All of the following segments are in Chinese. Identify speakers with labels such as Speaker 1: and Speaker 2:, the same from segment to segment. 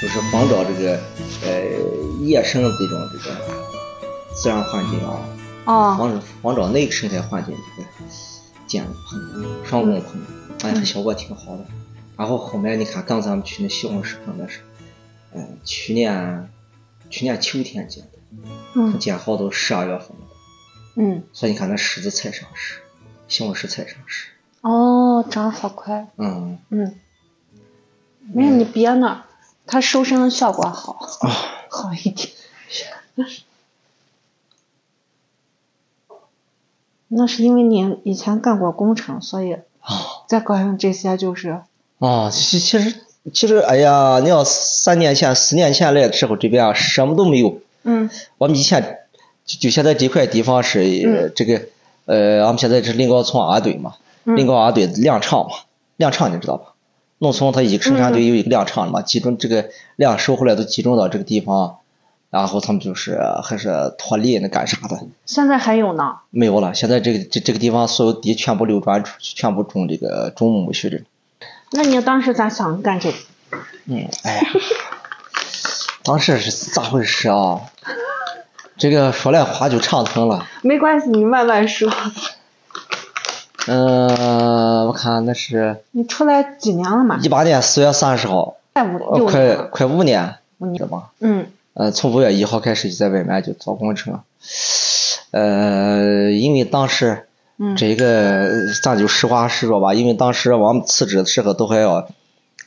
Speaker 1: 就是黄岛这个呃野生的这种这个自然环境啊，
Speaker 2: 哦，
Speaker 1: 黄岛黄岛那个生态环境这个建了棚，上工棚，哎，
Speaker 2: 嗯
Speaker 1: 效果挺好的。然后后面你看，刚咱们去那西红柿棚那是，嗯、去年去年秋天建的，
Speaker 2: 嗯
Speaker 1: 建好都十二月份了，
Speaker 2: 嗯，
Speaker 1: 所以你看那柿子才上市，西红柿才上市，
Speaker 2: 哦，长得好快，
Speaker 1: 嗯
Speaker 2: 嗯，没事，你别那儿，它收声的效果好，
Speaker 1: 啊。
Speaker 2: 好一点。那是因为你以前干过工程，所以
Speaker 1: 哦
Speaker 2: 再搞上这些就是，
Speaker 1: 哦，其其实其实，哎呀，你要三年前、四年前来的时候，这边啊什么都没有。
Speaker 2: 嗯
Speaker 1: 我们以前就就现在这块地方是、呃
Speaker 2: 嗯
Speaker 1: 这个呃，我们现在是临高村阿堆嘛，
Speaker 2: 嗯
Speaker 1: 临高阿堆粮场嘛，粮场你知道吧？农村它一个生产队有一个粮场嘛，集中这个粮食后来都集中到这个地方，然后他们就是还是脱离那干啥的，
Speaker 2: 现在还有呢，
Speaker 1: 没有了。现在这个这这个地方所有地全部流转出去，全部种这个种苜苜蓿这种。
Speaker 2: 那你当时咋想干这个？
Speaker 1: 嗯，哎呀，当时是咋回事啊？这个说来话就长腾了。
Speaker 2: 没关系，你慢慢说。
Speaker 1: 嗯、我看那是
Speaker 2: 你出来几年了嘛
Speaker 1: 一？八年四月三十号，
Speaker 2: 哦快五
Speaker 1: 呃
Speaker 2: 六年
Speaker 1: 快
Speaker 2: 了。
Speaker 1: 快五年
Speaker 2: 五年
Speaker 1: 了吧？
Speaker 2: 嗯
Speaker 1: 呃，从五月一号开始就在外面就做工程。呃，因为当时
Speaker 2: 嗯
Speaker 1: 这个咱就实话实说吧，因为当时我们辞职的时候都还要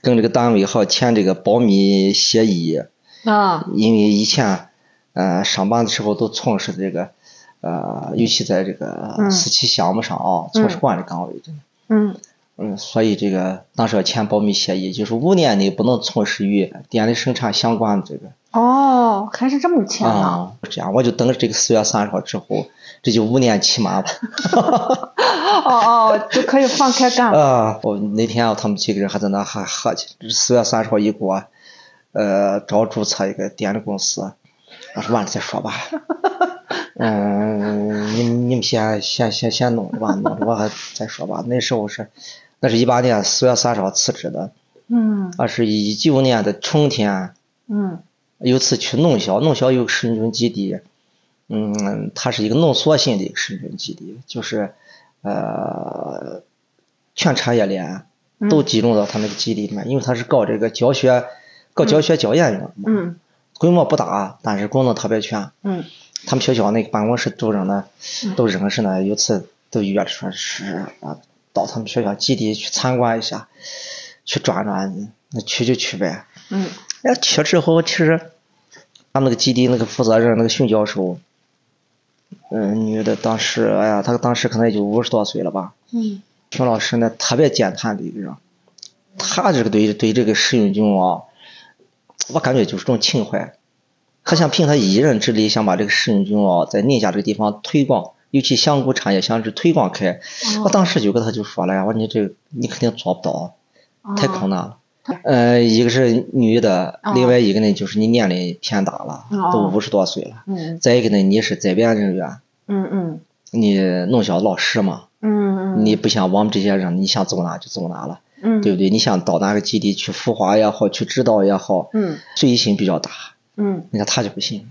Speaker 1: 跟这个单位还要签这个保密协议。
Speaker 2: 啊
Speaker 1: 因为以前，呃，上班的时候都从事这个，呃，尤其在这个
Speaker 2: 嗯
Speaker 1: 四期项目上啊，从事管理岗位，真的，
Speaker 2: 嗯
Speaker 1: 嗯，所以这个当时要签保密协议，就是五年内不能从事与电力生产相关的这个
Speaker 2: 哦，还是这么签呢？
Speaker 1: 啊、这样我就等着这个四月三十号之后，这就五年期满了。
Speaker 2: 哦哦，就可以放开干了。
Speaker 1: 啊，我那天啊，他们几个人还在那还合计，四月三十号一过，呃，找注册一个电力公司，我说完了再说吧。嗯，你们你们先先先先弄着吧，弄着吧还再说吧。那时候是，那是一八年四月三十号辞职的，
Speaker 2: 嗯
Speaker 1: 那是一九年的春天，
Speaker 2: 嗯
Speaker 1: 有次去弄小，弄小有个深军基地，嗯，它是一个浓缩性的一个深军基地，就是呃，全产业链
Speaker 2: 嗯
Speaker 1: 都集中到它那个基地里面，因为它是搞这个教学、搞教学教研用的嘛，
Speaker 2: 嗯
Speaker 1: 规模不大，但是功能特别全。
Speaker 2: 嗯
Speaker 1: 他们学校那个办公室都扔呢
Speaker 2: 嗯，
Speaker 1: 都扔是呢，有次都约着说是啊，到他们学校基地去参观一下，去转转，那去就去呗。
Speaker 2: 嗯
Speaker 1: 哎，去之后其实他们那个基地那个负责人那个训教授，嗯、女的当时哎呀，她当时可能也就五十多岁了吧。
Speaker 2: 嗯
Speaker 1: 熊老师呢特别健谈的一个人，他这个对对这个石永军啊，我感觉就是种情怀。他想凭他一人之力，想把这个石永军啊在宁夏这个地方推广，尤其香菇产业想是推广开。
Speaker 2: 哦
Speaker 1: 我当时就跟他就说了呀，我说你这个你肯定做不到，太困难了。呃，一个是女的，
Speaker 2: 哦
Speaker 1: 另外一个呢就是你年龄偏大了，
Speaker 2: 哦
Speaker 1: 都五十多岁了。
Speaker 2: 嗯
Speaker 1: 再一个呢，你是在编人员，
Speaker 2: 嗯嗯
Speaker 1: 你弄小老师嘛，
Speaker 2: 嗯嗯，
Speaker 1: 你不像我们这些人，你想走哪就走哪了，
Speaker 2: 嗯
Speaker 1: 对不对？你想到哪个基地去孵化也好，去指导也好，
Speaker 2: 嗯
Speaker 1: 罪心比较大。
Speaker 2: 嗯
Speaker 1: 你看他就不信，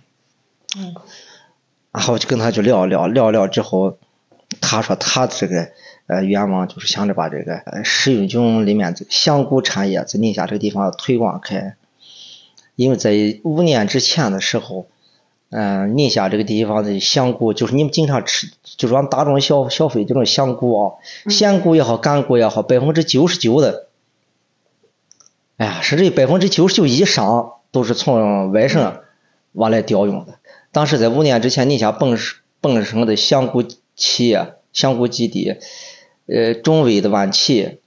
Speaker 2: 嗯
Speaker 1: 然后就跟他就聊聊聊聊之后，他说他这个呃愿望就是想着把这个呃石永炯里面这个香菇产业在宁夏这个地方推广开，因为在五年之前的时候，嗯、宁夏这个地方的香菇，就是你们经常吃，就是咱们大众消消费这种香菇啊，鲜菇也好，干菇也好，百分之九十九的，哎呀，甚至于百分之九十九以上都是从外省往来调用的。当时在五年之前，宁夏本省本省的香菇企业、香菇基地，呃，中卫的晚期，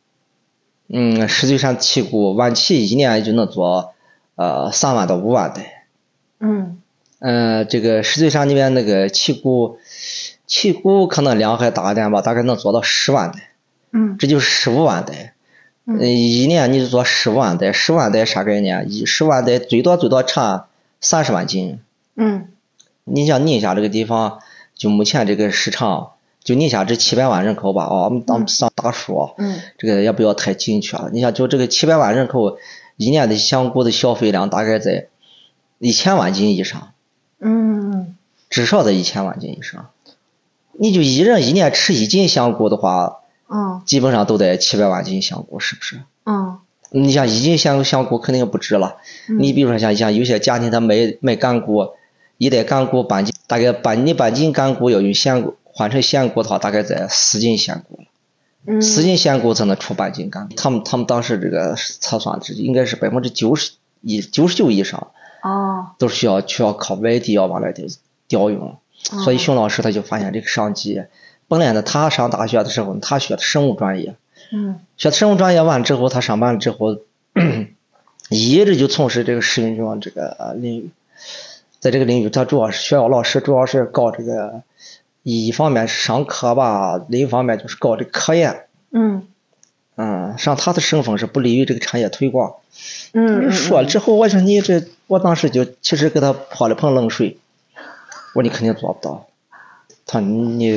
Speaker 1: 嗯，石嘴山七股晚期一年也就能做呃三万到五万袋。
Speaker 2: 嗯
Speaker 1: 呃，这个石嘴山那边那个气鼓，气鼓可能量还大一点吧，大概能做到十万袋，
Speaker 2: 嗯
Speaker 1: 这就是十五万袋。
Speaker 2: 嗯
Speaker 1: 呃一年你就做十万袋，十万袋啥概念？啊一十万袋最多最多产三十万斤。
Speaker 2: 嗯
Speaker 1: 你像宁夏这个地方，就目前这个市场，就宁夏这七百万人口吧，啊，我们当上大数啊，
Speaker 2: 嗯
Speaker 1: 这个也不要太精确了。你想，就这个七百万人口，一年的香菇的消费量大概在一千万斤以上。
Speaker 2: 嗯
Speaker 1: 至少在一千万斤以上。你就一人一年吃一斤香菇的话，
Speaker 2: 嗯
Speaker 1: 基本上都得七百万斤香菇，是不是？
Speaker 2: 嗯
Speaker 1: 你像一斤香香菇肯定不止了。你比如说像像有些家庭他买买干菇，一袋干菇半斤，大概半你半斤干菇要用鲜菇换成鲜菇的话，大概在四斤鲜菇，
Speaker 2: 嗯
Speaker 1: 四斤鲜菇才能出半斤干菇。他们他们当时这个测算是应该是百分之九十以九十九以上
Speaker 2: 哦，
Speaker 1: 都是需要需要靠外地要往来调调用。所以熊老师他就发现这个商机。本来呢，他上大学的时候，他学的生物专业，
Speaker 2: 嗯
Speaker 1: 学的生物专业完之后，他上班了之后， 一直就从事这个食品中这个呃领域。在这个领域，他主要是学校老师主要是搞这个，一方面是上课吧，另一方面就是搞这个科研。
Speaker 2: 嗯
Speaker 1: 嗯，上他的身份是不利于这个产业推广。
Speaker 2: 嗯嗯
Speaker 1: 说了之后，我说你这，我当时就其实给他泼了盆冷水，我说你肯定做不到。他说你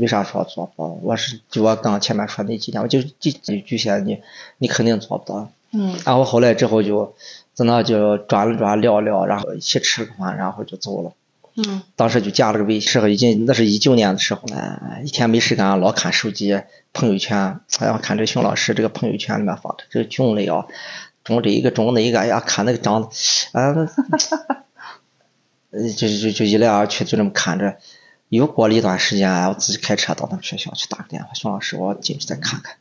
Speaker 1: 为啥说做不到？我是就我刚前面说那几点，我就就就局限你，你肯定做不到。
Speaker 2: 嗯
Speaker 1: 然后后来之后就在那就转了转聊聊，然后一起吃个饭，然后就走了。
Speaker 2: 嗯
Speaker 1: 当时就加了个微信，时候已经那是一九年的时候了，一天没事干，老看手机朋友圈，哎呀，看这熊老师这个朋友圈里面发的这个种类啊，种这一个种那一个，哎呀，看那个长得，啊， 呃就就就一来二去就这么看着。又过了一段时间，哎我自己开车到他们学校去打个电话，熊老师，我进去再看看。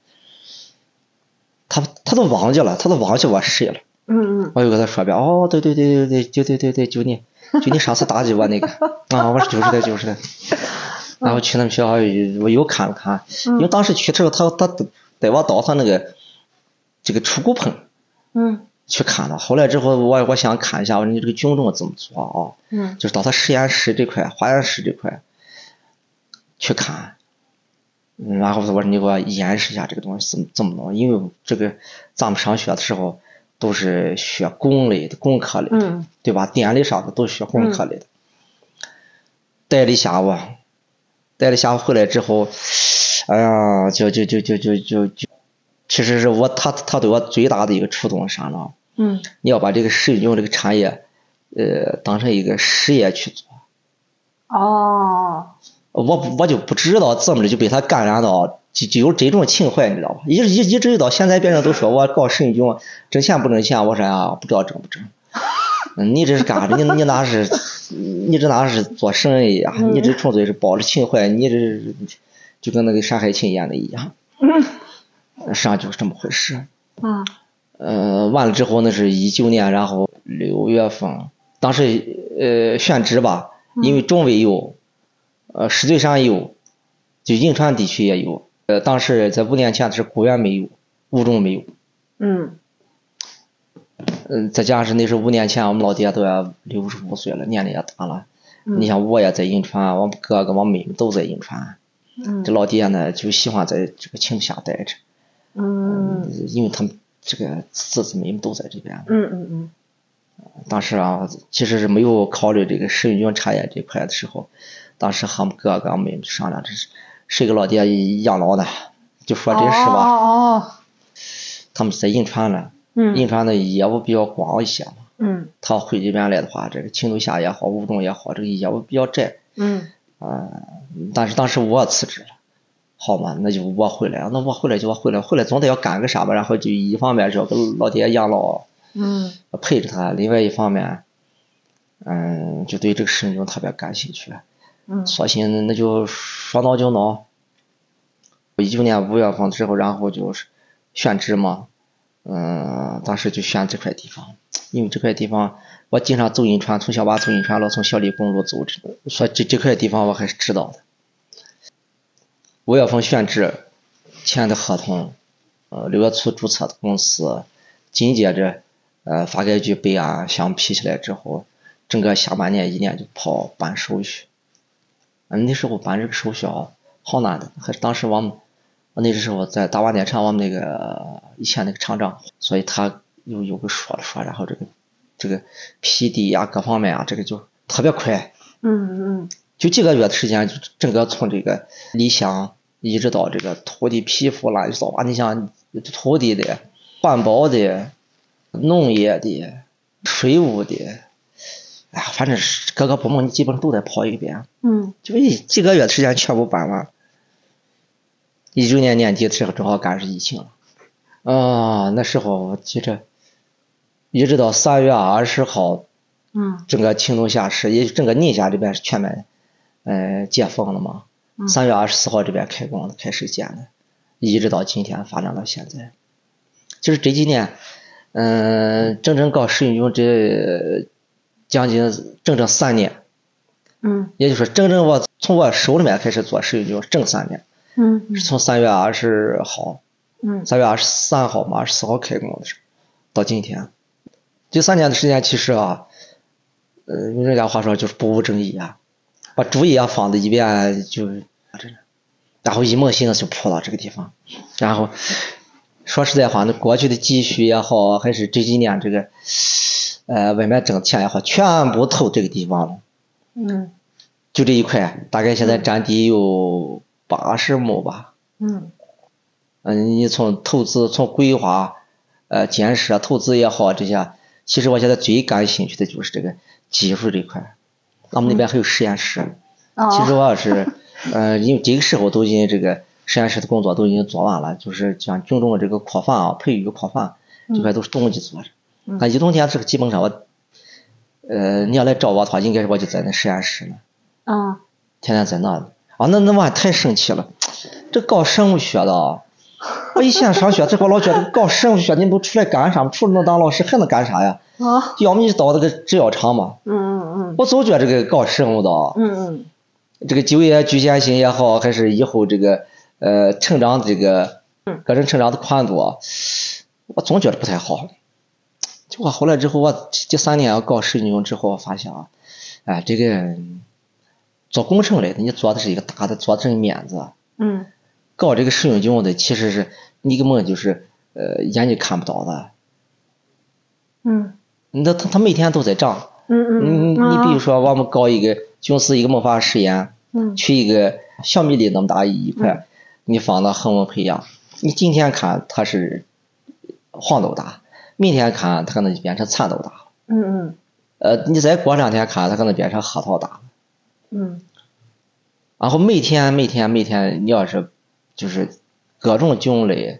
Speaker 1: 他他都忘记了，他都忘记我是谁了。
Speaker 2: 嗯嗯
Speaker 1: 我又跟他说一遍，哦，对对对对对，就对对对，就你，就你上次打击我那个啊，我说就是的，就是的。然后去他们学校又，我又看了看，因为当时去的时候，他他带我到他那个这个出谷棚
Speaker 2: 嗯
Speaker 1: 去看了。后来之后，我我想看一下，我说你这个菌种怎么做啊？
Speaker 2: 嗯
Speaker 1: 就是到他实验室这块、化验室这块去看。嗯然后我说你给我演示一下这个东西怎么怎么弄，因为这个咱们上学的时候都是学工类的、工科类的，
Speaker 2: 嗯
Speaker 1: 对吧？电力啥的都是学工科类的。待了一下午，待了一下午回来之后，哎呀，就就就就就就就，其实是我他他对我最大的一个触动是啥呢？
Speaker 2: 嗯
Speaker 1: 你要把这个食用这个产业，呃，当成一个事业去做。
Speaker 2: 哦，
Speaker 1: 我不我就不知道怎么着就被他感染到，就就有这种情怀，你知道吧？一一一直到现在，别人都说我搞食用菌挣钱不挣钱，我说啊，不知道挣不挣。嗯你这是干啥的？你你哪是，你这哪是做生意呀、你这纯粹是抱着情怀，你这是就跟那个山海情演的一样，实际上就是这么回事。
Speaker 2: 啊
Speaker 1: 呃，完了之后那是一九年，然后六月份，当时呃选址吧，因为中卫有，呃石嘴山有，就银川地区也有，呃当时在五年前是固原没有，乌中没有，
Speaker 2: 嗯
Speaker 1: 嗯、再加上是那是五年前我们老爹都要六十五岁了，年龄也大了，
Speaker 2: 嗯
Speaker 1: 你像我也在银川，我哥跟我妹妹都在银川，
Speaker 2: 嗯
Speaker 1: 这老爹呢就喜欢在这个城下待着，
Speaker 2: 嗯
Speaker 1: 因为他们这个姊姊妹妹都在这边。
Speaker 2: 嗯嗯
Speaker 1: 当时啊，其实是没有考虑这个食用菌产业这块的时候，当时和我们哥跟我们商量，这是谁给老爹养老的，就说这事吧。
Speaker 2: 哦哦，
Speaker 1: 他们在银川呢，
Speaker 2: 嗯
Speaker 1: 银川的业务比较广一些嘛。
Speaker 2: 嗯
Speaker 1: 他回这边来的话，这个青州下也好，吴中也好，这个业务比较窄。啊
Speaker 2: 嗯
Speaker 1: 但是当时我辞职了，好嘛，那就我回来，那我回来就我回来，回来总得要干个啥吧。然后就一方面是要给老爹养老，
Speaker 2: 嗯
Speaker 1: 配着他。另外一方面，嗯，就对这个事情就特别感兴趣，
Speaker 2: 嗯
Speaker 1: 索性那就说闹就闹。一九年五月份之后，然后就是选址嘛，嗯，当时就选这块地方，因为这块地方我经常走银川，从小娃走银川老从小李公路走，所以这这块地方我还是知道的。五月份选址，签的合同，呃，六月初注册的公司，紧接着，呃，发改局备案相批下来之后，整个下半年一年就跑办手续。啊那时候办这个手续啊，好难的。还是当时我们那时候在大湾电厂，我们那个以前那个厂长，所以他有有个说了说，然后这个这个批地呀、各方面啊，这个就特别快。
Speaker 2: 嗯嗯
Speaker 1: 就几个月的时间，就整个从这个理想一直到这个土地批复乱七糟八，啊你像土地的、环保的、农业的、税务的，哎呀，反正是各个部门你基本上都得跑一遍，
Speaker 2: 嗯
Speaker 1: 就一几个月的时间全部办完。一九年年底的时候，正好赶上疫情了，啊，那时候我记着，一直到三月二十号
Speaker 2: 嗯
Speaker 1: 整个青铜峡市，也就整个宁夏这边是全面，呃，解放了嘛。
Speaker 2: 嗯
Speaker 1: 三月二十四号这边开工了，开始建的，一直到今天发展到现在。就是这几年，嗯、整整搞试运营这将近整整三年，
Speaker 2: 嗯
Speaker 1: 也就是说，整整我从我手里面开始做试运营整三年，
Speaker 2: 嗯
Speaker 1: 是从三月二十号
Speaker 2: 嗯
Speaker 1: 三月二十三号嘛，二十四号开工的时候，到今天，这三年的时间其实啊，呃，用人家话说就是不务正业啊，把主意啊放在一边就，啊然后一门心思就扑到这个地方，然后说实在话，那过去的积蓄也好，还是这几年这个，呃，外面挣钱也好，全部投这个地方了。
Speaker 2: 嗯
Speaker 1: 就这一块，大概现在占地有八十亩吧，
Speaker 2: 嗯
Speaker 1: 嗯，你从投资、从规划、呃建设、投资也好，啊这些，其实我现在最感兴趣的就是这个技术这一块。我们那边还有实验室，其实
Speaker 2: 哦
Speaker 1: 我也是，呃，因为这个时候都已经这个实验室的工作都已经做完了，就是像菌种的这个扩泛啊、培育扩泛这块都是冬季做的。
Speaker 2: 嗯
Speaker 1: 那移动天这个基本上我，呃，你要来找我的话，应该是我就在那实验室呢。
Speaker 2: 啊
Speaker 1: 天天在那里啊，那那娃太生气了，这搞生物学的啊，我以前上学，这会儿老觉得搞生物学，你不出来干啥吗？除了能当老师还能干啥呀？
Speaker 2: 啊
Speaker 1: 要么你就到那个制药厂嘛。
Speaker 2: 嗯嗯嗯
Speaker 1: 我总觉得这个搞生物的啊，
Speaker 2: 嗯
Speaker 1: 这个就啊业局限性也好，还是以后这个呃成长这个
Speaker 2: 嗯
Speaker 1: 个人成长的宽度啊，我总觉得不太好。就我后来之后，我这这三年我搞实用之后，我发现啊，哎，这个做工程类的，你做的是一个大的，做的是一个面子。
Speaker 2: 嗯
Speaker 1: 搞这个实用应用的，其实是你根本就是呃眼睛看不到的。
Speaker 2: 嗯
Speaker 1: 那他他每天都在涨。
Speaker 2: 嗯
Speaker 1: 你
Speaker 2: 嗯，
Speaker 1: 你比如说，我们搞一个军事一个萌发实验，
Speaker 2: 嗯
Speaker 1: 取一个小米粒那么大一块，你放到恒温培养，你今天看它是黄豆大，明天看它可能就变成蚕豆大，
Speaker 2: 嗯
Speaker 1: 呃，你再过两天看它可能变成核桃大，
Speaker 2: 嗯
Speaker 1: 然后每天每天每天，你要是就是各种菌类，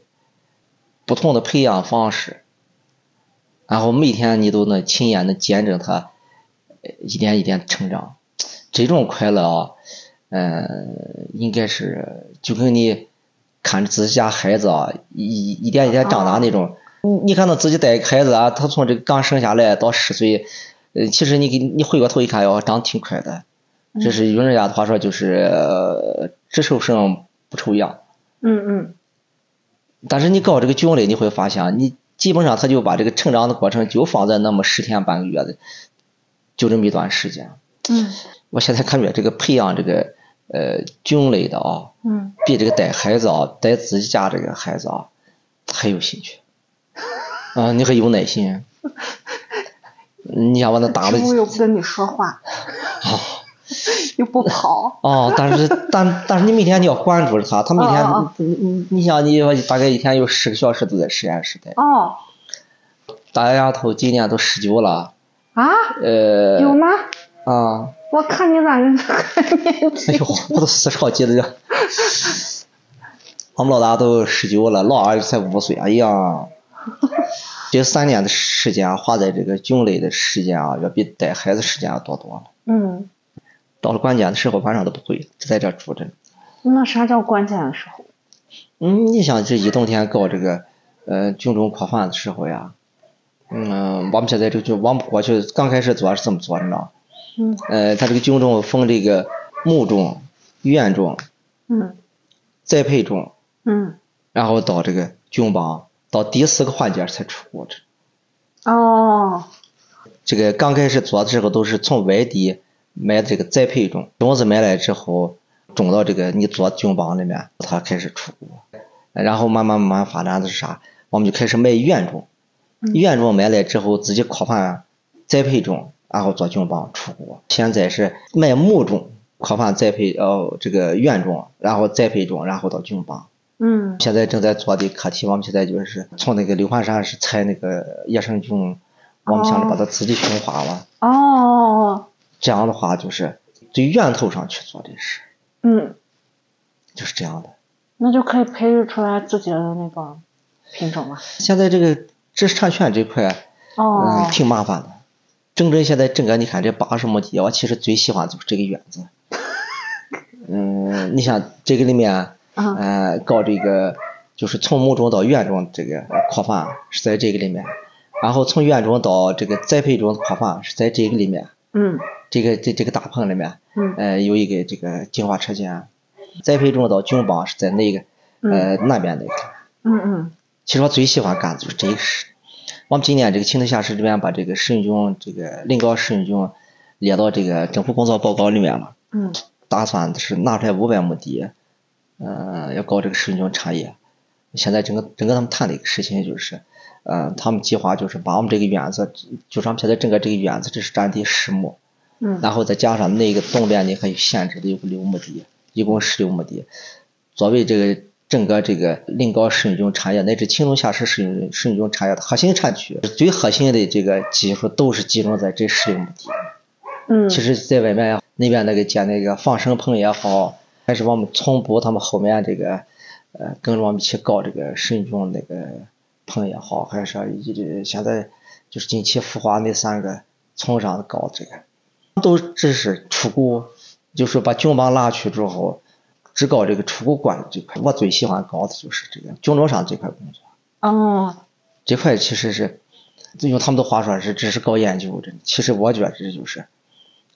Speaker 1: 不同的培养方式，然后每天你都能亲眼的见证它呃一点一点成长，这种快乐啊，嗯、应该是就跟你看着自己家孩子啊一一点一点长大那种，你你看到自己带一个孩子啊，他从这个刚生下来到十岁，呃，其实你给你回过头一看，哟，长得挺快的。这是用人家的话说，就是呃只愁生不愁养。
Speaker 2: 嗯嗯
Speaker 1: 但是你搞这个菌类，你会发现，你基本上他就把这个成长的过程就放在那么十天半个月的，就这么一段时间。
Speaker 2: 嗯
Speaker 1: 我现在感觉这个培养这个呃菌类的啊，
Speaker 2: 嗯
Speaker 1: 比这个带孩子啊，带自己家这个孩子啊，还有兴 趣。啊、你还有耐心。你想把那打的
Speaker 2: 植物又不跟你说话，又不跑，
Speaker 1: 哦，但是但但是你每天你要关注着他，他每天、
Speaker 2: 哦哦哦
Speaker 1: 你你你想你大概一天有十个小时都在实验室待，
Speaker 2: 哦
Speaker 1: 大丫头今年都十九了，
Speaker 2: 啊，
Speaker 1: 呃
Speaker 2: 有吗？
Speaker 1: 啊，
Speaker 2: 我看你咋跟这个年
Speaker 1: 哎
Speaker 2: 纪
Speaker 1: 呦，我都四十好几了这，我们老大都十九了，老二才五岁，哎呀，这三年的时间啊花在这个军类的时间啊，要比带孩子时间要多多了。
Speaker 2: 嗯，
Speaker 1: 到了关键的时候，晚上都不会在这住着。
Speaker 2: 那啥叫关键的时候？
Speaker 1: 嗯，你想这一冬天搞这个，呃，军种扩换的时候呀，嗯，我们现在这个就我们过去刚开始做是这么做的呢。
Speaker 2: 嗯
Speaker 1: 呃，它这个军种分这个木种、院种、
Speaker 2: 嗯
Speaker 1: 栽培种，
Speaker 2: 嗯，
Speaker 1: 然后到这个军帮，到第四个环节才出这。
Speaker 2: 哦，
Speaker 1: 这个刚开始做的时候都是从外地买这个栽培种，种子买来之后种到这个你做菌帮里面，它开始出。然后慢慢慢慢发展的是啥？我们就开始卖原种，
Speaker 2: 嗯
Speaker 1: 原种买来之后自己扩换栽培种，然后做菌帮出国。现在是卖木种，扩换栽培呃这个原种，然后栽培种，然后到菌帮。
Speaker 2: 嗯
Speaker 1: 现在正在做的课题，我们现在就是从那个刘环山是采那个野生菌，我们想着把它自己驯化了。
Speaker 2: 哦哦，
Speaker 1: 这样的话就是对源头上去做这事，
Speaker 2: 嗯，
Speaker 1: 就是这样的。
Speaker 2: 那就可以培育出来自己的那个品种了。
Speaker 1: 现在这个知识产权这块，
Speaker 2: 哦
Speaker 1: 嗯，，挺麻烦的。郑真现在郑哥，你看这八十亩地，我其实最喜欢就是这个院子。 嗯，你想这个里面，
Speaker 2: 啊，
Speaker 1: 呃，搞这个就是从亩种到园种这个呃扩泛是在这个里面，然后从园种到这个栽培种扩泛是在这个里面，
Speaker 2: 嗯
Speaker 1: 这个这这个大棚里面，
Speaker 2: 嗯
Speaker 1: 呃，有一个这个净化车间，啊栽培种到菌帮是在那个呃那边那个。
Speaker 2: 嗯嗯
Speaker 1: 其实我最喜欢干的就是这一事。我们今年这个秦头下市这边把这个食用菌这个临高食用菌列到这个政府工作报告里面嘛，
Speaker 2: 嗯
Speaker 1: 打算是拿出来五百亩地，呃，要搞这个食用菌产业。现在整个整个他们谈的一个事情就是，呃，他们计划就是把我们这个院子，就是我们现在整个这个院子只是占地十亩，
Speaker 2: 嗯，
Speaker 1: 然后再加上那个东边呢还有限制的有个六亩地，一共十六亩地，作为这个整个这个临高食用菌产业乃至青龙下市食用食用菌产业的核心产区，最核心的这个技术都是集中在这十六亩地。
Speaker 2: 嗯
Speaker 1: 其实，在外面呀那边那个建那个放生棚也好，还是我们从部他们后面这个呃跟着我们一起搞这个食用菌那个棚也好，还是一直现在就是近期孵化那三个从上搞这个。都只是出股，就是把军帮拉去之后，只搞这个出股管理这块。我最喜欢搞的就是这个军种上这块工作，
Speaker 2: 哦，
Speaker 1: 这块其实是用他们的话说是只是搞研究的，其实我觉得这就是。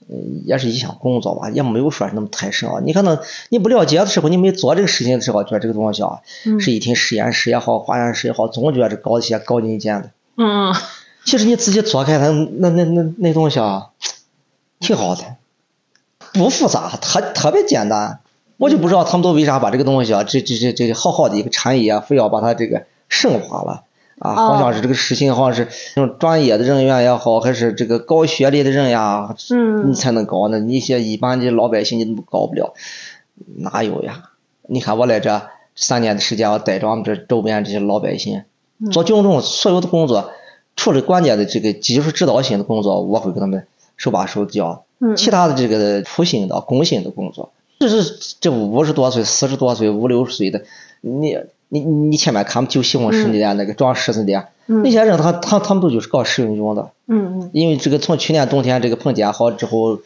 Speaker 1: 嗯，也是一项工作吧，也没有说是那么太深奥。你可能你不了解的时候，你没做这个事情的时候，觉得这个东西啊，
Speaker 2: 嗯
Speaker 1: 是一听实验室也好，化验室也好，总觉得搞一些高精尖的。
Speaker 2: 嗯
Speaker 1: 其实你自己做开它，那那那那东西啊，挺好的，不复杂，特特别简单。我就不知道他们都为啥把这个东西啊，这这这这好好的一个产业啊，非要把它这个升华了啊！
Speaker 2: 哦
Speaker 1: 好像是这个事情，好像是那种专业的人员也好，还是这个高学历的人呀，
Speaker 2: 嗯
Speaker 1: 你才能搞呢。你一些一般的老百姓你都搞不了，哪有呀？你看我来这三年的时间，我带着我们这周边这些老百姓，
Speaker 2: 嗯
Speaker 1: 做军种所有的工作，除了关键的这个技术指导性的工作，我会跟他们手把手教。
Speaker 2: 嗯
Speaker 1: 其他的这个普性的、工性的工作，这是这五十多岁、四十多岁、五六十岁的，你你你前面看就西红柿的呀那个装柿子的呀，
Speaker 2: 嗯
Speaker 1: 那些人他他他们都就是搞食用菌的，
Speaker 2: 嗯嗯
Speaker 1: 因为这个从去年冬天这个棚建好之后，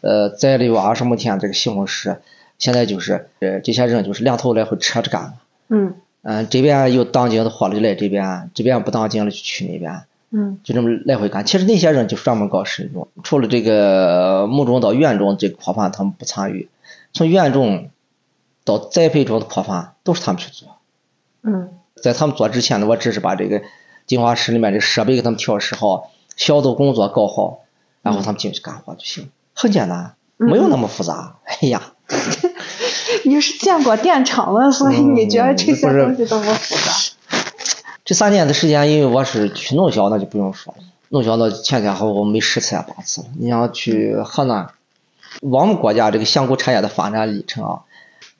Speaker 1: 呃，栽了有二十亩田这个西红柿，现在就是呃这些人就是两头来回扯着干了。
Speaker 2: 嗯
Speaker 1: 嗯，这边有当京的货流来这边，这边不当京的就去那边，
Speaker 2: 嗯
Speaker 1: 就这么来回干。其实那些人就是专门搞食用，除了这个木种到园种这个扩泛，他们不参与；从园种到栽培种的扩泛都是他们去做。
Speaker 2: 嗯
Speaker 1: 在他们做之前呢，我只是把这个净化室里面的设备给他们调试好，消毒啊工作搞好，然后他们进去干活就行，很简单，没有那么复杂。哎呀。
Speaker 2: 你是见过电厂了，所以你觉得这些
Speaker 1: 嗯
Speaker 2: 东
Speaker 1: 不
Speaker 2: 西都不复杂。
Speaker 1: 这三年的时间，因为我是去弄销，那就不用说了。弄销那前前后后没十次也八次了。你想去河南，我们国家这个香菇产业的发展历程啊，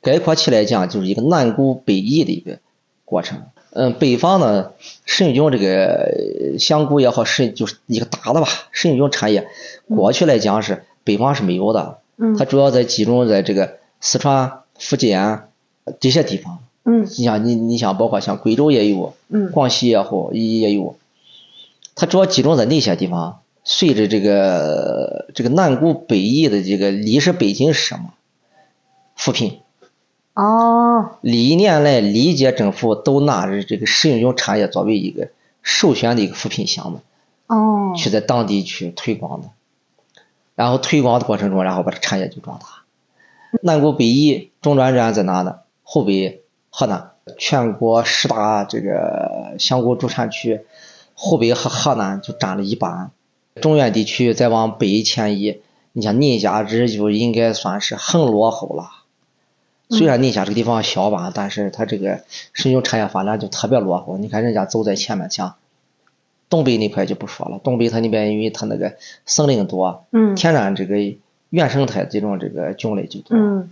Speaker 1: 概括起来讲就是一个南顾北移的一个过程。嗯，北方呢，食用菌这个呃香菇也好，是就是一个大的吧，食用菌产业过去来讲是北方是没有的，
Speaker 2: 嗯
Speaker 1: 它主要在集中在这个四川、福建呃这些地方。
Speaker 2: 嗯
Speaker 1: 你想你你想包括像贵州也有，
Speaker 2: 嗯
Speaker 1: 广西也好，也也有。它主要集中在那些地方。随着这个这个南固北移的这个李是北京市嘛，扶贫，
Speaker 2: 哦，
Speaker 1: 历年来历届政府都拿着这个食用用产业作为一个首选的一个扶贫项目，
Speaker 2: 哦，
Speaker 1: 去在当地去推广的，然后推广的过程中，然后把这产业就壮大。南固北移中转站在哪呢？湖北河南，全国十大这个香菇主产区，湖北和河南就占了一半。中原地区再往北迁移，你像宁夏这就应该算是很落后了。虽然宁夏这个地方小吧，但是它这个石油产业发展就特别落后。你看人家走在前面像东北那块就不说了，东北它那边因为它那个森林多，啊
Speaker 2: 嗯
Speaker 1: 天然这个原生态这种这个菌类就多。
Speaker 2: 嗯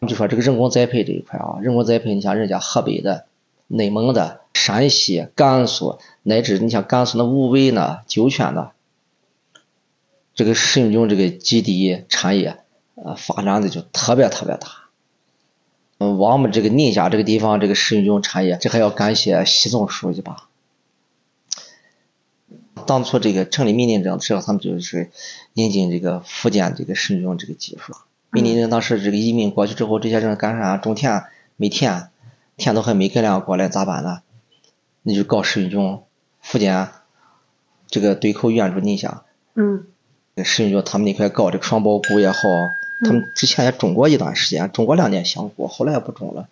Speaker 1: 我们就说这个人工栽培这一块啊，人工栽培，你像人家河北的、内蒙的、山西、甘肃，乃至你像甘肃那无为呢、酒泉呢，这个食用菌这个基地产业啊，发展的就特别特别大。嗯，我们这个宁夏这个地方，这个食用菌产业，这还要感谢习总书记吧。当初这个成立民进政的时候，他们就是引进这个福建这个食用菌这个技术。民进政当时这个移民过去之后，这些人干啥？种田没田，田都还没改良过来，咋办呢？那就搞食用菌。福建啊这个对口援助宁夏，
Speaker 2: 嗯
Speaker 1: 这个食用菌他们那块搞这个双胞菇也好，他们之前也种过一段时间，种过两年香菇，后来也不种了。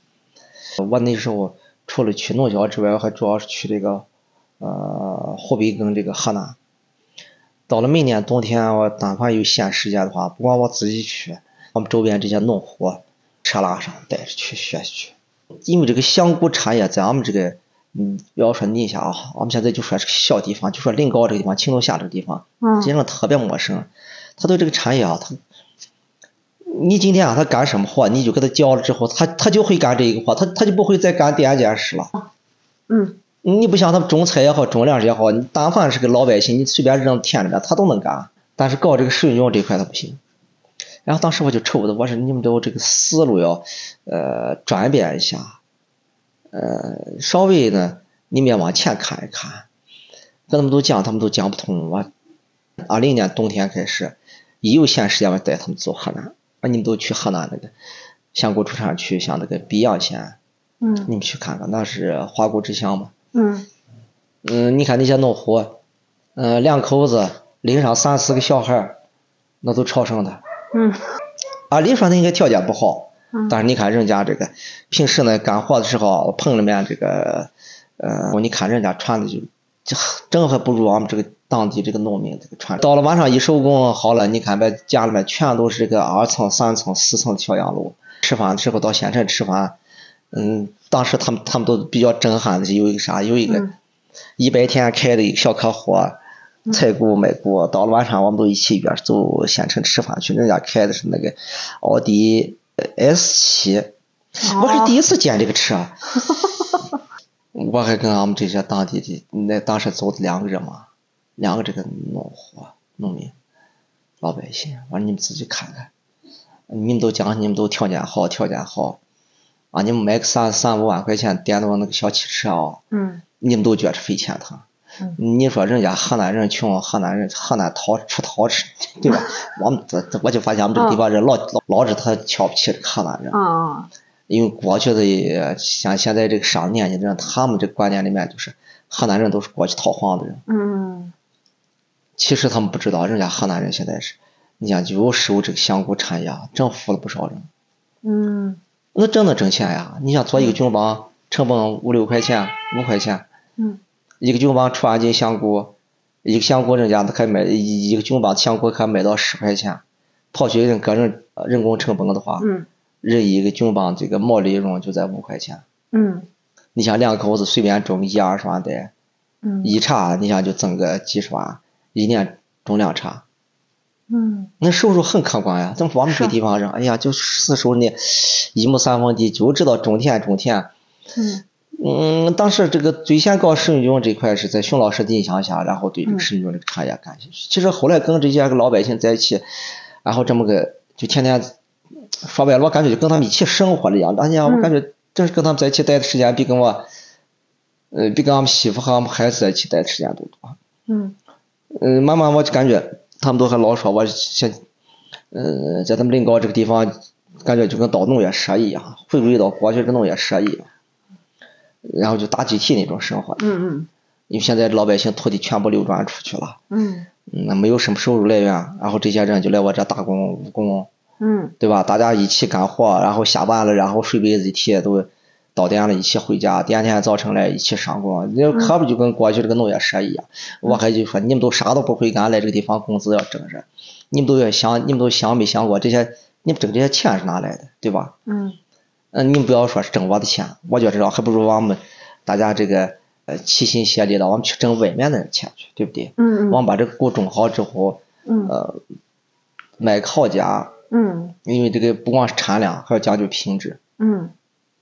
Speaker 1: 我那时候除了去农校之外，我还主要是去这个呃湖北跟这个河南。到了每年冬天，我但凡有闲时间的话，不光我自己去，我们周边这些农户车拉上带着去学习去。因为这个香菇产业在俺们这个，嗯，要说宁夏啊，我们现在就说是个小地方，就说临高这个地方，青龙峡这个地方，
Speaker 2: 嗯
Speaker 1: 真的特别陌生。他对这个产业啊，他，你今天啊，他干什么活，你就给他教了之后，他他就会干这一个活，他他就不会再干第二件事了。
Speaker 2: 嗯
Speaker 1: 你不像他们种菜也好，种粮食也好，你但凡是个老百姓，你随便扔田里面，他都能干。但是搞这个食用这一块他不行。然后当时我就愁的，我说你们都这个思路要呃转变一下，呃稍微呢你们也往前看一看。跟他们都讲，他们都讲不通。我二零年冬天开始，一有闲时间我带他们走河南，啊你们都去河南那个香菇出产区，像那个泌阳县，
Speaker 2: 嗯
Speaker 1: 你们去看看，那是花果之乡嘛。
Speaker 2: 嗯
Speaker 1: 嗯，你看那些农户，嗯、两口子领上三四个小孩儿，那都超生的。啊
Speaker 2: 嗯
Speaker 1: 按理说他应该条件不好，
Speaker 2: 嗯
Speaker 1: 但是你看人家这个平时呢干活的时候，棚里面这个呃，你看人家穿的就就真还不如俺们这个当地这个农民这个穿。到了晚上一收工好了，你看把家里面全都是这个二层、三层、四层的小洋楼。吃饭的时候到县城吃饭，嗯，当时他们他们都比较震撼的是有一个啥，有一个
Speaker 2: 嗯
Speaker 1: 一百天开的一个小客户。啊采购买股，到了晚上我们都一起约走县城吃饭去，人家开的是那个奥迪呃 S 七，我是第一次见这个车， 我还跟俺们这些当地的那当时走的两个人嘛，两个这个农户啊农民老百姓，我说你们自己看看，你们都讲你们都条件好，条件好，啊，你们买个三三五万块钱电动那个小汽车啊、
Speaker 2: 嗯
Speaker 1: 你们都觉着费钱疼
Speaker 2: 嗯。
Speaker 1: 你说人家河南人穷，河南人河南讨吃讨吃，对 吧？我们这这我就发现我们这个地方人老老老是他瞧不起这个河南人，
Speaker 2: 啊
Speaker 1: 因为过去的像现在这个上年纪的人，他们这观念里面就是河南人都是过去讨黄的人。
Speaker 2: 嗯
Speaker 1: 其实他们不知道，人家河南人现在是，你像有受这个香菇产业啊，真服了不少人，
Speaker 2: 嗯
Speaker 1: 那真的挣钱呀！你想做一个菌帮，成本五六块钱、五块钱，
Speaker 2: 嗯
Speaker 1: 一个菌帮出二斤香菇，一个香菇人家可以买一一个菌帮香菇可以买到十块钱，刨去人个人呃人工成本的话，
Speaker 2: 嗯
Speaker 1: 人一个菌帮这个毛利润就在五块钱。
Speaker 2: 嗯
Speaker 1: 你像两口子随便种一二十万袋，
Speaker 2: 嗯
Speaker 1: 一茬你想就挣个几十万，一年种两茬，
Speaker 2: 嗯
Speaker 1: 那收入很可观呀。咱我们这个
Speaker 2: 是
Speaker 1: 地方人，哎呀，就四手呢，一亩三分地就知道种田种田。
Speaker 2: 嗯
Speaker 1: 嗯，当时这个最先搞食用菌这块是在熊老师的影响下，然后对这个食用菌这个产业感兴趣。其实后来跟这些个老百姓在一起，然后这么个就天天说白了，我感觉就跟他们一起生活了一样。当年我
Speaker 2: 嗯
Speaker 1: 感觉真是跟他们在一起待的时间比跟我，呃，比跟俺们媳妇和俺们孩子在一起待的时间都多。
Speaker 2: 嗯
Speaker 1: 嗯，慢慢我就感觉他们都还老说我像，呃，在他们临高这个地方，感觉就跟到农业社一样，回归到过去这个农业社一样，然后就打集体那种生活，
Speaker 2: 嗯
Speaker 1: 因为现在老百姓土地全部流转出去了，
Speaker 2: 嗯
Speaker 1: 那、没有什么收入来源，然后这些人就来我这打工务工，
Speaker 2: 嗯
Speaker 1: 对吧？大家一起干活，然后下班了，然后睡被子一贴都到点了，一起回家，第二天早晨来一起上工，那可不就跟过去这个农业社一样。我还就说你们都啥都不会干，来这个地方工资要挣着，你们都要想，你们都想没想过这些，你们挣这些钱是哪来的，对吧？
Speaker 2: 嗯
Speaker 1: 嗯，你们不要说是挣我的钱，我觉着还不如我们大家这个呃齐心协力的，我们去挣外面的人钱去，对不对？
Speaker 2: 嗯
Speaker 1: 我们把这个谷种好之后，
Speaker 2: 嗯
Speaker 1: 呃，卖给好家，
Speaker 2: 嗯
Speaker 1: 因为这个不光是产量，还要讲究品质。
Speaker 2: 嗯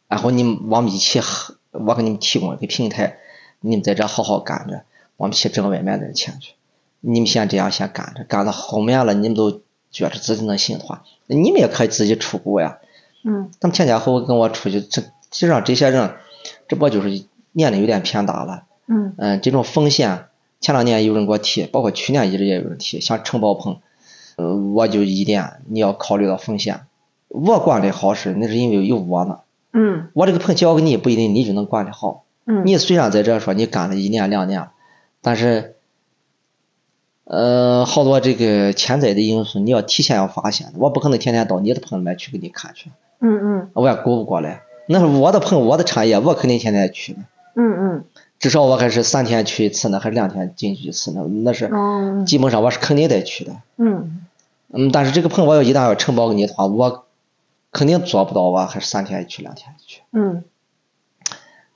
Speaker 1: 然后你们我们一起合，我给你们提供一个平台，你们在这好好干着，我们去挣外面的钱去。你们先这样先干着，干到后面了，你们都觉着自己能信的话，你们也可以自己出国呀。
Speaker 2: 嗯
Speaker 1: 他们前前后后跟我出去，这就让这些人，这不就是年龄有点偏大了？
Speaker 2: 嗯
Speaker 1: 嗯，这种风险，前两年有人给我提，包括去年一直也有人提，像承包棚，呃，我就一点，你要考虑到风险。我管理好是，那是因为有我呢。
Speaker 2: 嗯
Speaker 1: 我这个棚交给你，不一定你就能管理好。
Speaker 2: 嗯
Speaker 1: 你虽然在这说你干了一年两年，但是，呃，好多这个潜在的因素你要提前要发现。我不可能天天到你的棚里面去给你看去，
Speaker 2: 嗯嗯
Speaker 1: 我也顾不过来。那是我的棚，我的产业，我肯定天天去。
Speaker 2: 嗯
Speaker 1: 至少我还是三天去一次呢，还是两天进去一次呢？那是
Speaker 2: 嗯哦
Speaker 1: 基本上我是肯定得去的。
Speaker 2: 嗯
Speaker 1: 嗯，但是这个棚我要一旦要承包给你的话，我肯定做不到啊，还是三天一去两天一去。
Speaker 2: 嗯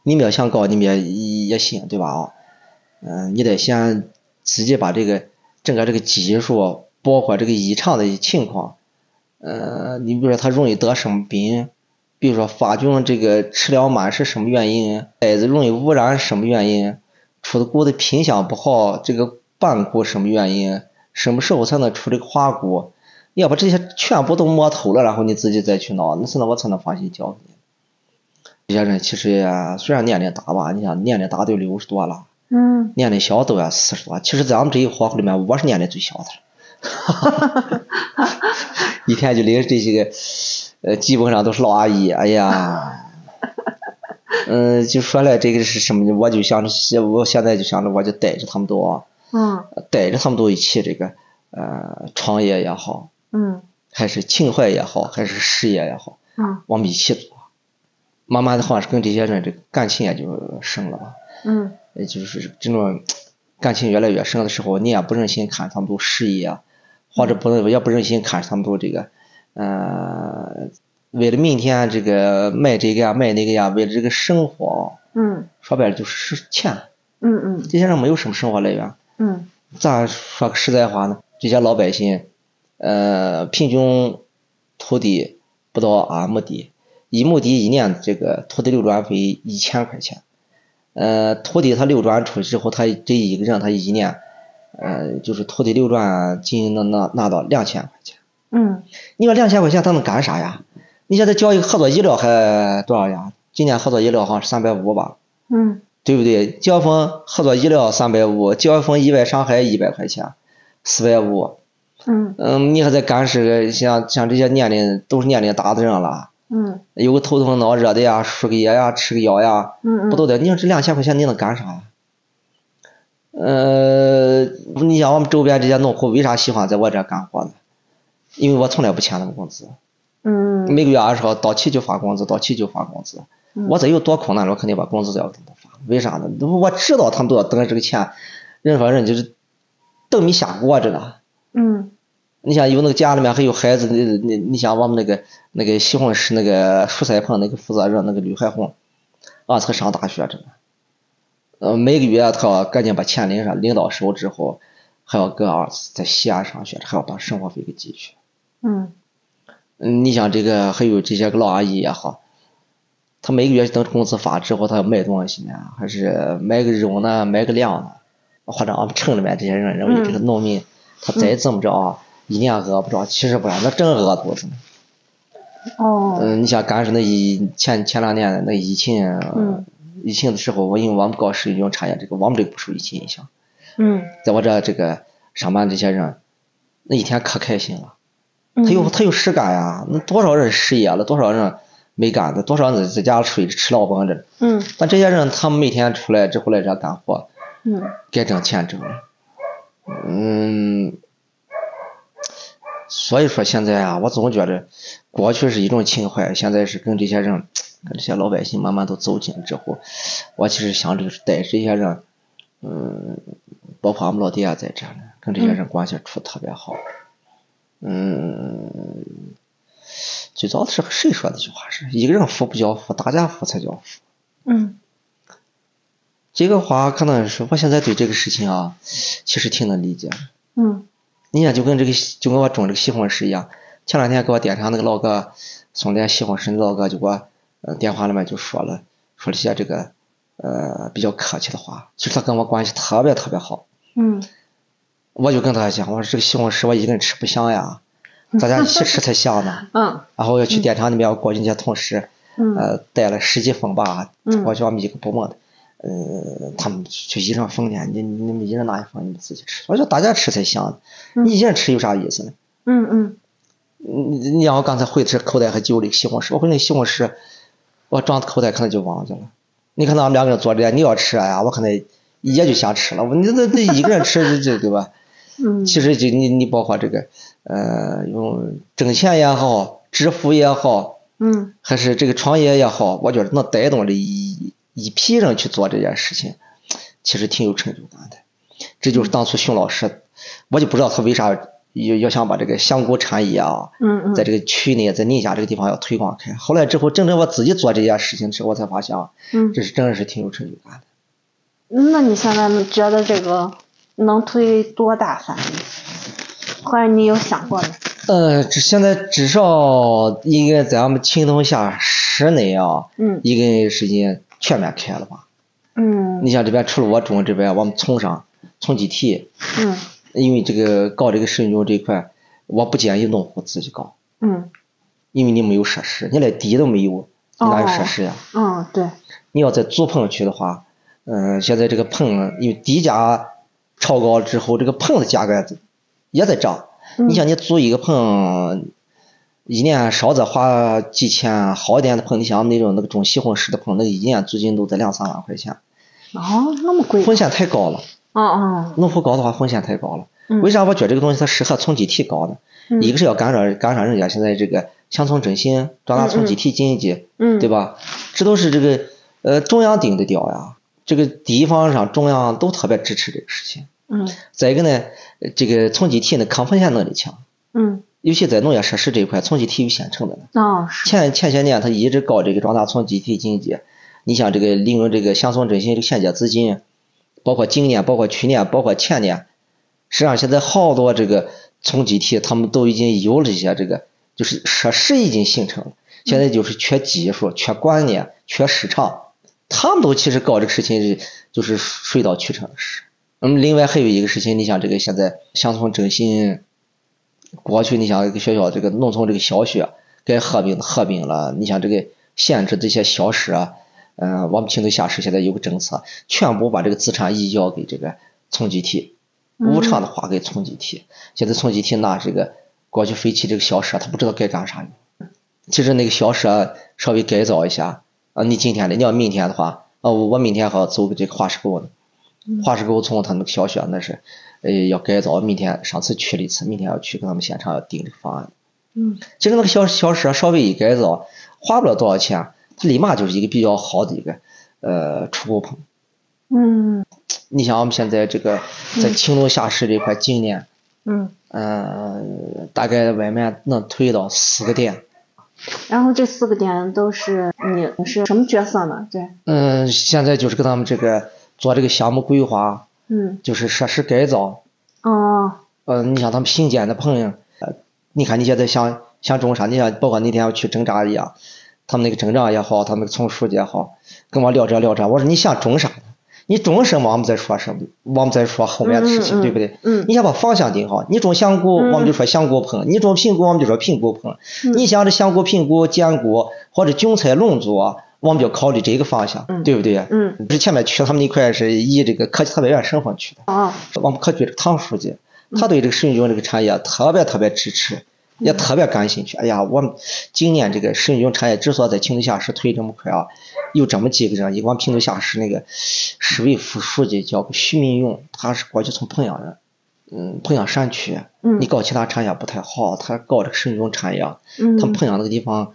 Speaker 1: 你们要想搞，你们也也行，对吧？啊，嗯，你得先自己把这个整个这个技术，包括这个异常的情况，呃，你比如说它容易得什么病，比如说发菌这个吃了螨是什么原因，崽子容易污染什么原因，出的谷的品相不好，这个半谷什么原因，什么时候才能出这个花谷？你要把这些全部都摸透了，然后你自己再去闹，那是那我才能放心交给你。这些人其实也虽然年龄大吧，你想年龄大都六十多了，
Speaker 2: 嗯
Speaker 1: 年龄小都要四十多。其实，在我们这一伙伙里面，我是年龄最小的了。 一天就领着这些个，呃，基本上都是老阿姨。哎呀，嗯，就说了这个是什么，我就想着，我现在就想着，我就带着他们都啊，
Speaker 2: 嗯
Speaker 1: 带着他们都一起这个，呃，创业也好，
Speaker 2: 嗯
Speaker 1: 还是情怀也好，还是事业也好，
Speaker 2: 嗯
Speaker 1: 我们一起做。慢啊慢的话，跟这些人这个感情也就深了吧。
Speaker 2: 嗯
Speaker 1: 呃，就是这种感情越来越深的时候，你也不忍心看他们都失业啊，或者不能也不忍心看他们都这个，呃，为了明天这个卖这个呀卖那个呀，为了这个生活，啊
Speaker 2: 嗯
Speaker 1: 说白了就是钱。
Speaker 2: 嗯
Speaker 1: 这些人没有什么生活来源，
Speaker 2: 嗯
Speaker 1: 咋说个实在话呢？这些老百姓，呃，平均土地不到二亩地，一亩地一年这个土地流转费一千块钱，呃，土地它流转出去之后，他这一个人他一年，呃，就是土地流转仅能拿拿到两千块钱。
Speaker 2: 嗯
Speaker 1: 你说两千块钱他能干啥呀？你现在交一个合作医疗还多少呀？今年合作医疗好像是三百五吧，
Speaker 2: 嗯
Speaker 1: 对不对？交一份合作医疗三百五，交一份意外伤害一百块钱，四百五。
Speaker 2: 嗯
Speaker 1: 嗯，你还在干是像像这些年龄都是年龄大的人了，
Speaker 2: 嗯
Speaker 1: 有个头疼脑热的呀，输个液呀，吃个药呀，
Speaker 2: 嗯
Speaker 1: 不都得？你说这两千块钱你能干啥呀？呃，你像我们周边这些农户为啥喜欢在我这干活呢？因为我从来不欠他们工资，
Speaker 2: 嗯
Speaker 1: 每个月二十号到期就发工资，到期就发工资。
Speaker 2: 嗯
Speaker 1: 我再有多困难了，我肯定把工资都要给他们发。为啥呢？我知道他们都要等着这个钱，人说人就是等米下锅着呢。
Speaker 2: 嗯
Speaker 1: 你想有那个家里面还有孩子，你你你想我们那个那个西红柿那个蔬菜棚那个负责人那个吕海红，啊，才上大学着呢，呃，每个月他赶紧把钱领上，领到手之后，还要跟儿子在西安上学，还要把生活费给寄去。
Speaker 2: 嗯
Speaker 1: 嗯你想这个还有这些个老阿姨也好，她每个月等工资发之后，她要买东西呢，还是买个肉呢，买个粮呢，或者俺们城里面这些人认为这个农民，他再怎么着啊，一年饿不着，其实不然，那真饿肚子呢。
Speaker 2: 哦
Speaker 1: 嗯，你想赶上那一前前两年那疫情，
Speaker 2: 嗯
Speaker 1: 疫情的时候，我因为我们搞食用产业这个，我们这个不受疫情影响，
Speaker 2: 嗯
Speaker 1: 在我这这个上班这些人，那一天可开心了。
Speaker 2: 嗯，
Speaker 1: 他有他有实感呀，那多少人失业了，多少人没干的，多少人在家睡吃老本着。
Speaker 2: 嗯
Speaker 1: 但这些人他们每天出来这回来这干活，
Speaker 2: 嗯
Speaker 1: 该挣钱挣。嗯，所以说现在啊，我总觉得过去是一种情怀，现在是跟这些人，跟这些老百姓慢慢都走近之后，我其实想着带这些人，嗯，包括俺们老爹也啊在这呢，跟这些人关系处特别好。嗯，最早是谁说的句话是一个人富不叫富，大家富才叫富。
Speaker 2: 嗯
Speaker 1: 这个话可能是我现在对这个事情啊，其实挺能理解的。
Speaker 2: 嗯
Speaker 1: 你看，就跟这个就跟我种这个西红柿一样，前两天给我店上那个老哥送点西红柿，那老哥就给我呃电话里面就说了，说了一些这个呃比较客气的话，其实他跟我关系特别特别好。
Speaker 2: 嗯
Speaker 1: 我就跟他讲，我说这个西红柿我一个人吃不香呀，大家一起吃才香呢。
Speaker 2: 嗯
Speaker 1: 然后要去电厂里面，我过去那些同事，
Speaker 2: 嗯
Speaker 1: 呃，带了十几封吧，
Speaker 2: 嗯
Speaker 1: 我叫我们一个部门的，呃，他们就一人封去，你你们一人拿一封，你们自己吃。我说大家吃才香，
Speaker 2: 嗯
Speaker 1: 你一人吃有啥意思呢？
Speaker 2: 嗯嗯
Speaker 1: 你你让我刚才回的是口袋还就这个西红柿，我回那西红柿，我装口袋可能就忘记了。你看咱们两个人坐着，你要吃哎呀，我可能也就想吃了。我你这这一个人吃这这对 吧？
Speaker 2: 嗯，
Speaker 1: 其实就你你包括这个呃，用挣钱也好，致富也好，
Speaker 2: 嗯
Speaker 1: 还是这个创业也好，我觉得能带动这一一批人去做这件事情，其实挺有成就感的。这就是当初熊老师，我就不知道他为啥要要想把这个香菇产业啊，
Speaker 2: 嗯嗯，
Speaker 1: 在这个区内，在宁夏这个地方要推广开。后来之后，真正我自己做这件事情之后，我才发现啊，
Speaker 2: 嗯
Speaker 1: 这是真的是挺有成就感的。
Speaker 2: 那你现在觉得这个能推多大范围，或者你有想过吗？
Speaker 1: 呃，这现在至少应该在俺们青铜峡市内啊，
Speaker 2: 嗯
Speaker 1: 应该是已经全面开了吧？
Speaker 2: 嗯
Speaker 1: 你像这边除了我中这边，我们从上从集体，
Speaker 2: 嗯
Speaker 1: 因为这个搞这个食用这一块，我不建议农户自己搞，
Speaker 2: 嗯
Speaker 1: 因为你没有设施，你连地都没有，你哪有设施呀？
Speaker 2: 嗯，对，
Speaker 1: 你要在主棚区的话，嗯、现在这个棚因为地价超高之后，这个棚的价格也在也在涨。
Speaker 2: 嗯
Speaker 1: 你像你租一个棚，一年少则花几千，好一点的棚，你像那种那个种西红柿的棚，那个一年租金都在两三万块钱，
Speaker 2: 哦，那么贵，
Speaker 1: 风险太高了。
Speaker 2: 哦哦，
Speaker 1: 农户搞的话风险太高了。
Speaker 2: 嗯
Speaker 1: 为啥我觉得这个东西它适合从集体搞呢？
Speaker 2: 嗯
Speaker 1: 一个是要赶上赶上人家现在这个乡村振兴，让他从集体经济，
Speaker 2: 嗯，
Speaker 1: 对？吧？这都是这个呃中央顶的调呀，这个地方上中央都特别支持这个事情。
Speaker 2: 嗯
Speaker 1: 再一个呢，呃这个从集体呢抗风险能力强，
Speaker 2: 嗯，
Speaker 1: 尤其在农业设施这一块，从集体有现成的呢。
Speaker 2: 哦是，
Speaker 1: 前前些年他一直搞这个壮大村集体经济，你像这个利用这个乡村振兴这个县级资金，包括今年、包括去年、包括前年，实际上现在好多这个村集体他们都已经有了一些这个，就是设施已经形成了，现在就是缺技术、缺观念、缺市场，他们都其实搞这个事情是就是水到渠成的事。嗯，另外还有一个事情，你像这个现在乡村振兴，过去你像这个学校这个农村这个小学该合并的合并了，你像这个限制这些小市啊，嗯、我们青州下市现在有个政策，全部把这个资产移交给这个村集体，无偿的划给村集体。现在村集体拿这个过去废弃这个小社，他不知道该干啥用。其实那个小社稍微改造一下啊，你今天的，你要明天的话，啊，我我明天还要走这个花市沟呢。花市沟从他那个小学那是，呃，要改造。明天上次去了一次，明天要去跟他们现场要定这个方案。
Speaker 2: 嗯
Speaker 1: 其实那个小小车啊稍微一改造，花不了多少钱，啊它立马就是一个比较好的一个呃出购棚。
Speaker 2: 嗯
Speaker 1: 你像我们现在这个在青龙下市这块，今年
Speaker 2: 嗯，
Speaker 1: 呃大概外面能推到四个店。
Speaker 2: 然后这四个点都是你是什么角色呢？对，
Speaker 1: 嗯、现在就是跟他们这个做这个项目规划，啊
Speaker 2: 嗯
Speaker 1: 就是设施改造。
Speaker 2: 哦
Speaker 1: 呃，你像他们新建的棚，呃，你看你现在像像中山，你像包括那天我去挣扎一样，他们那个挣扎也好，他们那个丛书记也好，跟我聊这聊这，我说你想种啥呢？你种什么，我们再说什么，我们再说后面的事情，
Speaker 2: 嗯嗯嗯
Speaker 1: 对不对？
Speaker 2: 嗯
Speaker 1: 你先把方向定好，你种香菇，
Speaker 2: 嗯
Speaker 1: 我们就说香菇棚；你种平菇，我们就说平菇棚。
Speaker 2: 嗯
Speaker 1: 你想这香菇、平菇、尖菇或者韭菜、龙珠，我们就考虑这个方向，
Speaker 2: 嗯
Speaker 1: 对不对？
Speaker 2: 嗯，
Speaker 1: 之前面去他们那块是以这个科技特别院身份去的，
Speaker 2: 哦，
Speaker 1: 我们科局这个唐书记，他对这个食用菌这个产业啊特别特别支持，也特别感兴趣。哎呀，我们今年这个食用菌产业之所以在平头下市推这么快啊，有这么几个人，一个我们平头下市那个市委副书记叫徐明勇，他是过去从彭阳人。嗯，彭阳山区，
Speaker 2: 嗯
Speaker 1: 你搞其他产业不太好，他搞这个食用菌产业，啊
Speaker 2: 嗯
Speaker 1: 他们彭阳那个地方，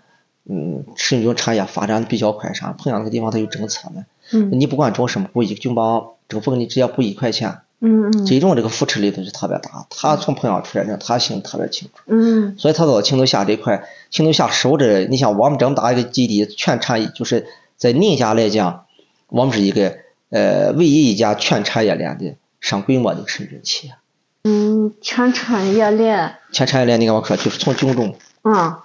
Speaker 1: 嗯，食用菌产业发展的比较快，啥？彭阳那个地方它有政策呢，
Speaker 2: 嗯
Speaker 1: 你不管种什么谷，一个菌帮政府给你直接补一块钱，
Speaker 2: 嗯嗯
Speaker 1: 这种这个扶持力度是特别大。他从彭阳出来的，他心里特别清楚，
Speaker 2: 嗯
Speaker 1: 所以他到青州下这一块，青州下守着，你像我们这么大一个基地，全产业就是在宁夏来讲，我们是一个呃唯一一家全产业链的上规模的一个生菌企业。
Speaker 2: 嗯，全产业链，
Speaker 1: 全产业链你跟我说，就是从菌种，
Speaker 2: 啊，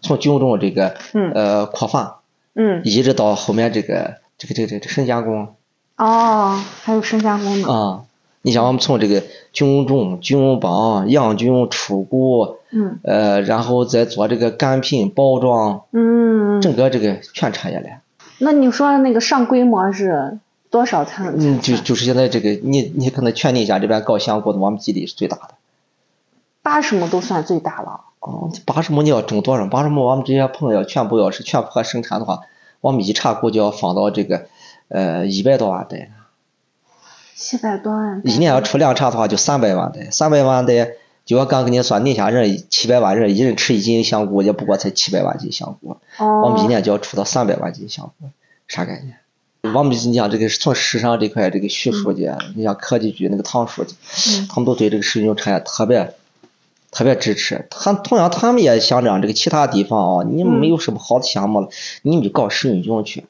Speaker 1: 从菌种这个
Speaker 2: 嗯
Speaker 1: 呃扩散，
Speaker 2: 嗯，
Speaker 1: 一直到后面这个这个这个这个深加工
Speaker 2: 哦，还有深加工呢，
Speaker 1: 啊。你像我们从这个菌种、菌帮、养菌、出谷，
Speaker 2: 嗯
Speaker 1: 呃，然后再做这个干品包装，
Speaker 2: 嗯，
Speaker 1: 整个这个全产业链。
Speaker 2: 那你说那个上规模是多少才能？
Speaker 1: 嗯，就就是现在这个，你你可能全宁夏这边搞香菇的，我们基地是最大的。
Speaker 2: 八十亩都算最大了，
Speaker 1: 哦，八十亩你要种多少？八十亩我们这些朋友全部要是全部合生产的话，我们一茬谷就要放到这个呃一百多万袋，
Speaker 2: 七百多万，
Speaker 1: 一年要出两茬的话就三百万袋，三百万袋就我刚跟你说，宁夏人七百万人，一人吃一斤香菇，也不过才七百万斤香菇。我们一
Speaker 2: 哦，
Speaker 1: 年就要出到三百万斤香菇，啥概念？我们你讲这个从市场这块，这个徐书记，你像科技局那个唐书记，
Speaker 2: 嗯
Speaker 1: 他们都对这个食用产业特别特别支持。他同样他们也想让这个其他地方啊，你
Speaker 2: 嗯
Speaker 1: 没有什么好的项目了，你们就搞食用菌去，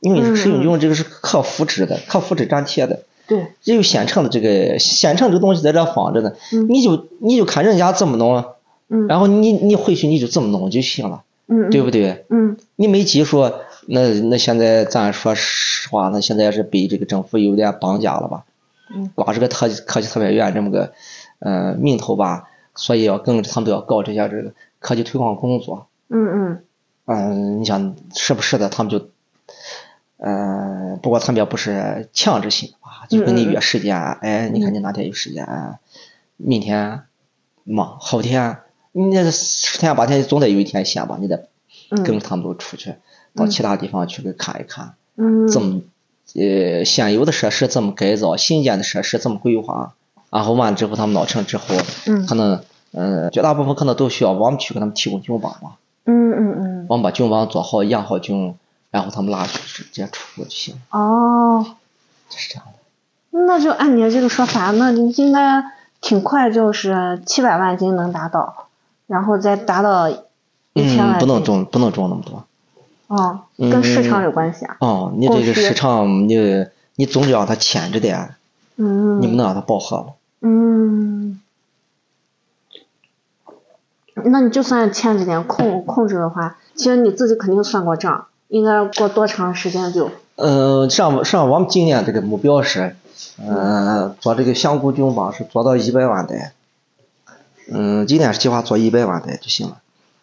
Speaker 1: 因为
Speaker 2: 嗯
Speaker 1: 食用菌这个是可复制的、可复制粘贴的。
Speaker 2: 对，
Speaker 1: 只有现成的这个现成这个东西在这放着呢，
Speaker 2: 嗯
Speaker 1: 你就你就看人家怎么弄，
Speaker 2: 嗯
Speaker 1: 然后你你回去你就这么弄就行了，
Speaker 2: 嗯，
Speaker 1: 对不对？
Speaker 2: 嗯
Speaker 1: 你没技术，那那现在咱说实话，那现在是被这个政府有点绑架了吧？
Speaker 2: 嗯
Speaker 1: 光是个特科技特别院这么个呃名头吧，所以要跟着他们都要搞这些这个科技推广工作。
Speaker 2: 嗯嗯
Speaker 1: 嗯，你想是不是的？他们就，呃，不过他们也不是强制性的吧，就跟你
Speaker 2: 嗯嗯嗯
Speaker 1: 约时间，哎，你看你哪天有时间，啊明天忙，后天，你那十天八天总得有一天闲吧，你得
Speaker 2: 嗯，
Speaker 1: 跟着他们都出去，到
Speaker 2: 嗯
Speaker 1: 其他地方去给看一看，
Speaker 2: 嗯
Speaker 1: 怎么呃现有的设施怎么改造，新建的设施怎么规划，然后完了之后他们落成之后，
Speaker 2: 嗯
Speaker 1: 可能呃绝大部分可能都需要我们去给他们提供菌帮嘛，
Speaker 2: 嗯嗯嗯
Speaker 1: 我们把菌帮做好，养好菌，然后他们拉去直接出就行，
Speaker 2: 哦，
Speaker 1: 就是这样的。
Speaker 2: 那就按你这个说法，那应该挺快，就是七百万斤能达到，然后再达到一
Speaker 1: 嗯，
Speaker 2: 千万斤，
Speaker 1: 不能种不能种那么多。
Speaker 2: 哦，
Speaker 1: 嗯
Speaker 2: 跟市场有关系啊，
Speaker 1: 哦，你这
Speaker 2: 供
Speaker 1: 个
Speaker 2: 需
Speaker 1: 市场你你总得让它牵着点，
Speaker 2: 嗯，
Speaker 1: 你不能让它饱和了。
Speaker 2: 嗯，那你就算欠着点控控制的话，其实你自己肯定算过账，应该过多长时间就
Speaker 1: 呃，上上我们今年这个目标是，呃，做这个香菇菌吧是做到一百万袋，嗯，今年是计划做一百万袋就行了。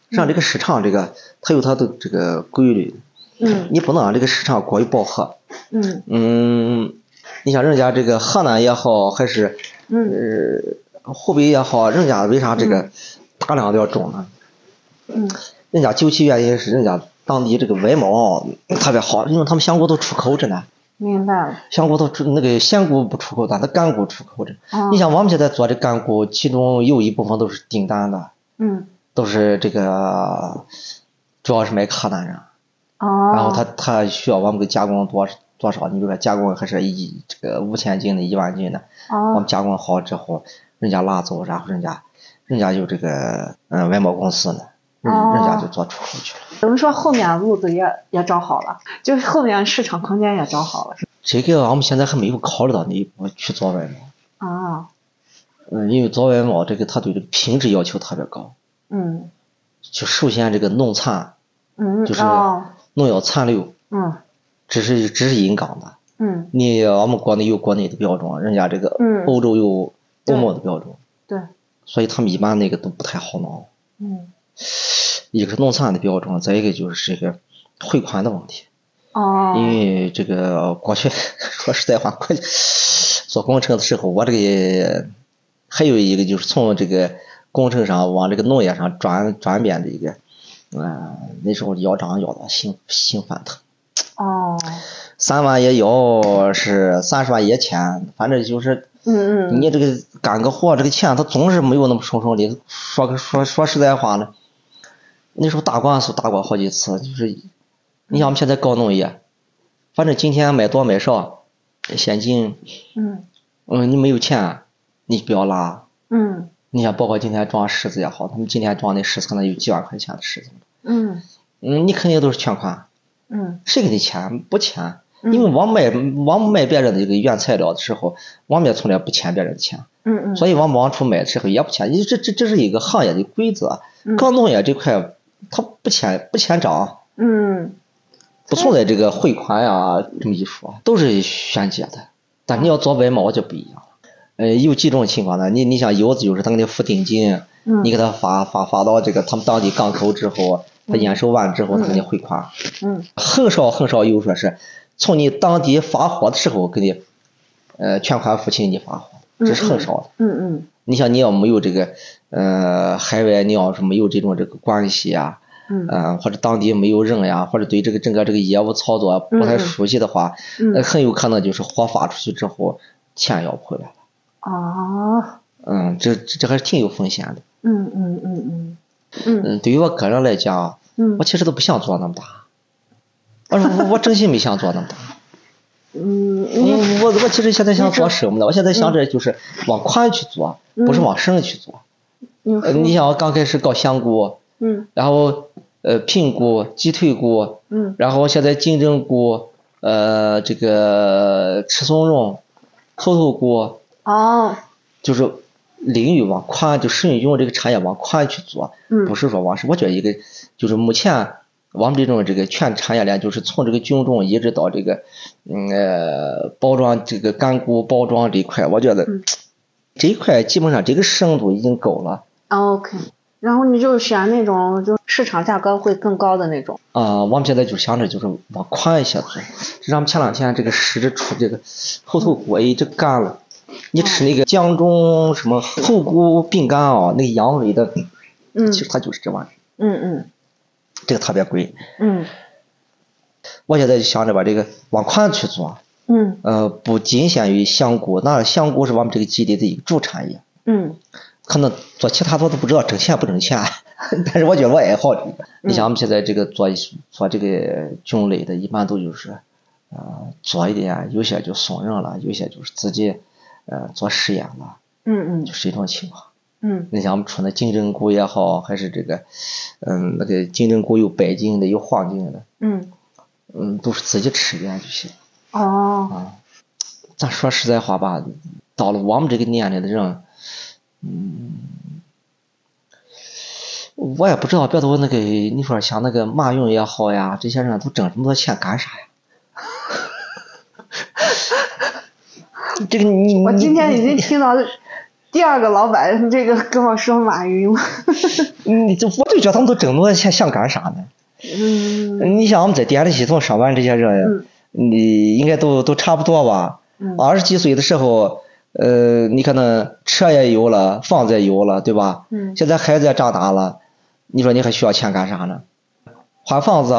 Speaker 1: 让这个市场这个它有它的这个规律，
Speaker 2: 嗯
Speaker 1: 你不能让这个市场过于饱和。
Speaker 2: 嗯
Speaker 1: 嗯，你像人家这个河南也好，还是
Speaker 2: 嗯
Speaker 1: 呃湖北也好，人家为啥这个大量的要种呢？
Speaker 2: 嗯
Speaker 1: 人家究其原因是人家当地这个外贸特别好，因为他们香菇都出口着呢。
Speaker 2: 明白了，
Speaker 1: 香菇都出那个鲜菇不出口的，它干菇出口的。
Speaker 2: 哦
Speaker 1: 你像我们现在做的干菇，其中有一部分都是订单的，
Speaker 2: 嗯
Speaker 1: 都是这个主要是卖河南人，
Speaker 2: 哦，
Speaker 1: 然后他他需要我们给加工多多少？你比如说加工还是一这个五千斤的、一万斤的，我
Speaker 2: 哦
Speaker 1: 们加工好之后，人家拉走，然后人家人家有这个嗯外贸公司呢，人
Speaker 2: 哦
Speaker 1: 人家就做出口去了。
Speaker 2: 等于说后面路子也也找好了，就是后面市场空间也找好了，是吧
Speaker 1: 这个我们现在还没有考虑到那一步去做外贸，
Speaker 2: 啊
Speaker 1: 嗯，因为做外贸这个他对这个品质要求特别高。
Speaker 2: 嗯
Speaker 1: 就首先这个农残、
Speaker 2: 嗯
Speaker 1: 就是
Speaker 2: 哦
Speaker 1: 农药残留，
Speaker 2: 嗯
Speaker 1: 只是只是引港的。
Speaker 2: 嗯
Speaker 1: 你我们国内有国内的标准，啊人家这个
Speaker 2: 嗯
Speaker 1: 欧洲有欧盟的标准，
Speaker 2: 对
Speaker 1: 所以他们一般那个都不太好弄。
Speaker 2: 嗯
Speaker 1: 一个是农残的标准，再一个就是这个汇款的问题。因
Speaker 2: 哦，
Speaker 1: 为这个过去 说实在话，过去做工程的时候，我这个还有一个就是从这个工程上往这个农业上转转变的一个，嗯、那时候腰胀腰的心心翻腾，
Speaker 2: 哦，
Speaker 1: 三万也要是三十万也欠，反正就是
Speaker 2: 嗯嗯，
Speaker 1: 你这个干个活这个钱，它总是没有那么顺手的。说个说说实在话呢，那时候打官司打过好几次，就是你像我们现在搞农业，反正今天买多买少，现金，
Speaker 2: 嗯
Speaker 1: 嗯，你没有钱，你不要拉。
Speaker 2: 嗯
Speaker 1: 你像包括今天装柿子也好，他们今天装那柿子可能有几万块钱的柿子，
Speaker 2: 嗯
Speaker 1: 嗯，你肯定都是欠款，
Speaker 2: 嗯
Speaker 1: 谁给你钱？不欠，
Speaker 2: 嗯
Speaker 1: 因为我买我买别人的这个原材料的时候，我们也从来不欠别人的钱。
Speaker 2: 嗯嗯，
Speaker 1: 所以往往出买的时候也不签，因为这这这是一个行业的规则。
Speaker 2: 嗯
Speaker 1: 搞农业这块，它不签不签章，
Speaker 2: 嗯
Speaker 1: 不存在这个汇款呀、这么一说，都是宣解的。但你要做外贸就不一样了。呃，有几种情况呢？你你像有的就是他给你付定金，
Speaker 2: 嗯，
Speaker 1: 你给他发发发到这个他们当地港口之后，他验收完之后，他给你汇款。
Speaker 2: 嗯
Speaker 1: 很少很少有说是从你当地发货的时候给你，呃，全款付清你发货，这是很少的。
Speaker 2: 嗯嗯
Speaker 1: 你想，你要没有这个，呃，海外你要是没有这种这个关系啊，
Speaker 2: 嗯
Speaker 1: 呃，或者当地没有人呀，或者对这个整个这个业务操作啊不太
Speaker 2: 嗯嗯
Speaker 1: 熟悉的话，呃
Speaker 2: 嗯，
Speaker 1: 很有可能就是货发出去之后钱要不回来了。
Speaker 2: 哦，
Speaker 1: 嗯，这这这还是挺有风险的。
Speaker 2: 嗯嗯嗯嗯嗯
Speaker 1: 嗯，对于我个人来讲，啊
Speaker 2: 嗯
Speaker 1: 我其实都不想做那么大，我我我真心没想做那么大。
Speaker 2: 嗯，
Speaker 1: 我
Speaker 2: 你
Speaker 1: 我我其实现在想
Speaker 2: 你说
Speaker 1: 做什么呢？我现在想着就是往宽去做，不是往深去做。
Speaker 2: 你
Speaker 1: 呃，
Speaker 2: 说
Speaker 1: 你想我刚开始搞香菇，
Speaker 2: 嗯
Speaker 1: 然后呃平菇、鸡腿菇，
Speaker 2: 嗯
Speaker 1: 然后现在金针菇，呃这个赤松茸、猴头菇，
Speaker 2: 哦
Speaker 1: 就是领域往宽，就顺用这个产业往宽去做，
Speaker 2: 嗯
Speaker 1: 不是说往是我觉得一个就是目前我们这种这个全产业链，就是从这个菌种一直到这个嗯呃包装这个干菇包装这一块，我觉得
Speaker 2: 嗯
Speaker 1: 这一块基本上这个深度已经够了。
Speaker 2: OK，然后你就选那种就市场价格会更高的那种。
Speaker 1: 啊、我们现在就想着就是往宽一些做。就像我们前两天这个市这出这个猴头菇，哎，这干了。你吃那个江中什么猴菇饼干啊、那个羊尾的，
Speaker 2: 嗯
Speaker 1: 其实它就是这玩意儿，
Speaker 2: 嗯
Speaker 1: 这个特别贵。
Speaker 2: 嗯
Speaker 1: 我现在就想着把这个往宽去做，
Speaker 2: 嗯
Speaker 1: 呃，不仅限于香菇，那香菇是我们这个基地的一个主产业，
Speaker 2: 嗯
Speaker 1: 可能做其他我都不知道挣钱不挣钱， 但是我觉得我爱好这个。你像我们现在这个做一做这个菌类的，一般都就是，呃，做一点，有些就送人了，有些就是自己，呃，做实验了，
Speaker 2: 嗯
Speaker 1: 就是一种情况。
Speaker 2: 嗯
Speaker 1: 你像我们出的金针菇也好，还是这个，嗯，那个金针菇有白金的，有黄金的，
Speaker 2: 嗯
Speaker 1: 嗯，都是自己吃一点就行。
Speaker 2: 哦
Speaker 1: 啊，咱说实在话吧，到了我们这个年龄的人，嗯，我也不知道别的那个，你说像那个马云也好呀，这些人都挣这么多钱干啥呀？ 这个你，
Speaker 2: 我
Speaker 1: 你
Speaker 2: 今天已经听到第二个老板这个跟我说马云了。
Speaker 1: 你这我就觉得他们都挣那么多钱想干啥呢？
Speaker 2: 嗯
Speaker 1: 你像我们在电力系统上班这些人
Speaker 2: 嗯，
Speaker 1: 你应该都都差不多吧？
Speaker 2: 嗯
Speaker 1: 二十几岁的时候，呃，你可能车也有了，房子也有了，对吧？
Speaker 2: 嗯
Speaker 1: 现在孩子也长大了，你说你还需要钱干啥呢？换房子，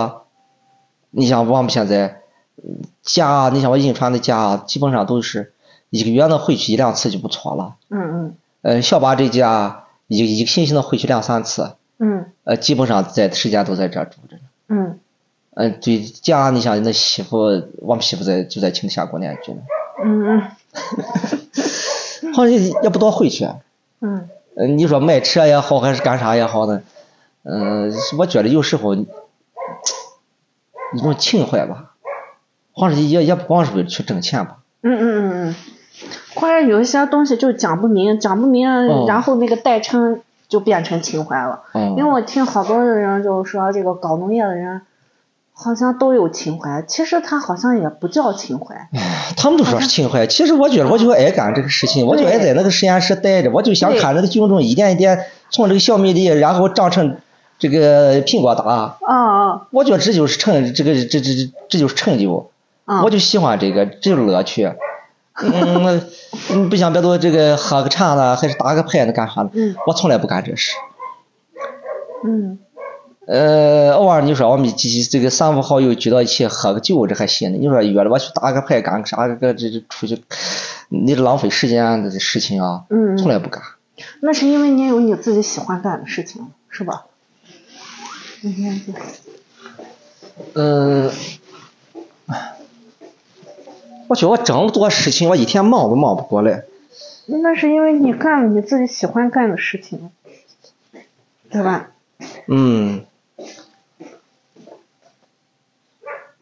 Speaker 1: 你像我们现在嗯家，你像我银川的家，基本上都是一个月能回去一两次就不错了。
Speaker 2: 嗯
Speaker 1: 呃，小巴这家一个一个星期能回去两三次，
Speaker 2: 嗯
Speaker 1: 呃，基本上在时间都在这儿住着。
Speaker 2: 嗯
Speaker 1: 嗯，对家，你想那媳妇，我们媳妇在就在青霞过年去了，
Speaker 2: 嗯
Speaker 1: 好像也也不多回去。啊
Speaker 2: 嗯
Speaker 1: 嗯，你说买车也好，还是干啥也好呢？嗯、我觉得有时候一种情怀吧，或者也也不光是为了去挣钱吧。
Speaker 2: 嗯嗯嗯。关键有一些东西就讲不明，讲不明，然后那个代称就变成情怀了。
Speaker 1: 嗯，
Speaker 2: 因为我听好多的人就是说，这个搞农业的人好像都有情怀，其实他好像也不叫情怀。
Speaker 1: 哎他们都说是情怀，其实我觉得我就爱干这个事情，我就爱在那个实验室待着，我就想
Speaker 2: 对
Speaker 1: 看那个菌种一点一点从这个小米粒，然后长成这个苹果打，
Speaker 2: 哦哦
Speaker 1: 我觉得这就是成这个这这这这就是成就，
Speaker 2: 哦，
Speaker 1: 我就喜欢这个，这就是乐趣。嗯，嗯不像别的这个喝个茶啦，还是打个牌子干啥的，
Speaker 2: 嗯
Speaker 1: 我从来不干这事。
Speaker 2: 嗯
Speaker 1: 呃，偶尔你说我们几几这个三五好友聚到一起喝个酒，这还行呢。你说约了我去打个牌干个啥个这这出去，你这浪费时间的事情啊，
Speaker 2: 嗯，
Speaker 1: 从来不干。
Speaker 2: 那是因为你有你自己喜欢干的事情，是吧？你看这
Speaker 1: 嗯，我觉得我整多事情，我一天忙都忙不过来。
Speaker 2: 那是因为你干了你自己喜欢干的事情，对吧？
Speaker 1: 嗯，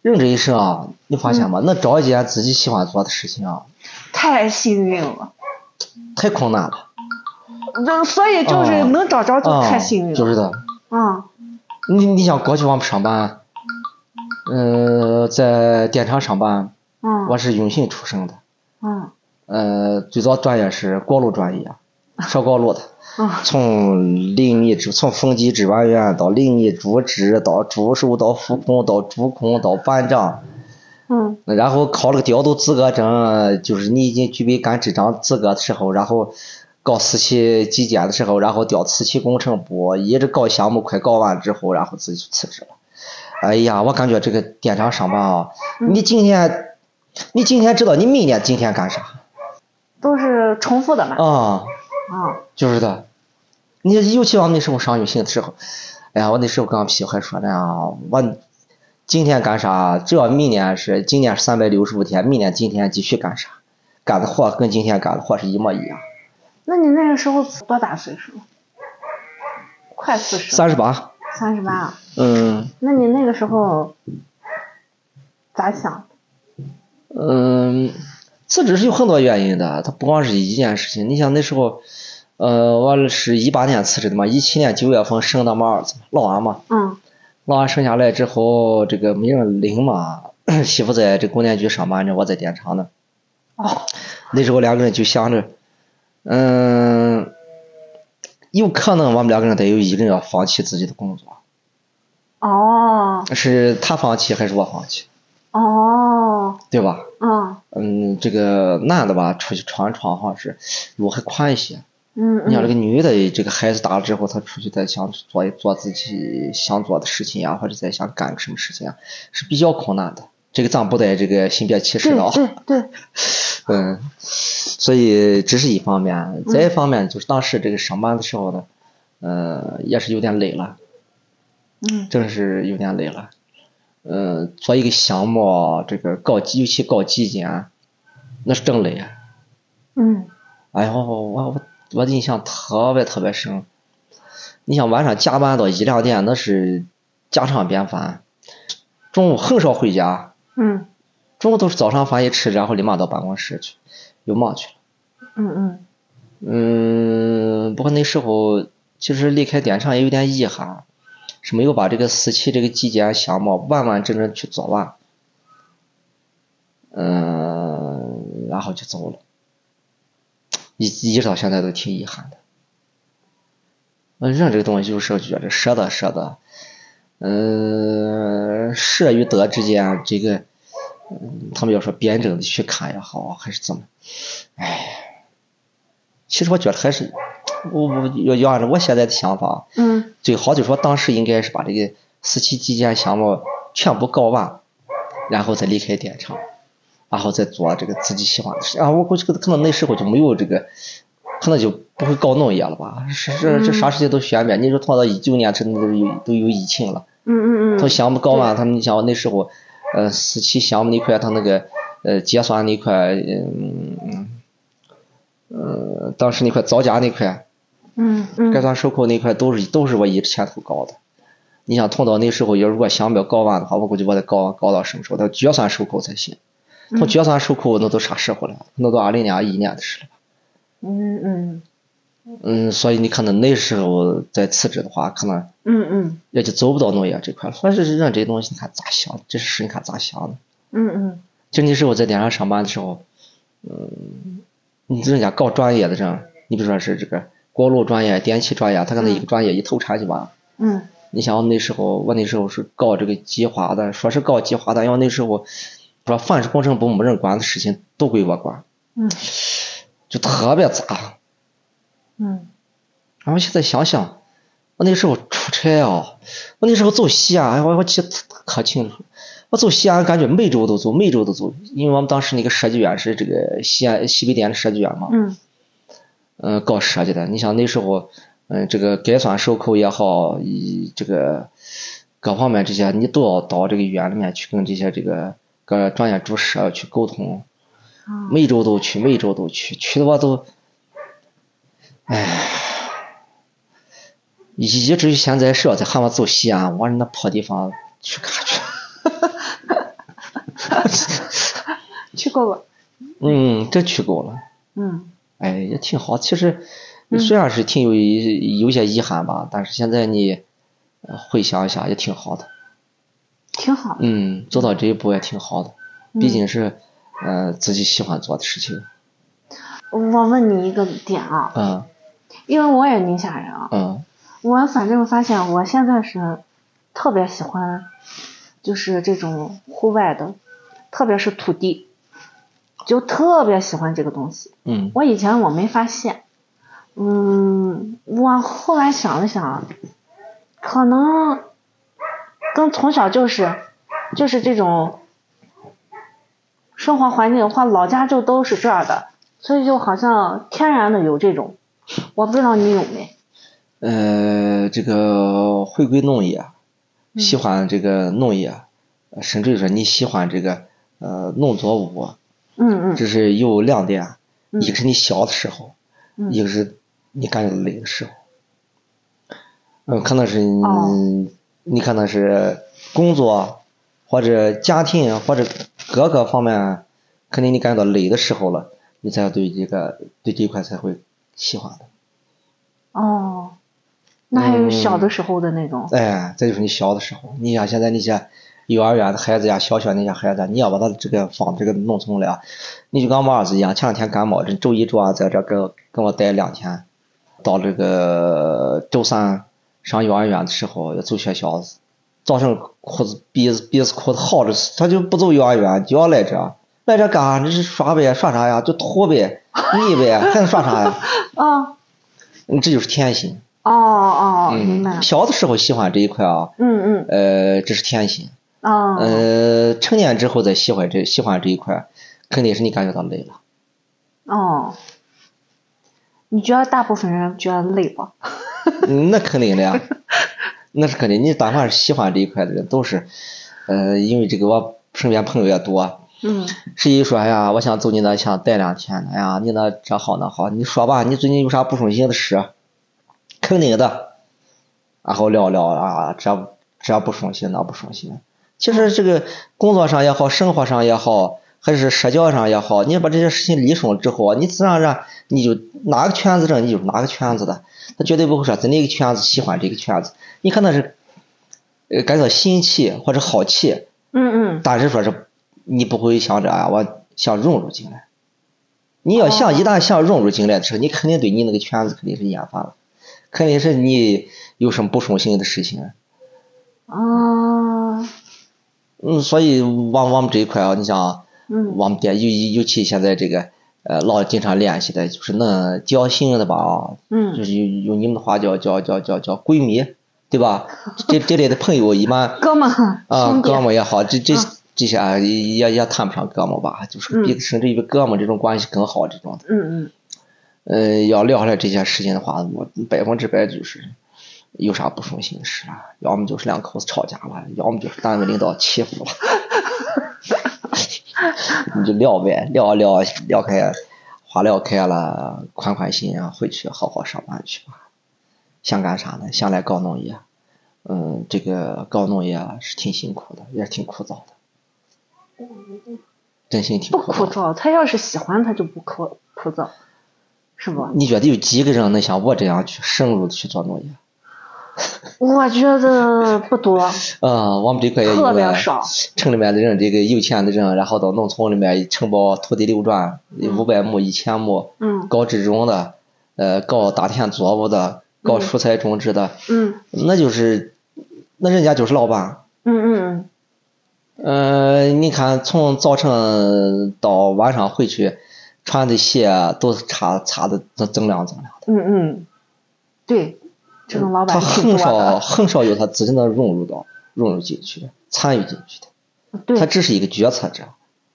Speaker 1: 人这一生啊，你发现
Speaker 2: 嗯
Speaker 1: 吗？能找一件自己喜欢做的事情啊，
Speaker 2: 太幸运了，
Speaker 1: 太困难了。
Speaker 2: 那所以就是
Speaker 1: 哦
Speaker 2: 能找着就
Speaker 1: 啊、
Speaker 2: 太幸运了。
Speaker 1: 就是的。
Speaker 2: 啊，
Speaker 1: 你你想过去我们上班，嗯、在电厂上班，啊
Speaker 2: 嗯
Speaker 1: 我是永信出生的，
Speaker 2: 嗯
Speaker 1: 呃，最早专业是高路专业，烧高 炉的。
Speaker 2: 嗯
Speaker 1: 从临沂支从风机支援员到临沂驻支，到驻守，到副控，到主控，到班长，
Speaker 2: 嗯
Speaker 1: 然后考了个调度资格证，就是你已经具备干支长资格的时候，然后搞瓷器基建的时候，然后调瓷器工程部，一直搞项目，快搞完之后，然后自己就辞职了。哎呀，我感觉这个电厂上班啊，
Speaker 2: 嗯
Speaker 1: 你今天，你今天知道你明年今天干啥
Speaker 2: 都是重复的嘛。
Speaker 1: 啊？
Speaker 2: 啊，
Speaker 1: 就是的，你尤其我那时候上有信的时候，哎呀，我那时候跟俺媳妇还说呢啊，我今天干啥，只要明年是今年是三百六十五天，明年今天继续干啥，干的活跟今天干的活是一模一样。
Speaker 2: 那你那个时候多大岁数？快四十，
Speaker 1: 三十八，
Speaker 2: 三十八啊。
Speaker 1: 嗯
Speaker 2: 那你那个时候咋想？
Speaker 1: 嗯，辞职是有很多原因的，它不光是一件事情。你想那时候，呃，我是一八年辞职的嘛，一七年九月份生的嘛儿子老王嘛，
Speaker 2: 嗯
Speaker 1: 老娃生下来之后，这个没人领嘛， 媳妇在这供电局上班呢，我在电厂呢。
Speaker 2: 哦
Speaker 1: 那时候两个人就想着，嗯，有可能我们两个人得有一个人要放弃自己的工作，
Speaker 2: 哦
Speaker 1: 是他放弃还是我放弃，
Speaker 2: 哦，
Speaker 1: 对吧？
Speaker 2: 嗯
Speaker 1: 嗯，这个男的吧，出去闯一闯好像是路还宽一些。
Speaker 2: 嗯
Speaker 1: 你像这个
Speaker 2: 嗯
Speaker 1: 女的，这个孩子大了之后，她出去再想做一做自己想做的事情呀、或者再想干个什么事情啊，是比较困难的。这个咱不带这个性别歧视
Speaker 2: 对
Speaker 1: 的啊，
Speaker 2: 对对，
Speaker 1: 嗯，所以这是一方
Speaker 2: 嗯
Speaker 1: 面，再一方面就是当时这个上班的时候呢，呃，也是有点累了，
Speaker 2: 嗯
Speaker 1: 真是有点累了。嗯、做一个项目，这个搞基，尤其搞基建，那是真累啊。
Speaker 2: 嗯
Speaker 1: 哎呦，我我我的印象特别特别深。你想晚上加班到一两点，那是家常便饭。中午很少回家，
Speaker 2: 嗯
Speaker 1: 中午都是早上饭一吃，然后立马到办公室去，又忙去了。
Speaker 2: 嗯嗯
Speaker 1: 嗯，不过那时候其实离开电厂也有点遗憾，是没有把这个四期这个啊基建项目完完整整去做完。嗯，然后就走了，一一直到现在都挺遗憾的。嗯，人这个东西就是觉得舍得舍得，嗯，舍与得之间，啊这个，嗯，他们要说辩证的去看也好，啊还是怎么，哎。其实我觉得还是，我我要要按照我现在的想法，
Speaker 2: 嗯
Speaker 1: 最好就说当时应该是把这个四期基建项目全部搞完，然后再离开电厂，然后再做这个自己喜欢的事情啊。我估计可能那时候就没有这个，可能就不会搞农业了吧？是这这啥事情都选呗。你说拖到一九年，真的都有都有疫情了。
Speaker 2: 嗯嗯
Speaker 1: 从
Speaker 2: 嗯，
Speaker 1: 项目搞完，
Speaker 2: 对
Speaker 1: 他们你想那时候，呃，四期项目那块，他那个呃结算那块，嗯嗯，呃，当时那块造价那块，
Speaker 2: 嗯
Speaker 1: 概
Speaker 2: 嗯
Speaker 1: 算收购那块都是都是我一直前头搞的。你想，通到那时候，要如果项目要搞完的话，我估计我得搞搞到什么时候？到决算收购才行。
Speaker 2: 嗯
Speaker 1: 从决算收购那都啥时候了？那都二零年、二一年的事了。
Speaker 2: 嗯嗯
Speaker 1: 嗯，所以你可能那时候再辞职的话，可能
Speaker 2: 嗯嗯
Speaker 1: 也就走不到农业这块了。所以是人这东西，你看咋想？这事你看咋想的？
Speaker 2: 嗯嗯
Speaker 1: 就那时候我在电商上班的时候，嗯，你人家搞专业的人，你比如说是这个锅炉专业、电气专业，他可能一个专业一投产就完了。
Speaker 2: 嗯
Speaker 1: 你想我那时候，我那时候是搞这个计划的，说是搞计划的，因为那时候说凡是工程部没人管的事情都归我管，
Speaker 2: 嗯
Speaker 1: 就特别杂。
Speaker 2: 嗯
Speaker 1: 然后现在想想，我那时候出差啊，我那时候走西安，哎我我记得可清楚。我走西安，感觉每周都走，每周都走，因为我们当时那个设计院是这个西安西北电的设计院嘛，
Speaker 2: 嗯
Speaker 1: 嗯、搞设计的。你想那时候，嗯、这个改装收购也好，以这个各方面这些，你都要到这个院里面去跟这些这个各专业主室去沟通，
Speaker 2: 啊
Speaker 1: 每周都去，每周都去，去的我都，哎，一直现在是要再喊我走西安，我说那破地方去干去？
Speaker 2: 去过吧。
Speaker 1: 嗯，真去够了，
Speaker 2: 嗯
Speaker 1: 哎，也挺好。其实虽然是挺有遗有些遗憾吧，但是现在你呃回想一下也挺好的。
Speaker 2: 挺好的。
Speaker 1: 嗯，走到这一步也挺好的，
Speaker 2: 嗯
Speaker 1: 毕竟是呃自己喜欢做的事情。
Speaker 2: 我问你一个点啊，
Speaker 1: 嗯
Speaker 2: 因为我也宁夏人啊，
Speaker 1: 嗯
Speaker 2: 我反正发现我现在是特别喜欢，就是这种户外的，特别是土地，就特别喜欢这个东西。
Speaker 1: 嗯
Speaker 2: 我以前我没发现，嗯，我后来想了想，可能跟从小就是就是这种生活环境的话，老家就都是这样的，所以就好像天然的有这种，我不知道你有没？
Speaker 1: 呃，这个回归农业，
Speaker 2: 嗯
Speaker 1: 喜欢这个农业，呃甚至于说你喜欢这个呃农作物，
Speaker 2: 嗯嗯
Speaker 1: 这是有两点，啊
Speaker 2: 嗯
Speaker 1: 一个是你小的时候，
Speaker 2: 嗯
Speaker 1: 一个是你感觉累的时候。嗯，可能是你、
Speaker 2: 哦
Speaker 1: 你可能是工作啊或者家庭啊或者各个方面，啊肯定你感觉到累的时候了，你才对这个对这一块才会喜欢的。
Speaker 2: 哦，那还有
Speaker 1: 嗯
Speaker 2: 小的时候的那种，
Speaker 1: 哎，这就是你小的时候。你像现在那些幼儿园的孩子呀、小学那些孩子，啊你要把他这个放这个弄成了呀，你就跟我儿子一样，前两天感冒，这周一、周二在这跟我跟我待两天，到这个周三上幼儿园的时候要走学校，早上裤子鼻子鼻子裤子耗着，他就不走幼儿园，就要来这。来这干啥？这是耍呗，耍啥呀？就吐呗，腻呗，还能耍啥呀？
Speaker 2: 哦
Speaker 1: 嗯这就是天性。
Speaker 2: 哦哦，明白了
Speaker 1: 嗯，，小的时候喜欢这一块啊，
Speaker 2: 嗯嗯
Speaker 1: 呃，这是天性。
Speaker 2: 哦
Speaker 1: 呃，成年之后再喜欢这喜欢这一块，肯定是你感觉到累了。
Speaker 2: 哦，你觉得大部分人觉得累吧？
Speaker 1: 嗯那肯定的呀，那是肯定。你但凡是喜欢这一块的人，都是，呃，因为这个我身边朋友也多，啊
Speaker 2: 嗯
Speaker 1: 谁一说哎呀，我想走你那，想待两天呢，哎呀，你那这好那好，你说吧，你最近有啥不顺心的事？肯定的。然后聊聊啊，这这不顺心，那不顺心。其实这个工作上也好，生活上也好，还是社交上也好，你把这些事情理顺了之后啊，你自然而然你就哪个圈子正，你就是哪个圈子的，他绝对不会说在哪个圈子喜欢这个圈子，你可能是呃感觉到新奇或者好奇，
Speaker 2: 嗯嗯，
Speaker 1: 但是说是你不会想着啊，我想融入进来。你要想
Speaker 2: 哦
Speaker 1: 一旦想融入进来的时候，你肯定对你那个圈子肯定是厌烦了，肯定是你有什么不顺心的事情。
Speaker 2: 嗯啊，
Speaker 1: 嗯，所以往我们这一块啊，你想
Speaker 2: 嗯
Speaker 1: 我们店尤尤其现在这个呃老经常联系的，就是能交心的吧啊，就
Speaker 2: 嗯，
Speaker 1: 是用用你们的话叫叫叫叫叫闺蜜，对吧？这这类的朋友一般。
Speaker 2: 哥们儿，
Speaker 1: 啊，
Speaker 2: 兄弟，
Speaker 1: 哥们儿也好，这这
Speaker 2: 嗯
Speaker 1: 这些啊，也也谈不上哥们儿吧，就是比
Speaker 2: 嗯
Speaker 1: 甚至于比哥们儿这种关系更好这种的。
Speaker 2: 嗯嗯，
Speaker 1: 嗯，要聊下来这些事情的话，我百分之百就是有啥不顺心的事啊，要么就是两口子吵架了，要么就是单位领导欺负了， 你就聊呗，啊聊聊聊开，话聊开了，宽宽心啊，回去好好上班去吧。想干啥呢？想来搞农业，嗯，这个搞农业啊是挺辛苦的，也是挺枯燥的，真心挺
Speaker 2: 不
Speaker 1: 枯燥
Speaker 2: 枯
Speaker 1: 的。
Speaker 2: 燥，他要是喜欢他就不枯枯燥，是不？
Speaker 1: 你觉得有几个人能像我这样去深入的去做农业？
Speaker 2: 我觉得不多，
Speaker 1: 啊、我们这块也有
Speaker 2: 特别
Speaker 1: 了
Speaker 2: 少，
Speaker 1: 城里面的人，这个有钱的人，然后到农村里面承包土地流转，五百亩、一千亩，
Speaker 2: 嗯
Speaker 1: 搞这种的，呃，搞大田作物的，搞
Speaker 2: 嗯
Speaker 1: 蔬菜种植的，
Speaker 2: 嗯
Speaker 1: 那就是那人家就是老板。
Speaker 2: 嗯嗯
Speaker 1: 呃，你看，从早晨到晚上回去，穿的鞋都是擦擦的锃锃亮锃亮。
Speaker 2: 嗯嗯嗯，对，这种老
Speaker 1: 嗯
Speaker 2: 板啊
Speaker 1: 他
Speaker 2: 挺
Speaker 1: 很
Speaker 2: 多
Speaker 1: 少
Speaker 2: 的，
Speaker 1: 很少有他自己能融入到融入进去、参与进去的，他
Speaker 2: 对
Speaker 1: 只是一个决策者。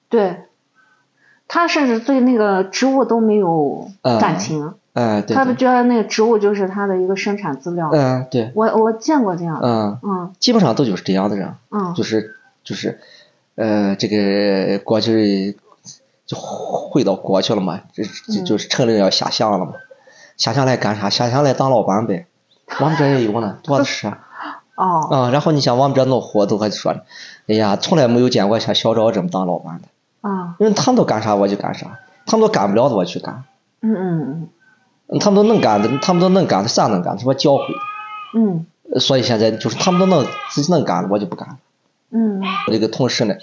Speaker 2: 对，他甚至对那个植物都没有
Speaker 1: 嗯
Speaker 2: 感情，
Speaker 1: 哎、对，
Speaker 2: 他
Speaker 1: 对
Speaker 2: 们觉得那个植物就是他的一个生产资料。
Speaker 1: 嗯、对，
Speaker 2: 我我见过这样的，
Speaker 1: 嗯、
Speaker 2: 嗯
Speaker 1: 基本上都就是这样的人，
Speaker 2: 嗯
Speaker 1: 就是就是，呃，这个过去就回到过去了嘛，就就
Speaker 2: 嗯
Speaker 1: 就是成人要下乡了嘛，下乡来干啥？下乡来当老板呗。我们这也有呢，多的是啊。
Speaker 2: 哦
Speaker 1: 啊，然后你想我们这弄活动还说，哎呀，从来没有见过像小赵这么当老板的，
Speaker 2: 啊
Speaker 1: 因为他们都干啥我就干啥，他们都干不了的我去干，
Speaker 2: 嗯嗯
Speaker 1: 他们都能干的，他们都能干的，啥能干的，我教会的。
Speaker 2: 嗯
Speaker 1: 呃所以现在就是他们都能自己能干的，我就不干了。
Speaker 2: 嗯
Speaker 1: 我这个同事呢，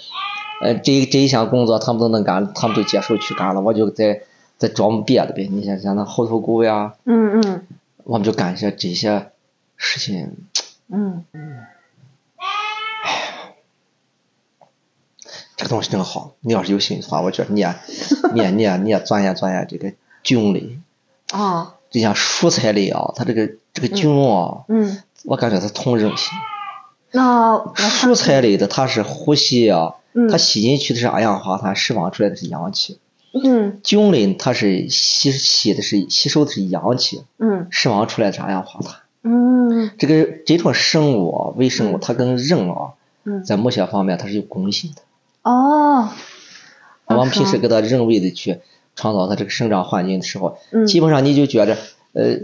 Speaker 1: 呃，这一这一项工作他们都能干，他们都接手去干了，我就在在琢磨别的呗。你像像那猴头菇呀，
Speaker 2: 嗯嗯
Speaker 1: 我们就干一些这些事情，
Speaker 2: 嗯
Speaker 1: 这个东西真好。你要是有兴趣的话，我觉得你也你也你也你也钻研钻研这个菌类，
Speaker 2: 哦
Speaker 1: 就像蔬菜类啊，它这个这个菌啊，
Speaker 2: 嗯，
Speaker 1: 我感觉它同韧性。
Speaker 2: 那我
Speaker 1: 蔬菜类的它是呼吸啊，
Speaker 2: 嗯
Speaker 1: 它吸进去的是二氧化碳，释放出来的是氧气。
Speaker 2: 嗯
Speaker 1: 菌类它是吸吸的是吸收的是阳气，
Speaker 2: 嗯
Speaker 1: 释放出来的是二氧化碳。
Speaker 2: 嗯
Speaker 1: 这个这种生物啊，微生物它跟人啊，
Speaker 2: 嗯
Speaker 1: 在某些方面它是有共性的。
Speaker 2: 哦，
Speaker 1: 我们平时
Speaker 2: 啊是吗
Speaker 1: 给它人为的去创造它这个生长环境的时候，
Speaker 2: 嗯
Speaker 1: 基本上你就觉着，呃，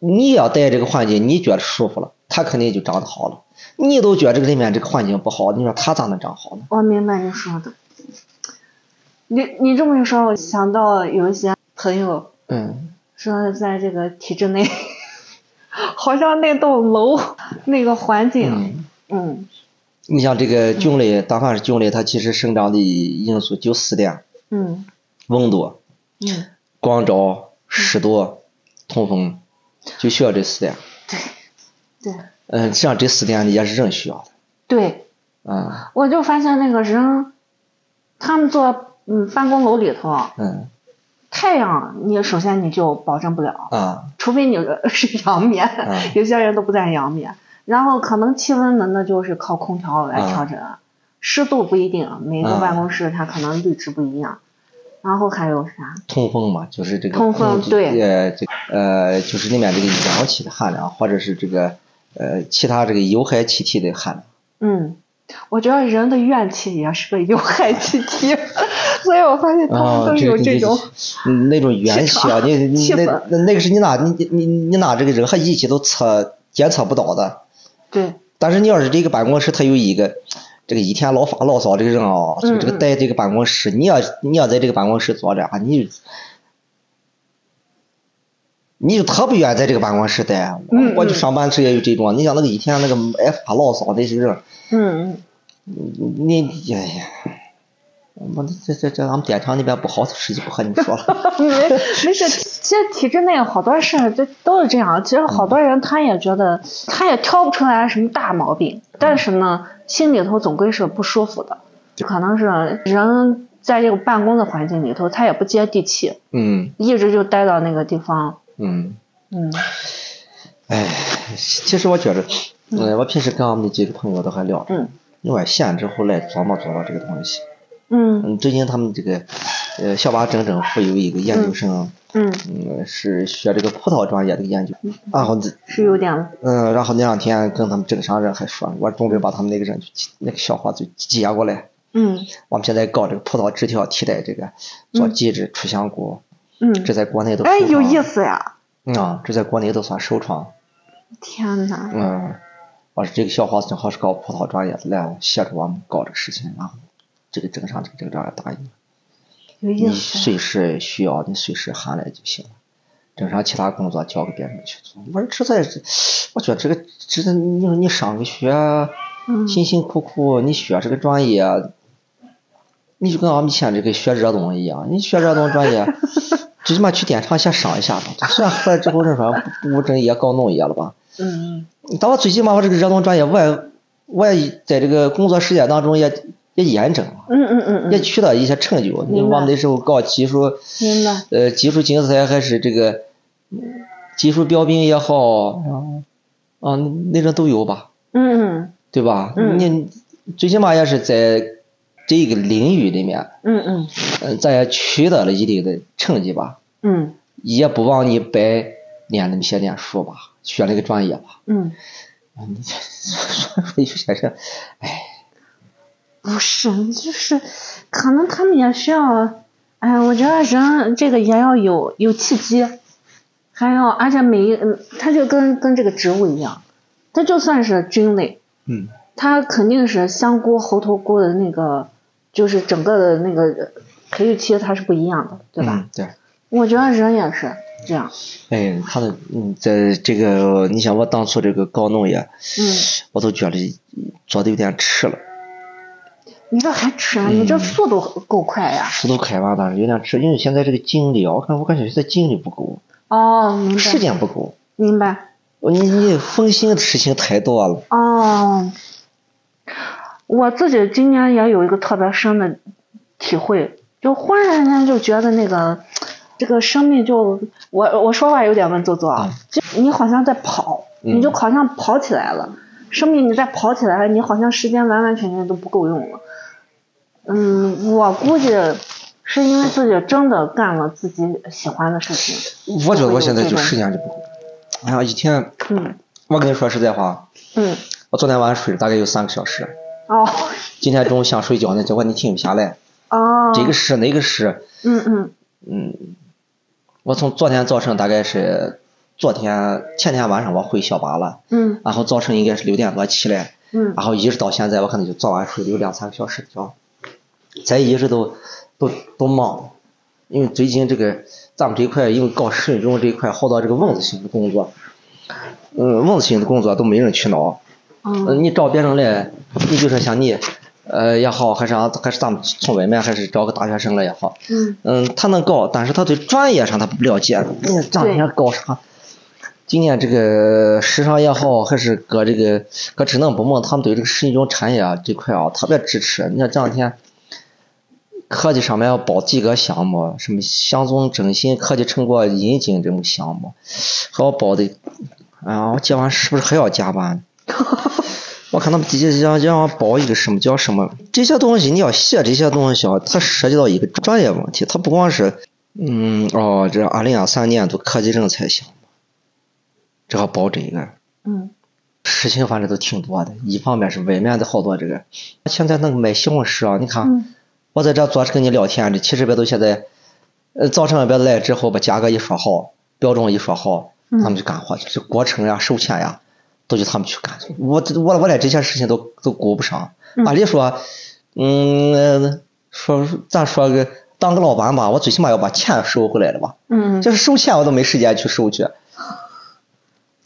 Speaker 1: 你要待这个环境，你觉得舒服了，它肯定就长得好了。你都觉得这个里面这个环境不好，你说它咋能长好呢？
Speaker 2: 我明白你说的。你你这么一说，我想到有一些朋友
Speaker 1: 嗯，
Speaker 2: 说是在这个体制内，好像那栋楼那个环境，
Speaker 1: 嗯
Speaker 2: 嗯
Speaker 1: 你像这个菌类，但凡是菌类，它其实生长的因素就四点：
Speaker 2: 嗯
Speaker 1: 温度、
Speaker 2: 嗯，
Speaker 1: 光照、湿度、通风，就需要这四点。
Speaker 2: 对
Speaker 1: 嗯，实际上这四点也是人需要
Speaker 2: 对，
Speaker 1: 的。啊，
Speaker 2: 我就发现那个人，他们坐嗯办公楼里头啊，
Speaker 1: 嗯
Speaker 2: 太阳你首先你就保证不了，
Speaker 1: 啊，
Speaker 2: 除非你 呃是阳面，
Speaker 1: 嗯
Speaker 2: 有些人都不在阳面，然后可能气温呢，那就是靠空调来调整，湿度不一定，每个
Speaker 1: 嗯
Speaker 2: 办公室它可能绿植不一样，然后还有啥？
Speaker 1: 通风嘛，就是这个
Speaker 2: 通风
Speaker 1: 气
Speaker 2: 对
Speaker 1: 呃，这呃，就是里面这个氧气的含量，或者是这个呃其他这个有害气体的含量。
Speaker 2: 嗯，我觉得人的怨气也是个有害气体， 所以我发现他们都
Speaker 1: 啊哦这
Speaker 2: 有
Speaker 1: 个
Speaker 2: 这种，
Speaker 1: 嗯那种元气啊，你你
Speaker 2: 气
Speaker 1: 那
Speaker 2: 氛
Speaker 1: 那那个是你拿你你你拿这个人和仪器都测检测不到的。
Speaker 2: 对，
Speaker 1: 但是你要是这个办公室，他有一个这个一天老发牢骚这个人啊，就
Speaker 2: 嗯
Speaker 1: 这个
Speaker 2: 嗯
Speaker 1: 待这个办公室，你要你要在这个办公室坐着啊，你就你就特不愿意在这个办公室待。我
Speaker 2: 嗯嗯
Speaker 1: 我就上班时也有这种，你像那个一天那个爱发牢骚那些人，
Speaker 2: 嗯 嗯
Speaker 1: 你你哎呀，我这这这俺们电厂那边不好，实际不和你说 了。
Speaker 2: 没没事，其实体制内好多事儿就都是这样。其实好多人他也觉得他也挑不出来什么大毛病，但是呢，心里头总归是不舒服的。可能是人在这个办公的环境里头，他也不接地气，
Speaker 1: 嗯
Speaker 2: 一直就待到那个地方。
Speaker 1: 嗯。
Speaker 2: 嗯
Speaker 1: 哎，其实我觉着，呃，我平时跟俺们的几个朋友都还聊，
Speaker 2: 嗯
Speaker 1: 因为闲之后来琢磨琢磨这个东西。
Speaker 2: 嗯
Speaker 1: 嗯，最近他们这个，呃，小巴整整会有一个研究生，
Speaker 2: 嗯，
Speaker 1: 嗯，是学这个葡萄专业的研究，然后这，
Speaker 2: 是有点
Speaker 1: 嗯，然后那两天跟他们镇上人还说，我准备把他们那个人就那个小伙子接过来，
Speaker 2: 嗯
Speaker 1: 我们现在搞这个葡萄枝条替代这个做基质出香菇，
Speaker 2: 嗯
Speaker 1: 这，在国内都
Speaker 2: 哎，
Speaker 1: 首
Speaker 2: 有
Speaker 1: 创
Speaker 2: 意思呀！
Speaker 1: 嗯啊，这在国内都算首创，
Speaker 2: 天哪，
Speaker 1: 嗯，我说这个小伙子正好是搞葡萄专业的，来协助我们搞这个事情，然后这个镇上这个镇长也答应。
Speaker 2: 有意
Speaker 1: 你
Speaker 2: 思。
Speaker 1: 随时需要，你随时喊来就行了。正常其他工作交给别人去做。我说这在，我觉得这个，这个你说你上个学，
Speaker 2: 嗯
Speaker 1: 辛辛苦苦你学这个专业，你就跟俺们以前这个学热东一样，你学热东专业 ，最起码去电厂先上一下吧。虽然后来之后人说不务正业搞农业了吧，
Speaker 2: 嗯
Speaker 1: 但我最起码我这个热衷专业，我也我也在这个工作实践当中也也验证了，
Speaker 2: 嗯嗯嗯
Speaker 1: 也
Speaker 2: 嗯，
Speaker 1: 取得一些成就。你
Speaker 2: 明白
Speaker 1: 我们那时候搞技术，
Speaker 2: 明白。
Speaker 1: 呃，技术竞赛还是这个嗯技术标兵也好，
Speaker 2: 哦
Speaker 1: 啊，那种都有吧，
Speaker 2: 嗯
Speaker 1: 对吧？
Speaker 2: 嗯
Speaker 1: 你最起码也是在这个领域里面，
Speaker 2: 嗯嗯
Speaker 1: 嗯，咱也取得了一定的成绩吧，
Speaker 2: 嗯
Speaker 1: 也不枉你白念那么些年书吧，学了个专业 吧。
Speaker 2: 嗯，
Speaker 1: 啊你这有些人，哎，
Speaker 2: 不是，就是可能他们也需要，哎呀，我觉得人这个也要有有契机，还要而且每一，嗯他就跟跟这个职务一样，他就算是军类，
Speaker 1: 嗯
Speaker 2: 他肯定是香菇、猴头菇的那个，就是整个的那个培育期它是不一样的，对吧？
Speaker 1: 嗯，对。
Speaker 2: 我觉得人也是这样，
Speaker 1: 哎，他的嗯，在这个，你想我当初这个搞农业，
Speaker 2: 嗯，
Speaker 1: 我都觉得做的有点迟了，
Speaker 2: 你这还吃啊？你这速度够快呀！
Speaker 1: 石头开挖当时有点迟，因为现在这个精力啊，我看我感觉现在精力不够，
Speaker 2: 哦，明
Speaker 1: 时
Speaker 2: 白，
Speaker 1: 间不够，
Speaker 2: 明白。
Speaker 1: 你你分心的事情太多了，
Speaker 2: 哦，我自己今年也有一个特别深的体会，就忽然间就觉得那个这个生命就我我说话有点文绉绉啊
Speaker 1: 嗯，
Speaker 2: 就你好像在跑，
Speaker 1: 嗯
Speaker 2: 你就好像跑起来了，生命你在跑起来了，你好像时间完完全全都不够用了。嗯，我估计是因为自己真的干了自己喜欢的事情。
Speaker 1: 我觉得我现在就时间就不够，哎呀，一天
Speaker 2: 嗯
Speaker 1: 我跟你说实在话，
Speaker 2: 嗯，
Speaker 1: 我昨天晚上睡了大概有三个小时，
Speaker 2: 哦
Speaker 1: 今天中午想睡觉呢，结果你停不下来，
Speaker 2: 哦，
Speaker 1: 这个是那个是，
Speaker 2: 嗯嗯
Speaker 1: 嗯，我从昨天早晨大概是昨天前天晚上我回小巴了，
Speaker 2: 嗯
Speaker 1: 然后早晨应该是六点多起来，
Speaker 2: 嗯
Speaker 1: 然后一直到现在我可能就早晚睡了有两三个小时的觉，咱一直都都都忙，因为最近这个咱们这一块因为搞食用这一块好多这个蚊子性的工作，嗯，蚊子性的工作都没人去闹，呃
Speaker 2: 嗯
Speaker 1: 你找别人来，你就说像你，呃也好，还是俺还是咱们村委们，还是找个大学生来也好，
Speaker 2: 嗯。
Speaker 1: 嗯，他能搞，但是他对专业上他不了解，那这两天搞啥？今年这个时尚也好，还是搁这个搁职能部门，他们对这个食用产业啊这块啊特别支持。你看这两天，科技上面要包几个项目，什么乡村振兴科技成果引进这么项目，还要包的，啊，我今晚是不是还要加班？我看他们底下让我包一个什么叫什么这些东西，你要写这些东西啊，它涉及到一个专业问题，它不光是嗯哦，这二零二三年度科技人才项目，这还包这个
Speaker 2: 嗯
Speaker 1: 事情，反正都挺多的。一方面是外面的好多这个，现在那个买西红柿啊，你看、
Speaker 2: 嗯
Speaker 1: 我在这坐着跟你聊天，这其实别都现在，呃，早上别来之后把价格一说好，标准一说好，
Speaker 2: 嗯
Speaker 1: 他们就干活去，这国成呀、手签呀，都就他们去干去。我我我连这些事情都都顾不上。
Speaker 2: 嗯
Speaker 1: 按理说，嗯，呃说咱说个当个老板吧，我最起码要把钱收回来了吧。
Speaker 2: 嗯
Speaker 1: 就是收钱我都没时间去收去，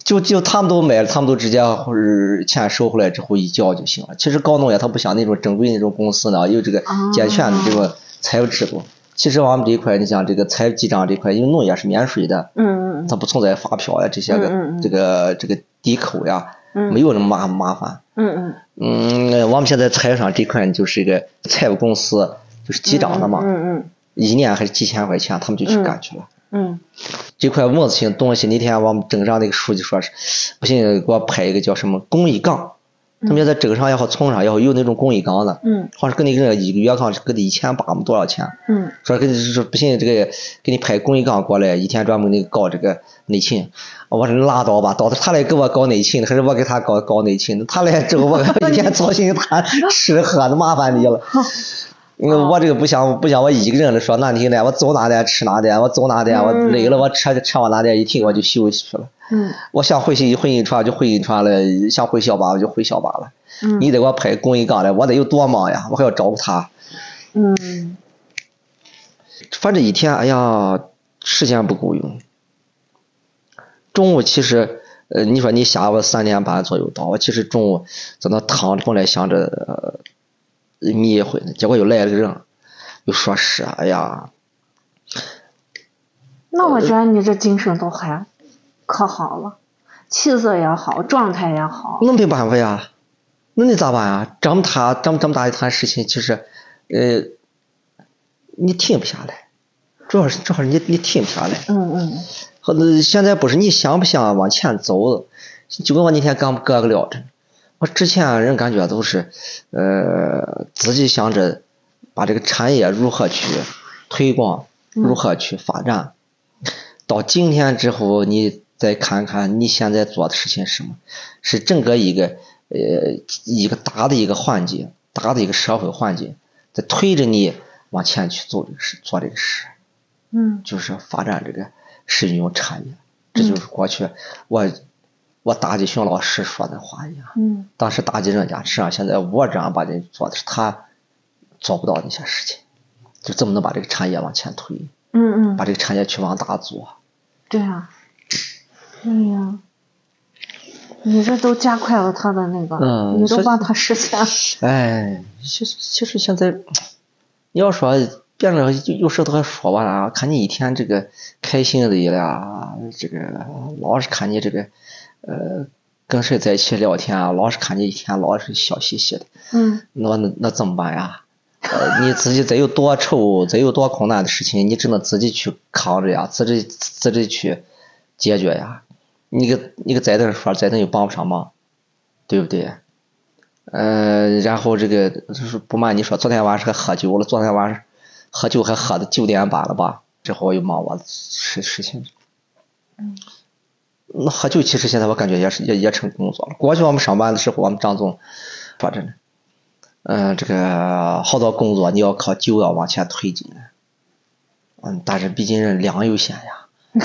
Speaker 1: 就就他们都买了，他们都直接或者钱收回来之后一交就行了。其实搞农业它不像那种正规那种公司呢，有这个
Speaker 2: 啊
Speaker 1: 健全的这个财务制度。其实我们这一块，你像这个财务记账这一块，因为农业是免税的，
Speaker 2: 嗯嗯
Speaker 1: 它不存在发票呀这些个、
Speaker 2: 嗯嗯嗯
Speaker 1: 这个这个抵扣呀，
Speaker 2: 嗯
Speaker 1: 没有那么麻麻烦。
Speaker 2: 嗯嗯，
Speaker 1: 嗯，我们现在财务上这块就是一个财务公司，就是记账的嘛，
Speaker 2: 嗯
Speaker 1: 一年还是几千块钱，他们就去
Speaker 2: 嗯
Speaker 1: 干去了。
Speaker 2: 嗯
Speaker 1: 这块蚊子性东西，那天我们整上那个书记说是，不信给我拍一个叫什么工艺杠，他们就在整上也好，冲上也好，有那种工艺杠的，
Speaker 2: 嗯
Speaker 1: 好像跟那个一个月好像是给的一千八么多少钱，
Speaker 2: 嗯
Speaker 1: 说跟说不信这个给你拍工艺杠过来，一天专门给你搞这个内勤，我说你拉倒吧，到他来给我搞内勤，还是我给他搞搞内勤，他来之后我一天操心他吃喝的麻烦你了。那我这个不像不像我一个人的说难听点，我走哪点吃哪点，我走哪点我累了我车车往哪点一停我就休息去了。
Speaker 2: 嗯
Speaker 1: 我想回去回银川就回银川了，想回小巴我就回小巴了。
Speaker 2: 嗯
Speaker 1: 你得给我拍工艺岗来，我得有多忙呀？我还要照顾他，
Speaker 2: 嗯
Speaker 1: 反正一天哎呀时间不够用。中午其实呃你说你下午三点半左右到，我其实中午在那躺着，本来想着、呃、眯一会呢，结果又来了个人，又说是哎呀。
Speaker 2: 那我觉得你这精神都还可好了，气色也好，状态也好。
Speaker 1: 那没办法呀，那你咋办啊？这么大这么这么大一摊事情，其实，呃，你停不下来，主要是主要是你你停不下来。
Speaker 2: 嗯嗯，
Speaker 1: 和现在不是你想不想往前走了，就跟我那天刚哥个聊着，我之前啊人感觉都是，呃，自己想着把这个产业如何去推广，如何去发展，到今天之后，你再看看你现在做的事情是什么，是整个一个呃一个大的一个环节，大的一个社会环节在推着你往前去做这个事，做这个事。
Speaker 2: 嗯
Speaker 1: 就是发展这个食用产业，这就是过去我我打击熊老师说的话一样。
Speaker 2: 嗯
Speaker 1: 当时打击人家这样，现在我这样把人做的是他做不到的一些事情，就怎么能把这个产业往前推，
Speaker 2: 嗯嗯，
Speaker 1: 把这个产业去往大做？
Speaker 2: 对啊，哎呀，你这都加快了他的那个，
Speaker 1: 嗯
Speaker 2: 你都
Speaker 1: 所以
Speaker 2: 帮他实现了。
Speaker 1: 哎，其实其实现在你要说变了，有有时候都还说吧啊，看你一天这个开心的呀，这个老是看你这个呃跟谁在一起聊天啊，老是看你一天老是笑嘻嘻的，
Speaker 2: 嗯
Speaker 1: 那那那怎么办呀？呃，你自己再有多愁，再有多困难的事情，你只能自己去扛着呀，自己自己去解决呀。你给你给再等说，再等又帮不上忙，对不对？呃，然后这个就是不瞒你说，昨天晚上还喝酒了，昨天晚上喝酒还喝到九点半了吧？之后我又忙我事事情。那喝酒其实现在我感觉也是也也成工作了。过去我们上班的时候，我们张总说真的，嗯、这个好多工作你要靠酒要往前推进，嗯，但是毕竟人量有限呀，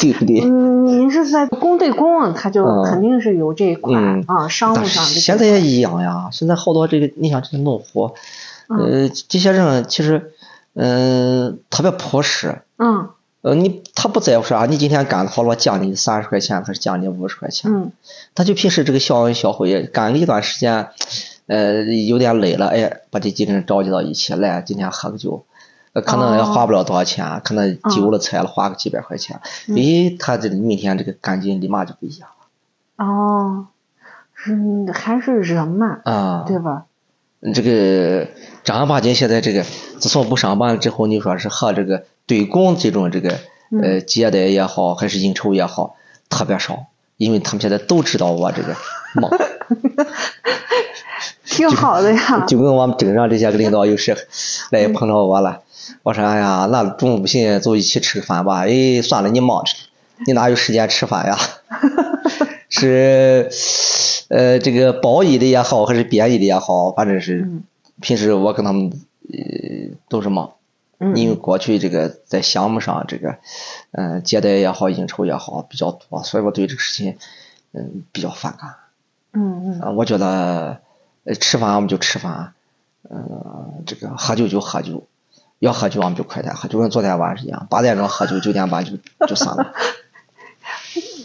Speaker 1: 对不对？
Speaker 2: 嗯，您是在公对公啊，他就
Speaker 1: 嗯
Speaker 2: 肯定是有这一块、
Speaker 1: 嗯
Speaker 2: 啊，商务
Speaker 1: 但
Speaker 2: 上
Speaker 1: 是
Speaker 2: 的。
Speaker 1: 现在也一样呀，现在好多这个，你想这个农户，
Speaker 2: 嗯
Speaker 1: 呃，这些人其实，嗯、特别朴实，
Speaker 2: 嗯
Speaker 1: 呃，你他不在乎说啊，你今天干得好了，我奖你三十块钱，还是奖你五十块钱，
Speaker 2: 嗯
Speaker 1: 他就平时这个小恩小惠，干了一段时间，呃，有点累了，哎，把这几个人召集到一起来，今天喝个酒，呃可能也
Speaker 2: 哦嗯
Speaker 1: 花不了多少钱，可能酒了菜了花个几百块钱，咦、他这明天这个干劲立马就不一样了
Speaker 2: 哦，嗯，还是人嘛，
Speaker 1: 啊，
Speaker 2: 对吧？
Speaker 1: 这个正儿八经现在这个，自从不上班了之后，你说是和这个对公这种这个呃接待也好，还是应酬也好，特别少，因为他们现在都知道我这个忙，
Speaker 2: 挺好的呀。
Speaker 1: 就跟我们镇上这些个领导有时来碰着我了，我说哎呀，那中午不行，就一起吃个饭吧。哎，算了，你忙着，你哪有时间吃饭呀？ 是，呃，这个褒义的也好，还是贬义的也好，反正是
Speaker 2: 嗯
Speaker 1: 平时我跟他们呃都是忙，
Speaker 2: 嗯
Speaker 1: 因为过去这个在项目上这个，嗯、接待也好，应酬也好比较多，所以我对这个事情嗯比较反感。
Speaker 2: 嗯嗯
Speaker 1: 啊，我觉得呃吃饭我们就吃饭，嗯，这个喝酒就喝酒，要喝酒我们就快点喝，就跟昨天晚上一样，八点钟喝酒，九点半就就散了。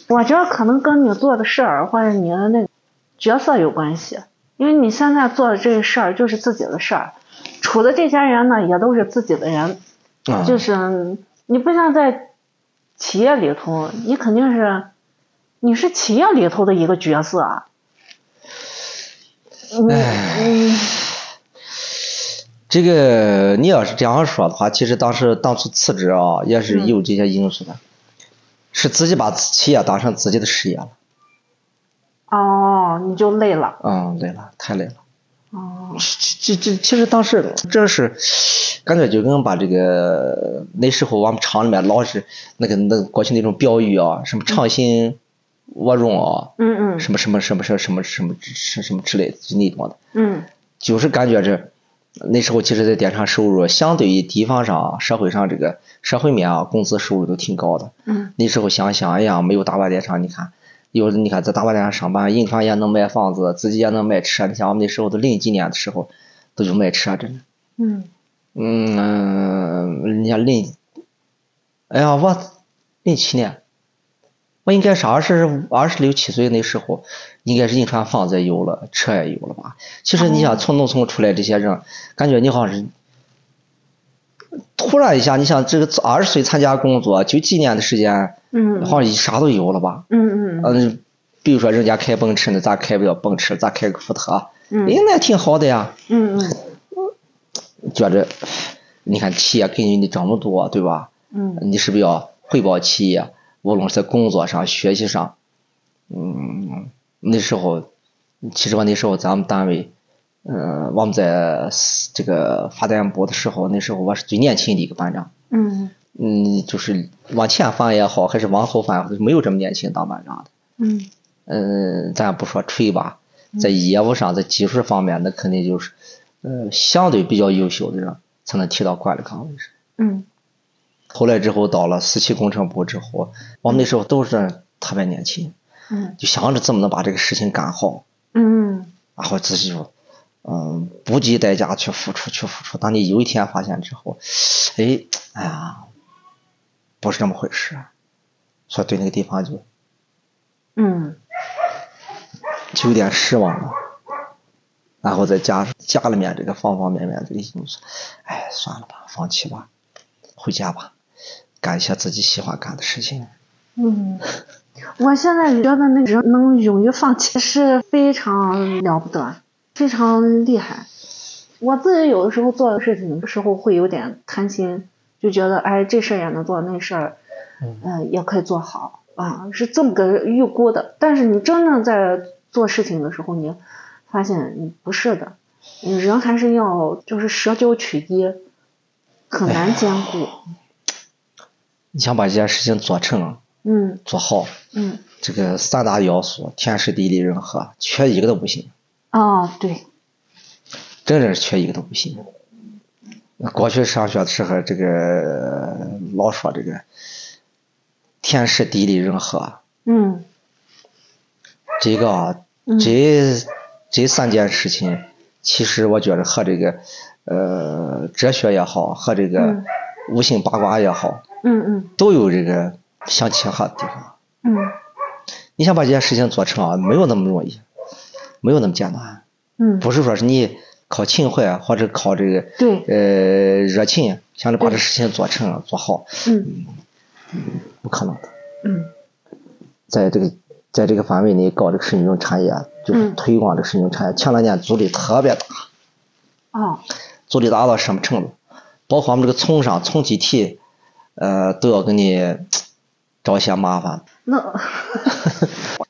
Speaker 2: 我觉得可能跟你做的事儿或者你的那个角色有关系，因为你现在做的这个事儿就是自己的事儿，处的这些人呢也都是自己的人，
Speaker 1: 啊、
Speaker 2: 就是你不像在企业里头，你肯定是你是企业里头的一个角色啊。你嗯
Speaker 1: 这个，你要是这样说的话，其实当时当初辞职啊，也是
Speaker 2: 嗯
Speaker 1: 有这些因素的，是自己把企业当成自己的事业了。
Speaker 2: 哦，你就累了
Speaker 1: 嗯，累了，太累了。
Speaker 2: 哦，
Speaker 1: 这这其实当时真是感觉就跟把这个那时候我们厂里面老是那个那个过去那种标语啊，什么创新我用啊，
Speaker 2: 嗯嗯
Speaker 1: 什么什么什么什么什么什么什么什么之类的就那种的，
Speaker 2: 嗯
Speaker 1: 就是感觉这那时候其实在电商收入相对于地方上社会上这个社会面啊工资收入都挺高的，
Speaker 2: 嗯
Speaker 1: 那时候想想，哎呀，没有大白电商，你看，有你看在大白电商上班，银川也能买房子，自己也能买车。你想我们那时候都零几年的时候，都有买车，啊真的。
Speaker 2: 嗯
Speaker 1: 嗯，人家零，哎呀，我零七年，我应该是二十二十六七岁那时候，应该是银川房子也有了，车也有了吧。其实你想从农村出来这些人，感觉你好像是突然一下，你想这个二十岁参加工作，就几年的时间。
Speaker 2: 嗯嗯
Speaker 1: 好像啥都有了吧？
Speaker 2: 嗯嗯
Speaker 1: 嗯，比如说人家开奔驰呢，咱开不了奔驰，咱开个福特，
Speaker 2: 嗯
Speaker 1: 哎，那挺好的呀。
Speaker 2: 嗯
Speaker 1: 觉着，你看企业给予你这么多，对吧？
Speaker 2: 嗯嗯
Speaker 1: 你是不是要汇报企业？无论是在工作上、学习上，嗯，那时候，其实吧，那时候咱们单位，呃，我们在这个发展部的时候，那时候我是最年轻的一个班长，
Speaker 2: 嗯
Speaker 1: 嗯，就是往前翻也好，还是往后翻，没有这么年轻当班长的。
Speaker 2: 嗯
Speaker 1: 嗯，咱不说吹吧，在业务上、在技术方面，那肯定就是，呃，相对比较优秀的人才能提到管理岗位上。
Speaker 2: 嗯
Speaker 1: 后来之后到了四期工程部之后，我们那时候都是特别年轻，
Speaker 2: 嗯
Speaker 1: 就想着怎么能把这个事情干好，
Speaker 2: 嗯
Speaker 1: 然后自己就，嗯，不计代价去付出，去付出。当你有一天发现之后，哎，哎呀，不是这么回事，啊所以对那个地方就
Speaker 2: 嗯
Speaker 1: 就有点失望了。然后再加家里面这个方方面面这个因素，哎，算了吧，放弃吧，回家吧，干一些自己喜欢干的事情。
Speaker 2: 嗯，我现在觉得那个人能勇于放弃是非常了不得，非常厉害。我自己有的时候做的事情的时候会有点贪心，就觉得哎这事儿也能做，那事儿，
Speaker 1: 嗯
Speaker 2: 呃也可以做好啊，是这么个预估的。但是你真正在做事情的时候，你发现你不是的，你人还是要就是舍九取一，很难兼顾。
Speaker 1: 你想把这件事情做成、
Speaker 2: 嗯
Speaker 1: 做好，
Speaker 2: 嗯，
Speaker 1: 这个三大要素天时地利人和，缺一个都不行，
Speaker 2: 哦对，
Speaker 1: 真的是缺一个都不行。那过去上学的时候，这个呃老说这个天时地利人和，
Speaker 2: 嗯
Speaker 1: 这个啊
Speaker 2: 嗯
Speaker 1: 这这三件事情，其实我觉得和这个呃哲学也好，和这个
Speaker 2: 嗯
Speaker 1: 五行八卦也好，
Speaker 2: 嗯嗯。
Speaker 1: 都有这个相契合的地方。
Speaker 2: 嗯
Speaker 1: 你想把这件事情做成啊，没有那么容易，没有那么简单，
Speaker 2: 嗯，
Speaker 1: 不是说是你靠勤快啊或者靠这个
Speaker 2: 对，
Speaker 1: 呃热情，想着把这
Speaker 2: 对
Speaker 1: 事情做成做好，
Speaker 2: 嗯
Speaker 1: 不可能的。
Speaker 2: 嗯
Speaker 1: 在这个在这个范围内搞这个神经产业，啊就是
Speaker 2: 嗯
Speaker 1: 推广这个神经产业，前两年阻力特别大。
Speaker 2: 哦，
Speaker 1: 阻力大到什么程度？包括我们这个从商、从集体，呃，都要给你找一些麻烦。
Speaker 2: 那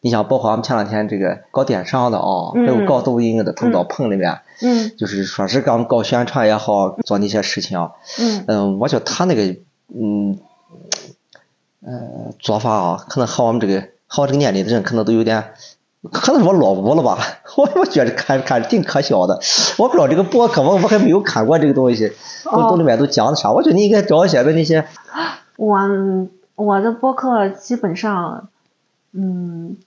Speaker 1: 你想，包括我们前两天这个搞电商的啊、还有
Speaker 2: 嗯
Speaker 1: 搞抖音的，都到棚里面，
Speaker 2: 嗯
Speaker 1: 就是说是给我们搞宣传也好，做那些事情啊，
Speaker 2: 嗯
Speaker 1: 嗯、我觉得他那个，嗯，呃，做法啊，可能和我们这个和我这个年龄的人，可能都有点，可能是我落伍了吧。 我我觉得看看着挺可笑的。我不知道这个博客，我我还没有看过这个东西，我
Speaker 2: 哦
Speaker 1: 懂里面都讲的啥。我觉得你应该找一些的那些，
Speaker 2: 我我的播客基本上，嗯，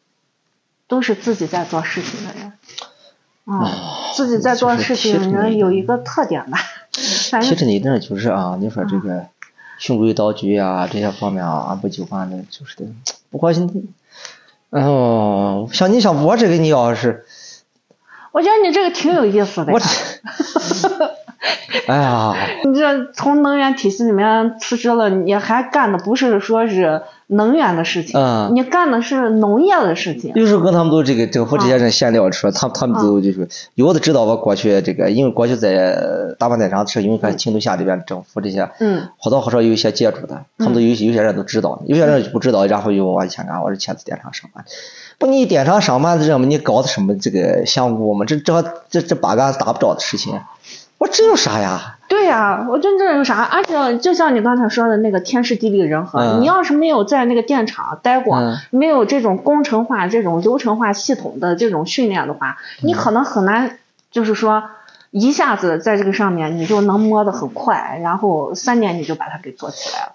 Speaker 2: 都是自己在做事情的人，啊，自己在做事情的人有一个特点吧，反
Speaker 1: 其
Speaker 2: 正
Speaker 1: 实你这就是啊，你说这个循规蹈矩啊，这些方面啊，按部就班的，就是的。不过你，哦，像你像我这个，你要是。
Speaker 2: 我觉得你这个挺有意思的呀
Speaker 1: 我，这， 哎呀，
Speaker 2: 你这从能源体系里面辞职了，你还干的不是说是能源的事情，
Speaker 1: 嗯
Speaker 2: 你干的是农业的事情，
Speaker 1: 有时候跟他们都这个政府这些人闲聊着说，他们他们都就是有的知道我过去这个，因为过去在大湾电商是因为看青都县里边政府这些，
Speaker 2: 嗯
Speaker 1: 或多或少有一些接触的，他们都有些有些人都知道，有些人就不知道，然后就我以前啊，我是前次电商上班，不你电商上班的人嘛，你搞的什么这个项目嘛，这这这这八竿子打不着的事情，啊我这有啥呀？
Speaker 2: 对呀、我真这有啥？而且就像你刚才说的那个天时地利人和，
Speaker 1: 嗯
Speaker 2: 你要是没有在那个电厂待过，
Speaker 1: 嗯
Speaker 2: 没有这种工程化、这种流程化系统的这种训练的话，
Speaker 1: 嗯
Speaker 2: 你可能很难，就是说一下子在这个上面你就能摸得很快，然后三年你就把它给做起来了。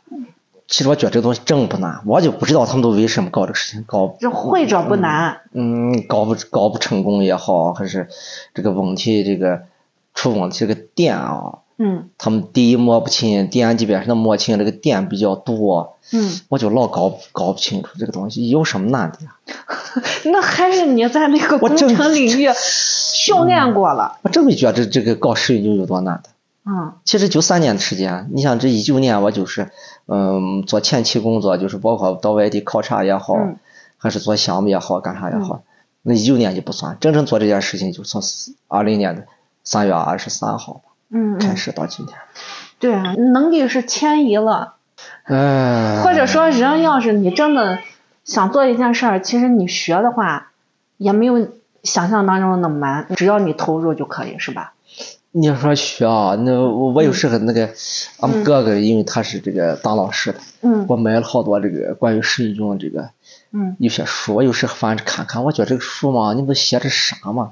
Speaker 1: 其实我觉得这东西真不难，我就不知道他们都为什么搞这个事情，搞
Speaker 2: 这会者不难，
Speaker 1: 嗯，搞不搞不成功也好，还是这个问题这个出问题这个店啊，
Speaker 2: 嗯
Speaker 1: 他们第一摸不清，第二即便是能摸清这个店比较多，
Speaker 2: 嗯，
Speaker 1: 我就老搞搞不清楚这个东西有什么难的呀？
Speaker 2: 嗯那还是你在那个
Speaker 1: 我
Speaker 2: 工
Speaker 1: 真
Speaker 2: 程领域训练过了。
Speaker 1: 我真没觉得这个搞事业就有多难的。
Speaker 2: 嗯
Speaker 1: 其实就三年的时间，你想这一九年我就是，嗯，做前期工作，就是包括到外地考察也好，
Speaker 2: 嗯
Speaker 1: 还是做项目也好，干啥也好，那一九年就不算，真正做这件事情就从二零年的三月二十三号
Speaker 2: 嗯
Speaker 1: 开
Speaker 2: 嗯，
Speaker 1: 始到今天。
Speaker 2: 对啊，能力是迁移了，
Speaker 1: 嗯，
Speaker 2: 或者说人要是你真的想做一件事儿，其实你学的话也没有想象当中那么难，只要你投入就可以，是吧？
Speaker 1: 你要说学啊，那我我有时候那个，俺们哥哥因为他是这个当老师的，
Speaker 2: 嗯
Speaker 1: 我买了好多这个关于实用这个
Speaker 2: 嗯，
Speaker 1: 有些书，我有时候翻着看看，我觉得这个书嘛，你们都写着啥嘛？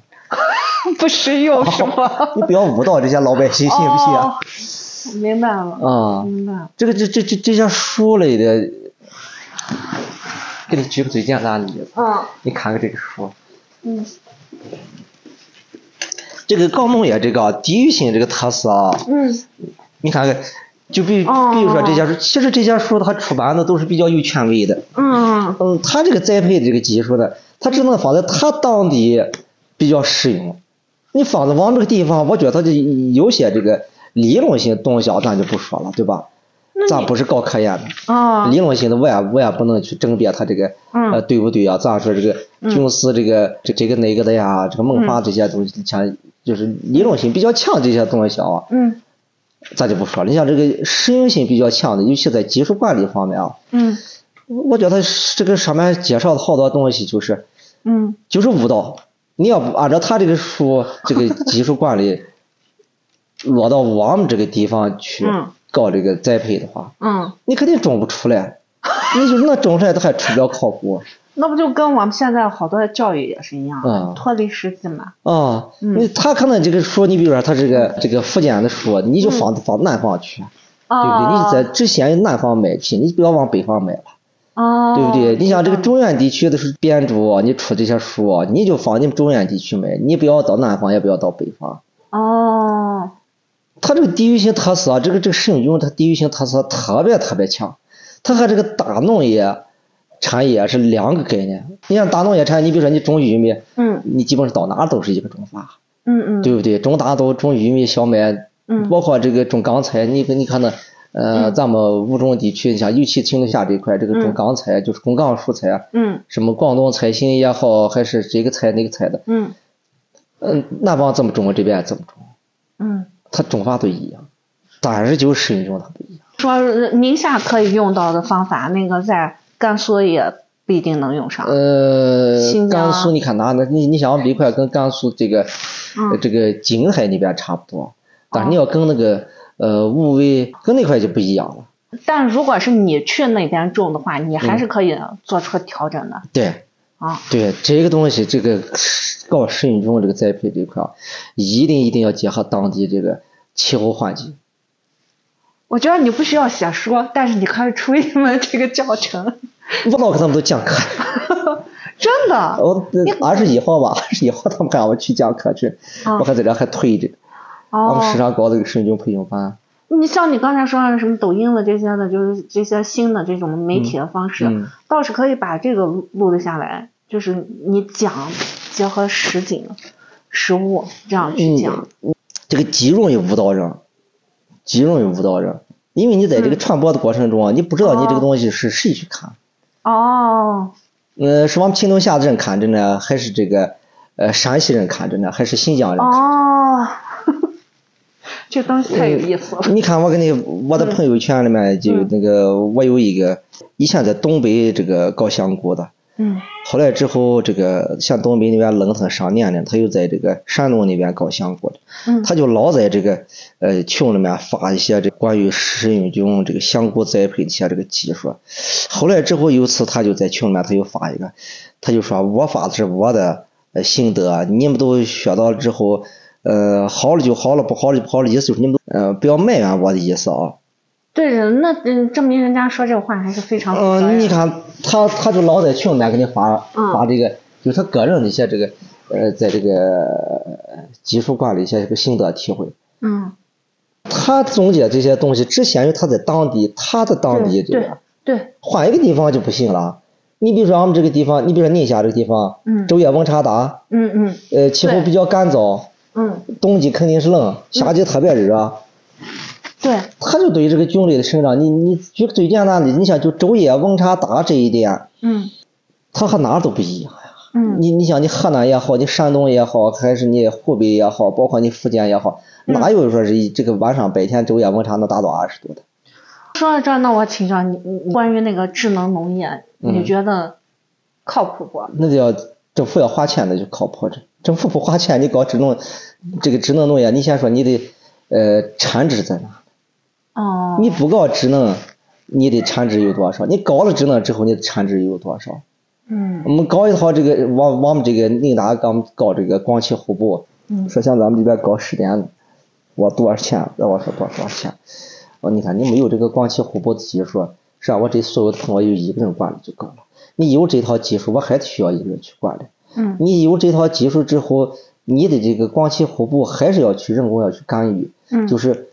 Speaker 2: 不实用是吗？
Speaker 1: 你不要误导这些老百姓，信不信啊？
Speaker 2: 哦、明白了，
Speaker 1: 啊、
Speaker 2: 明白了。
Speaker 1: 这个这这这这些书类的，给你举个最简单的例子，
Speaker 2: 嗯
Speaker 1: 你看看这个书，
Speaker 2: 嗯
Speaker 1: 这个告梦也这个啊地域性这个特色啊，
Speaker 2: 嗯
Speaker 1: 你看看，就比
Speaker 2: 哦
Speaker 1: 比如说这家书，其实这家书它出版的都是比较有权威的，
Speaker 2: 嗯
Speaker 1: 嗯，它这个栽培的这个技术呢，它只能放在它当地比较适用。你放在往这个地方，我觉得它就有些这个理论性的东西啊，咱就不说了，对吧？咱不是搞科研的，
Speaker 2: 啊
Speaker 1: 理论性的我也我也不能去争辩它这个
Speaker 2: 嗯
Speaker 1: 呃对不对啊？咱说这个军事这个这这个那个的呀，这个
Speaker 2: 嗯
Speaker 1: 梦华这些东西，像就是理论性比较强这些东西啊，
Speaker 2: 嗯
Speaker 1: 咱就不说了。你像这个实用性比较强的，尤其在技术管理方面啊，
Speaker 2: 嗯
Speaker 1: 我觉得是这个上面介绍的好多东西就是
Speaker 2: 嗯
Speaker 1: 就是舞蹈。你要不按照他这个书这个技术管理落到我们这个地方去
Speaker 2: 嗯
Speaker 1: 搞这个栽培的话，
Speaker 2: 嗯，
Speaker 1: 你肯定种不出来。你就是那种出来，它还出不了靠谱
Speaker 2: 那不就跟我们现在好多教育也是一样，
Speaker 1: 嗯
Speaker 2: 脱离实际嘛。
Speaker 1: 啊！
Speaker 2: 嗯
Speaker 1: 你他可能这个书，你比如说他这个这个福建的书，你就
Speaker 2: 嗯
Speaker 1: 放放南方
Speaker 2: 啊
Speaker 1: 去，对不对？你在只限南方买去，你不要往北方买了。
Speaker 2: 哦，
Speaker 1: 对不对？你想这个
Speaker 2: 中
Speaker 1: 中原地区的是编著，你出这些书，你就放你们中原地区买，你不要到南方，也不要到北方。
Speaker 2: 哦，
Speaker 1: 它这个地域性特色，啊这个这个使用用它地域性特色特别特别强，它和这个大农业产业是两个概念。你像大农业产业，你比如说你种玉米，
Speaker 2: 嗯
Speaker 1: 你基本上到哪儿都是一个种法，
Speaker 2: 嗯嗯，
Speaker 1: 对不对？种大豆、种玉米、小麦，
Speaker 2: 嗯
Speaker 1: 包括这个种钢材，你你看那。呃，
Speaker 2: 嗯
Speaker 1: 咱们吴中地区，你像尤其青龙峡这块，这个种
Speaker 2: 嗯
Speaker 1: 钢材就是种钢蔬菜，啊
Speaker 2: 嗯
Speaker 1: 什么广东菜心也好，还是这个菜那个菜的，
Speaker 2: 嗯
Speaker 1: 嗯，南方怎么种，这边也怎么种，
Speaker 2: 嗯，
Speaker 1: 它种法都一样，但是就是使用上它不一样。
Speaker 2: 说呃宁夏可以用到的方法，那个在甘肃也不一定能用上。
Speaker 1: 呃，
Speaker 2: 新疆
Speaker 1: 甘肃你看哪呢？你你想这块跟甘肃这个、呃
Speaker 2: 嗯哦
Speaker 1: 这个金海那边差不多，但是你要跟那个呃武威跟那块就不一样了。
Speaker 2: 但如果是你去那边种的话，你还是可以做出调整的
Speaker 1: 对
Speaker 2: 啊。
Speaker 1: 对，这个东西这个搞使用中这个栽培这一块啊，一定一定要结合当地这个气候环境。
Speaker 2: 我觉得你不需要写书，但是你可以出一门这个教程，
Speaker 1: 我老给他们都讲课。
Speaker 2: 真的。
Speaker 1: 啊我二十一号吧， 二十一号他们还让我去讲课去，
Speaker 2: 啊
Speaker 1: 我还在这还推着，我们
Speaker 2: 哦
Speaker 1: 市，场搞这个神经培训班，
Speaker 2: 你像你刚才说的什么抖音的这些的，就是这些新的这种媒体的方式，
Speaker 1: 嗯，
Speaker 2: 倒是可以把这个录录了下来，就是你讲结合实景、实物这样
Speaker 1: 嗯
Speaker 2: 去讲。
Speaker 1: 这个极容易误导人，极容易误导人，因为你在这个
Speaker 2: 嗯
Speaker 1: 传播的过程中啊，你不知道你这
Speaker 2: 哦
Speaker 1: 个东西是谁去看，
Speaker 2: 哦，
Speaker 1: 呃，是往们平东下的人看着呢，还是这个呃山西人看着呢，还是新疆人看着呢？
Speaker 2: 哦， 这东西太有意思了。
Speaker 1: 你看我跟你我
Speaker 2: 嗯
Speaker 1: 的朋友圈里面就有那个，我有一个以前在东北这个搞香菇的，
Speaker 2: 嗯
Speaker 1: 后来之后，这个像东北那边冷腾上年呢，他又在这个山东那边搞香菇的，
Speaker 2: 嗯
Speaker 1: 他就老在这个呃群里面发一些这关于食用菌这个香菇栽培的一些这个技术。后来之后有一次，他就在群里面他又发一个，他就说我发的是我的呃心得，你们都学到了之后，呃好了就好了，不好了就不好了，意思就是你们都呃不要埋怨我的意思啊。
Speaker 2: 对人，那嗯证明人家说这个话还是非常负责
Speaker 1: 嗯，
Speaker 2: 任
Speaker 1: 你看他，他就老在群里面给你发
Speaker 2: 嗯
Speaker 1: 发这个，就是他个人的一些这个，呃，在这个呃技术管理一些这个心得体会。
Speaker 2: 嗯，
Speaker 1: 他总结这些东西，只限于他在当地，他的当地
Speaker 2: 对
Speaker 1: 这
Speaker 2: 对
Speaker 1: 个，
Speaker 2: 对，
Speaker 1: 换一个地方就不行了。你比如说俺们这个地方，你比如说宁夏这个地方，
Speaker 2: 嗯
Speaker 1: 昼夜温差大，
Speaker 2: 嗯嗯
Speaker 1: 呃，气候
Speaker 2: 对
Speaker 1: 比较干燥，
Speaker 2: 嗯
Speaker 1: 冬季肯定是冷，夏季特别热，
Speaker 2: 对，
Speaker 1: 他就对于这个军队的成长，你你举个最简单的，你想就州业温差大这一点，
Speaker 2: 嗯
Speaker 1: 它和哪儿都不一样呀。
Speaker 2: 嗯，
Speaker 1: 你你想，你河南也好，你山东也好，还是你湖北也好，包括你福建也好，
Speaker 2: 嗯
Speaker 1: 哪有说是这个晚上白天昼夜温差能达到二十度的？
Speaker 2: 说到这儿，那我请教你，你关于那个智能农业，
Speaker 1: 嗯
Speaker 2: 你觉得靠谱不？
Speaker 1: 那就要政府要花钱的就靠谱着，政府不花钱，你搞智能这个智能农业，你先说你得呃产值在哪？
Speaker 2: 哦，
Speaker 1: 你不搞智能，你的产值有多少？你搞了智能之后，你的产值有多少？
Speaker 2: 嗯
Speaker 1: 我们搞一套这个，往往我们这个宁达刚搞这个光气互补，
Speaker 2: 嗯
Speaker 1: 说像咱们这边搞试点，我多少钱？让我说多少多少钱？哦，你看你没有这个光气互补的技术，是吧？啊我这所有的棚我有一个人管理就够了。你有这套技术，我还得需要一个人去管理。
Speaker 2: 嗯
Speaker 1: 你有这套技术之后，你的这个光气互补还是要去人工要去干预，
Speaker 2: 嗯，
Speaker 1: 就是。嗯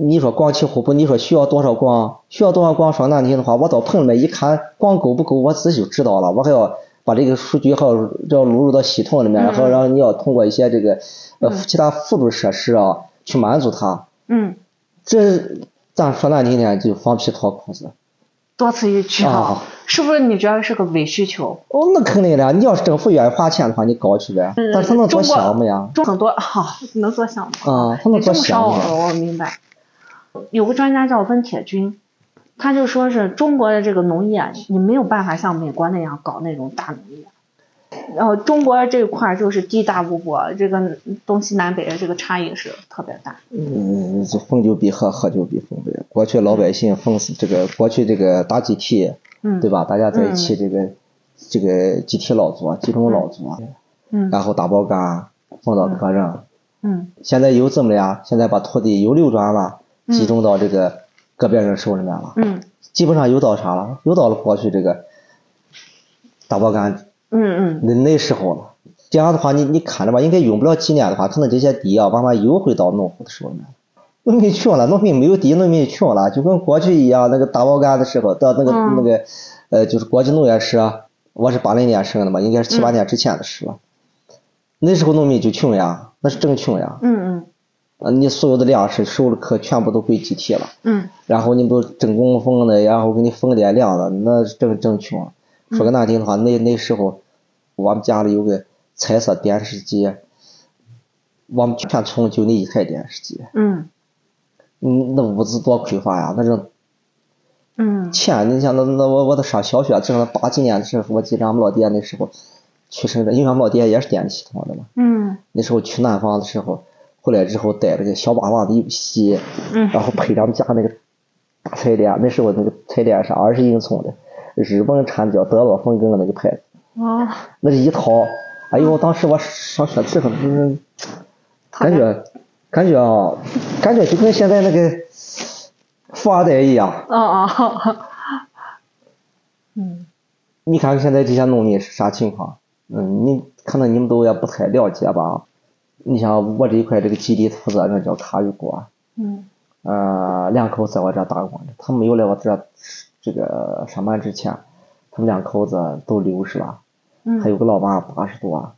Speaker 1: 你说光气互补，你说需要多少光？需要多少光？说难听的话，我到棚里面一看，光够不够，我自己就知道了。我还要把这个数据还要要录入到系统里面，
Speaker 2: 嗯
Speaker 1: 然后让你要通过一些这个呃
Speaker 2: 嗯
Speaker 1: 其他辅助设施啊去满足它。
Speaker 2: 嗯，
Speaker 1: 这咱说难听点就放屁掏空子。
Speaker 2: 多此一举
Speaker 1: 啊
Speaker 2: 是不是你觉得是个伪需求？
Speaker 1: 哦，那肯定的，你要是政府愿意花钱的话，你搞去呗。但是他能多想么呀？
Speaker 2: 嗯中很多好，能做项目。
Speaker 1: 啊，他
Speaker 2: 你
Speaker 1: 能
Speaker 2: 这
Speaker 1: 多
Speaker 2: 么
Speaker 1: 想
Speaker 2: 说
Speaker 1: 吗？
Speaker 2: 我我明白。有个专家叫温铁军，他就说是中国的这个农业，啊你没有办法像美国那样搞那种大农业。然后中国这块儿就是地大物博，这个东西南北的这个差异是特别大。
Speaker 1: 嗯，逢酒必喝，喝酒必逢杯。过去老百姓逢这个，过去这个大集体，
Speaker 2: 嗯，
Speaker 1: 对？吧？大家在一起这个、这个集体劳作、集中劳作，
Speaker 2: 嗯
Speaker 1: 然后打包干，分到个人。
Speaker 2: 嗯
Speaker 1: 现在有怎么呀？现在把土地有流转了，
Speaker 2: 嗯
Speaker 1: 集中到这个个别人手里面了，
Speaker 2: 嗯
Speaker 1: 基本上有到啥了？有到了过去这个打包干
Speaker 2: 嗯嗯
Speaker 1: 那那时候了。这样的话，你你看着吧，应该用不了几年的话，可能这些地啊，慢慢又会到农户的手里面。农民穷了，农民没有地，农民穷了，就跟过去一样，那个打包干的时候，到那个、
Speaker 2: 嗯
Speaker 1: 那个，呃，就是国际农业时，我是八零年生的嘛，应该是七八年之前的事了。那时候农民就穷呀，那是真穷呀。
Speaker 2: 嗯
Speaker 1: 呃你所有的粮食、收入可全部都归集体了，
Speaker 2: 嗯
Speaker 1: 然后你们都真工分的，然后给你分点粮的，那是真真穷。说个难听的话，那那时候我们家里有个彩色电视机，我们全村就那一台电视机，
Speaker 2: 嗯
Speaker 1: 嗯，那屋子多匮乏呀！那种
Speaker 2: 嗯
Speaker 1: 钱，你想那那我我都上小学，正是八几年的时候，我记着俺们老爹那时候去深圳，因为俺们老爹也是电力系统的嘛。
Speaker 2: 嗯
Speaker 1: 那时候去南方的时候，回来之后带了个小霸王的游戏，
Speaker 2: 嗯
Speaker 1: 然后配咱们家那个大彩电，那时候那个彩电是二十英寸的，日本产的叫德洛风格的那个牌子。
Speaker 2: 哦，
Speaker 1: 那是一套。哎呦，当时我上学的时候，嗯，
Speaker 2: 特
Speaker 1: 感
Speaker 2: 别
Speaker 1: 觉感觉啊，感觉就跟现在那个富二代一样。
Speaker 2: 哦哦，嗯
Speaker 1: 你看现在这些农民是啥情况？嗯，你可能你们都也不太了解吧。你像我这一块这个基地负责人叫卡玉国，
Speaker 2: 嗯
Speaker 1: 呃，两口子在我这打工的，他没有来我这这个上班之前，他们两口子都六十了。
Speaker 2: 嗯，
Speaker 1: 还有个老妈八十多，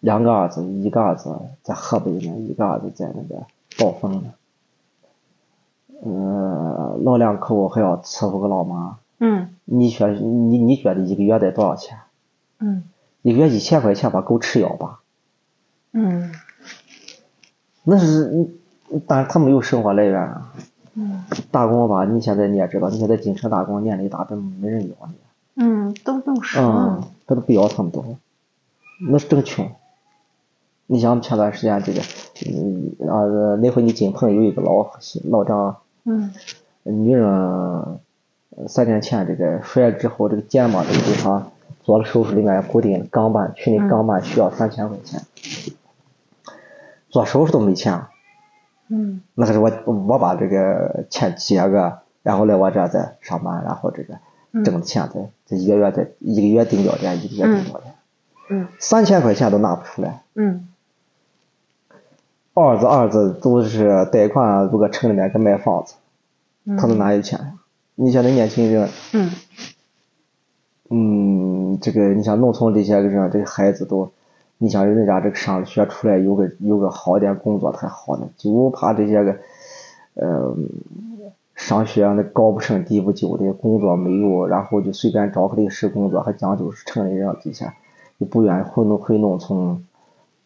Speaker 1: 两个儿子，一个儿子在河北呢，一个儿子在那个宝丰呢。呃，老两口还要伺候个老妈，
Speaker 2: 嗯
Speaker 1: 你觉你你觉得一个月得多少钱？
Speaker 2: 嗯
Speaker 1: 一个月一千块钱吧，够吃药吧？
Speaker 2: 嗯
Speaker 1: 那是，嗯但是他没有生活来源啊。
Speaker 2: 嗯
Speaker 1: 打工吧，你现在你也知道，你现在进城打工，年龄大都没人要你。
Speaker 2: 嗯，都六十
Speaker 1: 嗯
Speaker 2: 了，，
Speaker 1: 他都不要他们都，那是真穷。你像前段时间这个，嗯啊，那回你进棚有一个老老张，
Speaker 2: 嗯
Speaker 1: 女人呃三天前这个摔了之后，这个肩膀这个地方做了手术，里面固定了钢板，去那
Speaker 2: 嗯
Speaker 1: 钢板需要三千块钱，做手术都没钱，
Speaker 2: 嗯
Speaker 1: 那可是我我把这个钱结个，然后来我这儿再上班，然后这个
Speaker 2: 嗯
Speaker 1: 挣的钱再这一个月再一个月顶交钱，一个月顶交钱。
Speaker 2: 嗯
Speaker 1: 三千块钱都拿不出来。
Speaker 2: 嗯
Speaker 1: 二子二子都是贷款，啊如果城里面给买房子，
Speaker 2: 嗯，
Speaker 1: 他都哪有钱呀？你像那年轻人，
Speaker 2: 嗯
Speaker 1: 嗯，这个你像农村这些个人，这个孩子都，你像人家这个上了学出来有个有个好点工作才好呢，就怕这些个，呃，上学那高不成低不就的，工作没有，然后就随便找个临时工作，还讲究是城里人底下，也不愿意混弄回弄，从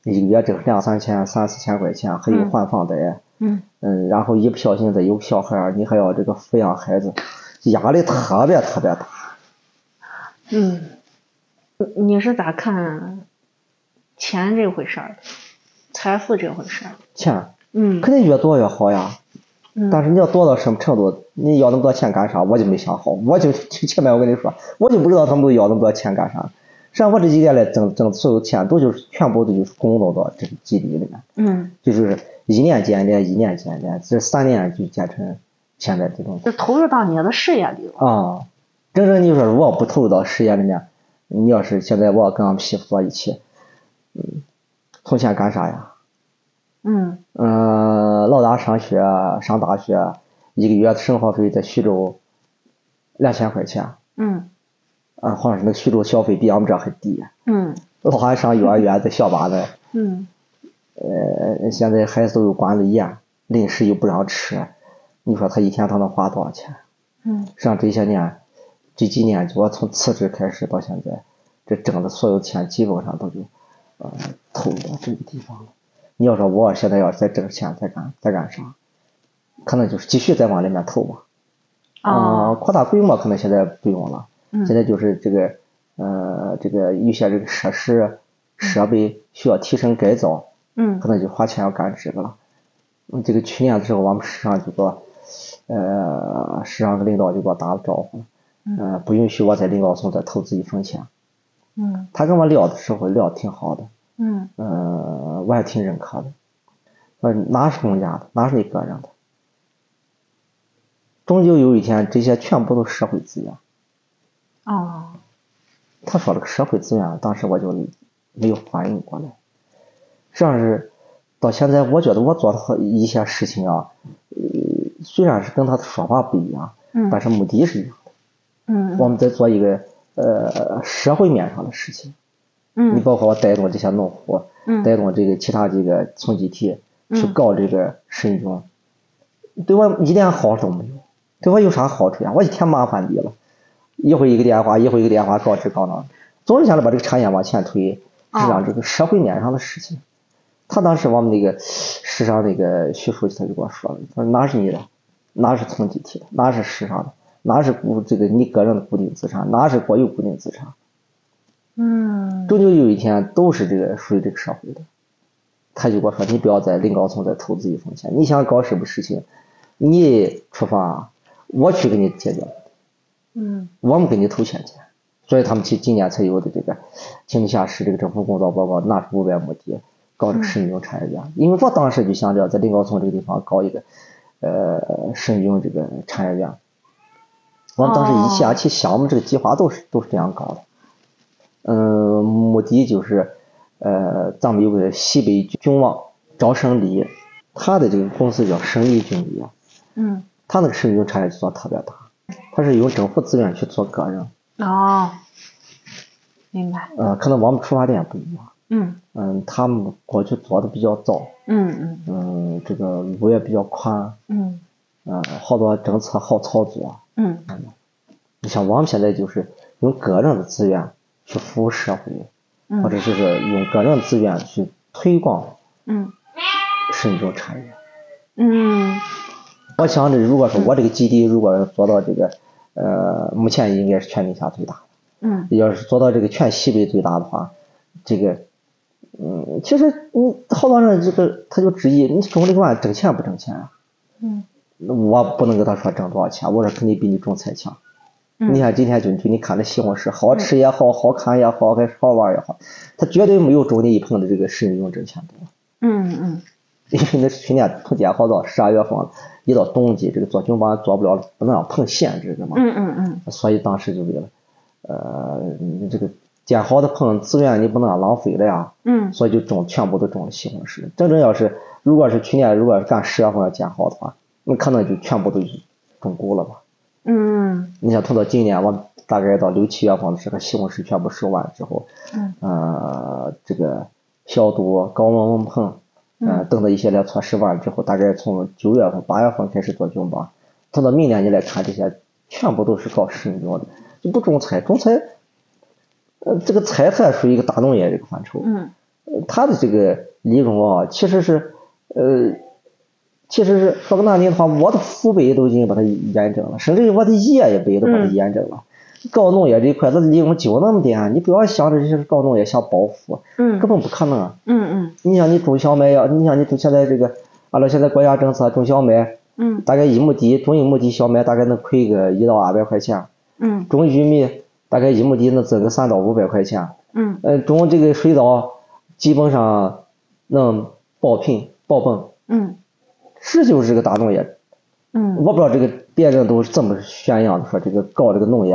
Speaker 1: 一个月挣两三千、三四千块钱，还有
Speaker 2: 嗯
Speaker 1: 还房贷。
Speaker 2: 嗯，
Speaker 1: 嗯，然后一不小心再有小孩儿，你还要这个抚养孩子，压力特别特别大。
Speaker 2: 嗯，你你是咋看钱这回事儿的，财富这回事儿？
Speaker 1: 钱
Speaker 2: 嗯
Speaker 1: 肯定越多越好呀，
Speaker 2: 嗯，
Speaker 1: 但是你要多到什么程度，你要那么多钱干啥？我就没想好，我就 前面我跟你说，我就不知道他们都要那么多钱干啥。实际上我这几年来挣挣所有钱都就是全部都就是供到到这个基地里面，
Speaker 2: 嗯，
Speaker 1: 这就是一年接一年，一年接一年，这三年就建成现在这种
Speaker 2: 就投入到你的事业里了。
Speaker 1: 啊，真正你说如果不投入到事业里面，你要是现在我要跟俺媳妇一起，嗯，从前干啥呀？
Speaker 2: 嗯
Speaker 1: 嗯，老大上学啊上大学，一个月的生活费在徐州两千块钱，
Speaker 2: 嗯
Speaker 1: 啊，好像是那个徐州消费比俺们这还低。啊
Speaker 2: 嗯
Speaker 1: 老汉上幼儿园在小娃呢，
Speaker 2: 嗯
Speaker 1: 呃，现在孩子都有管得严，零食又不让吃，你说他一天他能花多少钱？
Speaker 2: 嗯
Speaker 1: 实际上这些年，这几年就我从辞职开始到现在，这挣的所有钱基本上都就，呃，投入到这个地方了。你要说我现在要再挣钱再干再干啥，可能就是继续再往里面投吧。啊、
Speaker 2: 哦
Speaker 1: 扩大规模可能现在不用了，
Speaker 2: 嗯
Speaker 1: 现在就是这个呃这个有些这个设施设备需要提升改造，
Speaker 2: 嗯
Speaker 1: 可能就花钱要干这个了。嗯，这个去年的时候，我们市场就给我，呃，市场的领导就给我打了招呼，呃，不允许我在林高松再投资一分钱。
Speaker 2: 嗯
Speaker 1: 他跟我聊的时候聊得挺好的，
Speaker 2: 嗯
Speaker 1: 呃，我也挺认可的。呃，哪是公家的，哪是你个人的？终究有一天，这些全部都是社会资源。
Speaker 2: 哦
Speaker 1: 他说这个社会资源，当时我就没有反应过来。实际上是到现在，我觉得我做的好一些事情啊，呃，虽然是跟他的说法不一样，
Speaker 2: 嗯
Speaker 1: 但是目的是一样的。
Speaker 2: 嗯
Speaker 1: 我们在做一个呃社会面上的事情，你
Speaker 2: 嗯
Speaker 1: 包括我带动这些农户，
Speaker 2: 嗯
Speaker 1: 带动这个其他这个村集体去
Speaker 2: 嗯
Speaker 1: 搞这个神种，对我一点好处都没有，对我有啥好处呀？我一天麻烦你了，一会儿一个电话，一会儿一个电话，搞这搞那。总是想着把这个产业往前推，
Speaker 2: 哦
Speaker 1: 是让这个社会面上的事情。他当时我们那个市场那个徐书记他就跟我说了，他说哪是你的，哪是村集体的，哪是市场的，哪是固这个你个人的固定资产，哪是国有固定资产。
Speaker 2: 嗯
Speaker 1: 终究有一天都是这个属于这个社会的。他就跟我说：“你不要在临高层再投资一分钱，你想搞什么事情，你出发，我去给你解决，
Speaker 2: 嗯
Speaker 1: 我们给你投钱去。”所以他们今今年才有的这个经济下市这个政府工作报告，拿出五百亩地搞这个神经产业园。因为我当时就想着在临高层这个地方搞一个呃神经这个产业园。我们当时一下去想，我们这个计划都是都是这样搞的。嗯，目的就是，呃，咱们有个西北君王赵胜利，他的这个公司叫胜利君利啊，
Speaker 2: 嗯
Speaker 1: 他那个胜利产业做得特别大，他是用政府资源去做个人，
Speaker 2: 哦，明白。
Speaker 1: 呃，可能我们出发点不一样，
Speaker 2: 嗯
Speaker 1: 嗯，他们过去做的比较早，
Speaker 2: 嗯
Speaker 1: 嗯，这个路也比较宽，
Speaker 2: 嗯
Speaker 1: 嗯，好多政策好操作。
Speaker 2: 嗯嗯
Speaker 1: 你像我们现在就是用个人的资源去服务社会，或者
Speaker 2: 嗯
Speaker 1: 是说用个人资源去推广
Speaker 2: 嗯
Speaker 1: 神州产业。
Speaker 2: 嗯
Speaker 1: 我想着，如果说我这个基地如果做到这个，呃，目前应该是全宁夏最大
Speaker 2: 嗯
Speaker 1: 的，要是做到这个全西北最大的话，这个，嗯，其实你好多人这个他就质疑你种这个玩意挣钱不挣钱啊？
Speaker 2: 嗯
Speaker 1: 我不能跟他说挣多少钱，我说肯定比你种菜强。
Speaker 2: 嗯
Speaker 1: 你看今天就就你看那西红柿，好吃也好，好看也好，还是好玩也好，它绝对没有种你一盆的这个神农挣钱多。
Speaker 2: 嗯
Speaker 1: 因为那是去年春节好到十二月份了，一到冬季这个做军帮做不了了，不能让碰限制的嘛，
Speaker 2: 嗯嗯嗯
Speaker 1: 所以当时就为了，呃，你这个建好的棚资源你不能让浪费了呀，
Speaker 2: 嗯
Speaker 1: 所以就种全部都种了西红柿。真正要是如果是去年如果是干十月份要建好的话，那可能就全部都种够了吧。
Speaker 2: 嗯
Speaker 1: 你想，等到今年我大概到六七月份的时候，西红柿全部收完之后，
Speaker 2: 嗯
Speaker 1: 呃，这个消毒、高温温棚，呃，等的一系列措施完了之后，大概从九月份、八月份开始做菌吧。等到明年你来看这些，全部都是搞食用菌的，就不种菜。种菜，呃，这个菜菜属于一个大农业这个范畴。
Speaker 2: 嗯
Speaker 1: 呃它的这个利润啊，其实是，呃，其实是说个难听的话，我的父辈都已经把它验证了，甚至于我的爷爷辈都把它
Speaker 2: 嗯
Speaker 1: 验证了。搞农业这一块，它的利润就那么点，你不要想着就是搞农业想暴富，
Speaker 2: 嗯
Speaker 1: 根本不可能啊。
Speaker 2: 嗯嗯
Speaker 1: 你像你种小麦呀，你像你种现在这个，按照现在国家政策种小麦，
Speaker 2: 嗯
Speaker 1: 大概一亩地种一亩地小麦大概能亏个一到二百块钱，
Speaker 2: 嗯
Speaker 1: 种玉米大概一亩地能挣个三到五百块钱，
Speaker 2: 嗯
Speaker 1: 呃，种这个水稻基本上能爆品爆棚，
Speaker 2: 嗯
Speaker 1: 这就是个大农业。
Speaker 2: 嗯
Speaker 1: 我不知道这个别人都是怎么宣扬的，说这个搞这个农业，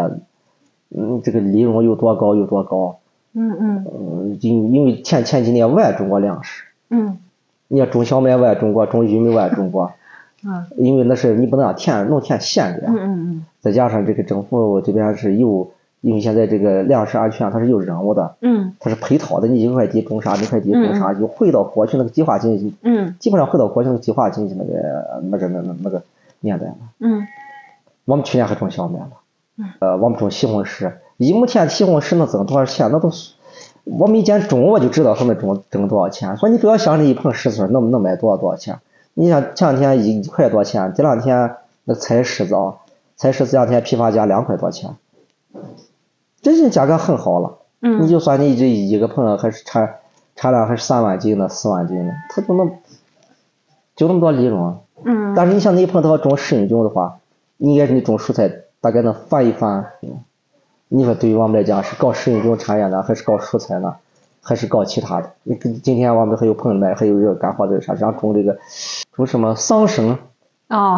Speaker 1: 嗯，这个利润有多高有多高，
Speaker 2: 嗯
Speaker 1: 嗯，因因为前前几年我也种过粮食，
Speaker 2: 嗯
Speaker 1: 你要种小麦我也种过，种玉米我也种过。
Speaker 2: 嗯
Speaker 1: 因为那是你不能让田农田闲着呀，
Speaker 2: 嗯
Speaker 1: 再加上这个政府这边是有，因为现在这个粮食安全它是有任务的，
Speaker 2: 嗯
Speaker 1: 它是配套的，你一块地种啥，一块地种啥，就回到过去那个计划经济，
Speaker 2: 嗯
Speaker 1: 基本上回到过去那个计划经济那个那个那个那个年代了。
Speaker 2: 嗯
Speaker 1: 我们去年还种小麦了
Speaker 2: 嗯，
Speaker 1: 呃，我们种西红柿，一亩田西红柿能挣多少钱？那都是我们以前种我就知道它能挣挣多少钱，所以你不要想着一盆柿子能能卖多少多少钱。你想前两天一一块多钱，这两天那采柿子啊，采柿子这两天批发价两块多钱，最近价格很好了。
Speaker 2: 嗯，
Speaker 1: 你就算你这一个棚还是产产量还是三万斤的、四万斤的，它就能就那么多利润啊。
Speaker 2: 嗯
Speaker 1: 但是你像你碰到种食用菌的话，应该是你种蔬菜大概能翻一翻。你说对于我们来讲是搞食用菌产业呢，还是搞蔬菜呢，还是搞其他的？你跟今天我们还有朋友们，还有这个干活的啥，像种这个种什么桑葚，
Speaker 2: 哦，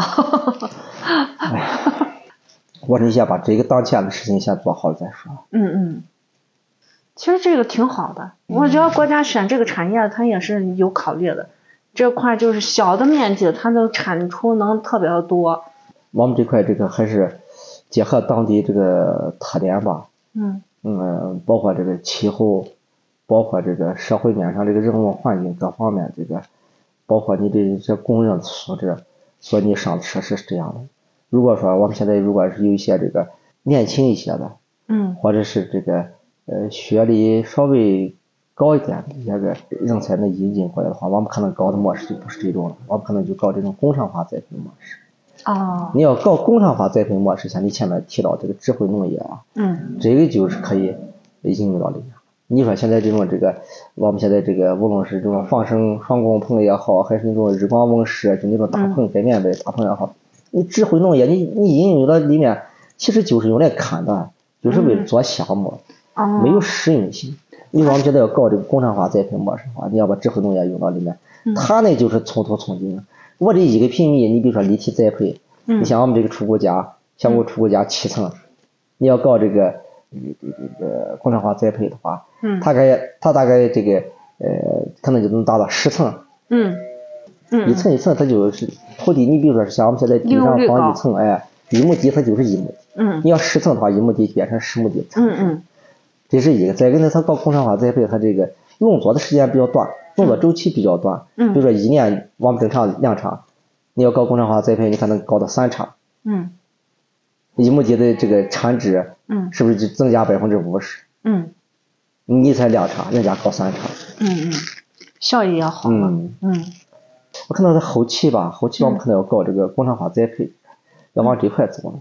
Speaker 1: 我说你先把这个当前的事情先做好了再说。
Speaker 2: 嗯嗯，其实这个挺好的，我觉得国家选这个产业它也是有考虑的。这块就是小的面积，它的产出能特别的多。
Speaker 1: 我们这块这个还是结合当地这个特点吧，
Speaker 2: 嗯
Speaker 1: 嗯，包括这个气候，包括这个社会面上这个人文环境各方面，这个包括你的这工人素质，所以你上车是这样的。如果说我们现在如果是有一些这个年轻一些的，
Speaker 2: 嗯
Speaker 1: 或者是这个呃学历稍微高一点的一些个人才能引进过来的话，我们可能搞的模式就不是这种了，我们可能就搞这种工商化栽培模式。
Speaker 2: 哦
Speaker 1: 你要搞工商化栽培模式，像你前面提到这个智慧农业啊，
Speaker 2: 嗯
Speaker 1: 这个就是可以应用到里面。你说现在这种这个，我们现在这个无论是这种放生双工棚也好，啊还是那种日光温室，就那种大棚改面呗，大棚也好，你智慧农业，你你应用到里面，其实就是用来看的，就是为了做项目，
Speaker 2: 哦
Speaker 1: 没有实用性。你说我们现在要搞这个工商化栽培模式的话，你要把智慧农业用到里面，
Speaker 2: 嗯
Speaker 1: 它呢就是从头从精。我这一个平米，你比如说立体栽培，
Speaker 2: 嗯
Speaker 1: 你像我们这个出谷家，像我出谷家七层，你要搞这个这这这个工商化栽培的话，
Speaker 2: 嗯
Speaker 1: 大概它大概这个呃，可能就能达到十层，
Speaker 2: 嗯嗯
Speaker 1: 一层一层它就是土地，你比如说是像我们现在地上
Speaker 2: 利用率高
Speaker 1: 房一层，哎，一亩地它就是一亩地，
Speaker 2: 嗯
Speaker 1: 你要十层的话，一亩地变成十亩地，
Speaker 2: 嗯嗯
Speaker 1: 这是一个。再一个呢，它搞工商化栽培，它这个农作的时间比较短，农作周期比较短，
Speaker 2: 嗯
Speaker 1: 比如说一年我们正常两场，你要搞工商化栽培，你可能搞到三场，
Speaker 2: 嗯
Speaker 1: 一亩地的这个产值。
Speaker 2: 嗯
Speaker 1: 是不是就增加百分之五十？
Speaker 2: 嗯
Speaker 1: 你才两茬，人家搞三茬。
Speaker 2: 嗯，效益也好嘛。
Speaker 1: 嗯，
Speaker 2: 嗯
Speaker 1: 我看到他后期吧，后期我们可能要搞这个工商化栽培，要往这块走了。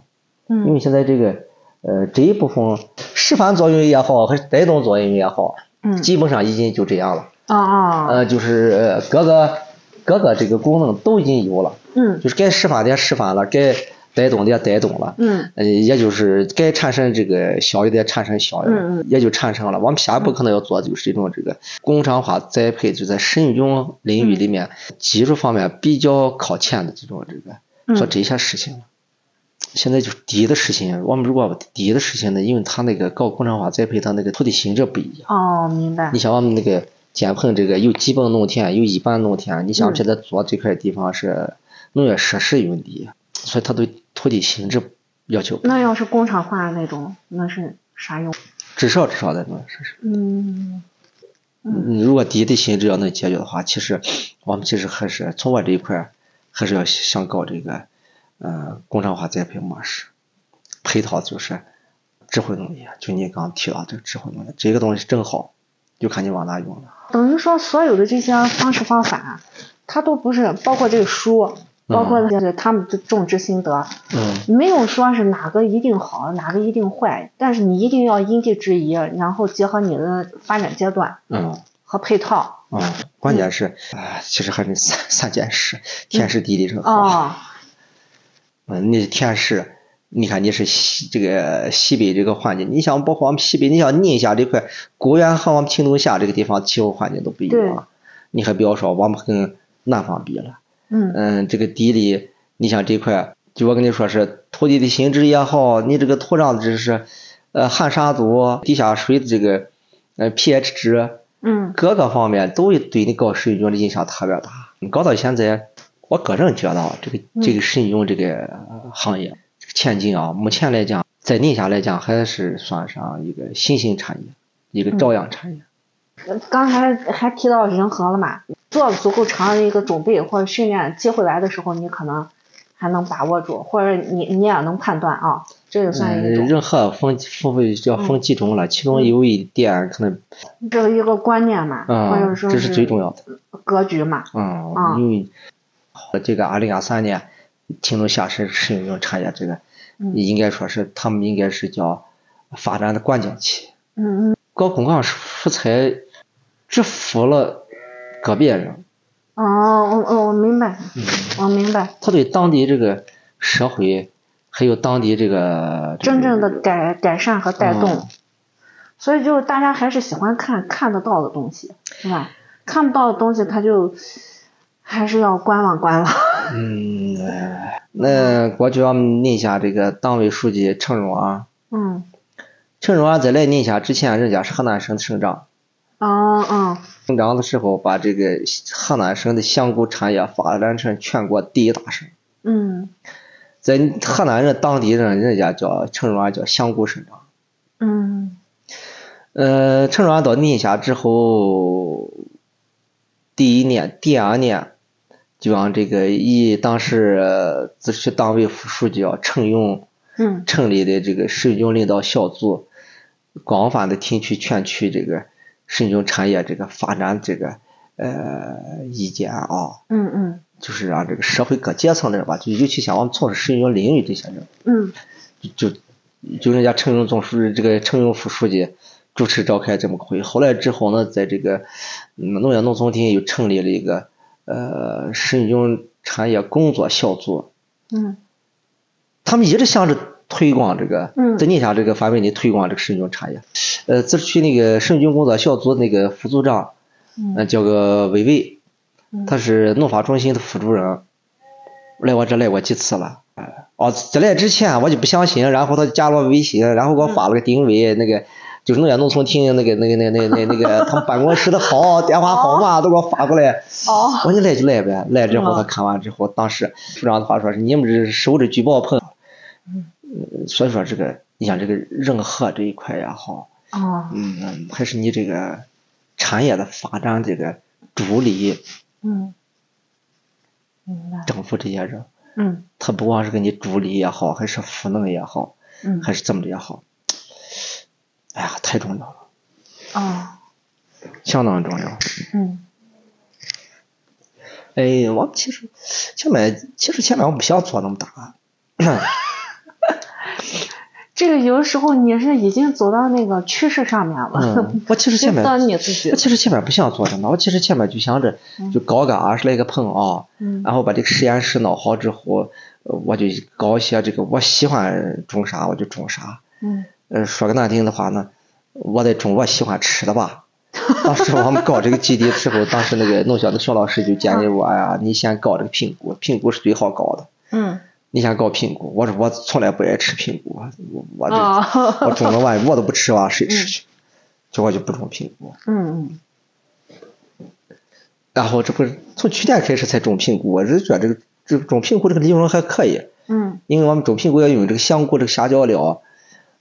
Speaker 1: 因为
Speaker 2: 嗯
Speaker 1: 现在这个呃这一部分示范作用也好，还是带动作用也好，
Speaker 2: 嗯
Speaker 1: 基本上已经就这样了。
Speaker 2: 啊啊
Speaker 1: 呃，就是呃各个各个这个功能都已经有了，
Speaker 2: 嗯
Speaker 1: 就是该示范的也示范了，该带动的也带动了。
Speaker 2: 嗯
Speaker 1: 呃，也就是该产生这个效益的产生效益，
Speaker 2: 嗯嗯
Speaker 1: 也就产生了。我们下一步可能要做的就是一种这个工商化栽培，就在食用菌领
Speaker 2: 嗯
Speaker 1: 域里面、技术方面比较靠前的这种这个
Speaker 2: 嗯
Speaker 1: 做这些事情了。现在就是第一的事情，我们如果第一的事情呢，因为它那个搞工商化栽培，它那个土地性质不一样。
Speaker 2: 哦，明白
Speaker 1: 你。像我们那个建棚这个有基本农田，有一般农田，你像
Speaker 2: 嗯
Speaker 1: 我们现在做这块地方是农业设施用地，所以它对土地性质要求不一样
Speaker 2: 那要是工厂化那种，那是啥用？
Speaker 1: 至少至少在农业设施。
Speaker 2: 嗯，
Speaker 1: 你如果敌对心智要能解决的话，其实我们其实还是从我这一块儿还是要想搞这个呃工商化栽培模式，配套就是智慧农业，就你刚刚提到这个智慧农业，这个东西正好，就看你往哪用了。
Speaker 2: 等于说所有的这些方式方法，它都不是包括这个书，包括就是他们的种植心得，
Speaker 1: 嗯
Speaker 2: 没有说是哪个一定好，哪个一定坏，但是你一定要因地制宜，然后结合你的发展阶段
Speaker 1: 嗯
Speaker 2: 和配套
Speaker 1: 嗯，关键是啊、其实还是三三件事，天时地利人和。
Speaker 2: 哦，
Speaker 1: 嗯，你天是，你看你是西这个西北这个环境，你想包括我们西北，你想宁夏这块古原和我们青铜峡这个地方气候环境都不一
Speaker 2: 对
Speaker 1: 样，你还不要说我们跟南方比了，
Speaker 2: 嗯
Speaker 1: 嗯，这个地理，你像这块，就我跟你说是土地的形制也好，你这个土壤只是，呃，含沙族地下水的这个，呃，pH 值，
Speaker 2: 嗯
Speaker 1: 各个方面都对你搞水军的影响特别大。搞到现在，我个人觉得啊这个
Speaker 2: 嗯
Speaker 1: 这个水军这个呃行业这个前景啊，目前来讲，在宁夏来讲还是算上一个新兴产业，一个朝阳产业。
Speaker 2: 刚才还提到人和了嘛，做了足够长的一个准备或者训练，机会来的时候，你可能还能把握住，或者你你也能判断啊，这也算一
Speaker 1: 嗯，
Speaker 2: 嗯种，
Speaker 1: 任何分分为叫分几种了，其中有一点可能，
Speaker 2: 这是一个观念嘛，或者
Speaker 1: 嗯，
Speaker 2: 说
Speaker 1: 这是最重要的。
Speaker 2: 格局嘛，
Speaker 1: 嗯，
Speaker 2: 啊
Speaker 1: 因为这个二零二三年青铜峡是是有一种产业，这个
Speaker 2: 嗯
Speaker 1: 应该说是他们应该是叫发展的关键期。
Speaker 2: 嗯嗯
Speaker 1: 搞工矿素材制服了个别人，，
Speaker 2: 哦，我我我明白，
Speaker 1: 嗯
Speaker 2: 我明白，
Speaker 1: 他对当地这个社会还有当地这个这个
Speaker 2: 真正的改改善和带动，
Speaker 1: 嗯
Speaker 2: 所以就是大家还是喜欢看看得到的东西，是吧？看不到的东西，他就还是要观望 观望。
Speaker 1: 嗯，呃那过去我们宁夏这个党委书记陈荣啊，
Speaker 2: 嗯，
Speaker 1: 陈荣啊在来宁夏之前，人家是河南省省长，
Speaker 2: 哦哦，
Speaker 1: 省长的时候把这个河南省的香菇产业发展成全国第一大省，
Speaker 2: 嗯
Speaker 1: 在河南人当地人人家叫陈荣啊叫香菇省长。
Speaker 2: 嗯
Speaker 1: 呃，乘船到宁夏之后，第一年、第二年，就让这个以当时呃自治区党委副书记啊陈勇
Speaker 2: 嗯
Speaker 1: 成立的这个水军领导小组，广泛的听取全区这个水军产业这个发展这个呃意见啊，
Speaker 2: 嗯嗯
Speaker 1: 就是让这个社会各阶层的人吧，就尤其像我们从事水军领域这些人，
Speaker 2: 嗯
Speaker 1: 就就就人家陈勇总书记这个陈勇副书记主持召开这么个会议。后来之后呢，在这个嗯农业农村厅又成立了一个呃水军产业工作小组，
Speaker 2: 嗯
Speaker 1: 他们一直想着推广这个
Speaker 2: 嗯，
Speaker 1: 在宁夏这个范围内推广这个水军产业。呃，自治区那个水军工作小组那个副组长，呃，
Speaker 2: 嗯
Speaker 1: 叫个伟伟，
Speaker 2: 嗯
Speaker 1: 他是农发中心的副主任，来我这来过几次了。哎哦，在来之前我就不相信，然后他就加了我微信，然后给
Speaker 2: 嗯
Speaker 1: 我发了个定位，那个就是农业农村厅那个那个那个那个那个他们办公室的号、电话号码都给我发过来。
Speaker 2: 哦，
Speaker 1: 我说你来就来呗，来之后
Speaker 2: 嗯
Speaker 1: 他看完之后，当时处长的话说是你们这守着聚宝盆，嗯，所以说这个你像这个人和这一块也好，
Speaker 2: 哦
Speaker 1: 嗯，还是你这个产业的发展这个主力，
Speaker 2: 嗯，明白，
Speaker 1: 政府这些人，
Speaker 2: 嗯
Speaker 1: 他不光是给你助力也好，还是赋能也好，
Speaker 2: 嗯
Speaker 1: 还是怎么的也好，哎呀，太重要了，
Speaker 2: 哦
Speaker 1: 相当重要。
Speaker 2: 嗯
Speaker 1: 哎，我其实前面其实前面我不想做那么大，
Speaker 2: 这个有的时候你是已经走到那个趋势上面了，
Speaker 1: 嗯，我其实前面
Speaker 2: 就到你自己
Speaker 1: 我，其实前面不想做这么大，我其实前面就想着就搞个二十来个棚啊，
Speaker 2: 嗯
Speaker 1: 然后把这个实验室弄好之后，呃我就搞一些这个我喜欢种啥我就种啥。
Speaker 2: 嗯
Speaker 1: 呃，说个难听的话呢，我得种我喜欢吃的吧。当时我们搞这个基地的时候，当时那个农校的熊老师就建议我哎呀，你先搞这个苹果，苹果是最好搞的，
Speaker 2: 嗯
Speaker 1: 你先搞苹果。我说我从来不爱吃苹果，我我就、
Speaker 2: 哦
Speaker 1: 我种了万一我都不吃完谁吃去？结果就不种苹果。
Speaker 2: 嗯
Speaker 1: 然后这不是从去年开始才种苹果，我是觉得这个这个种苹果这个利润还可以，
Speaker 2: 嗯
Speaker 1: 因为我们种苹果要用这个香菇这个虾饺料，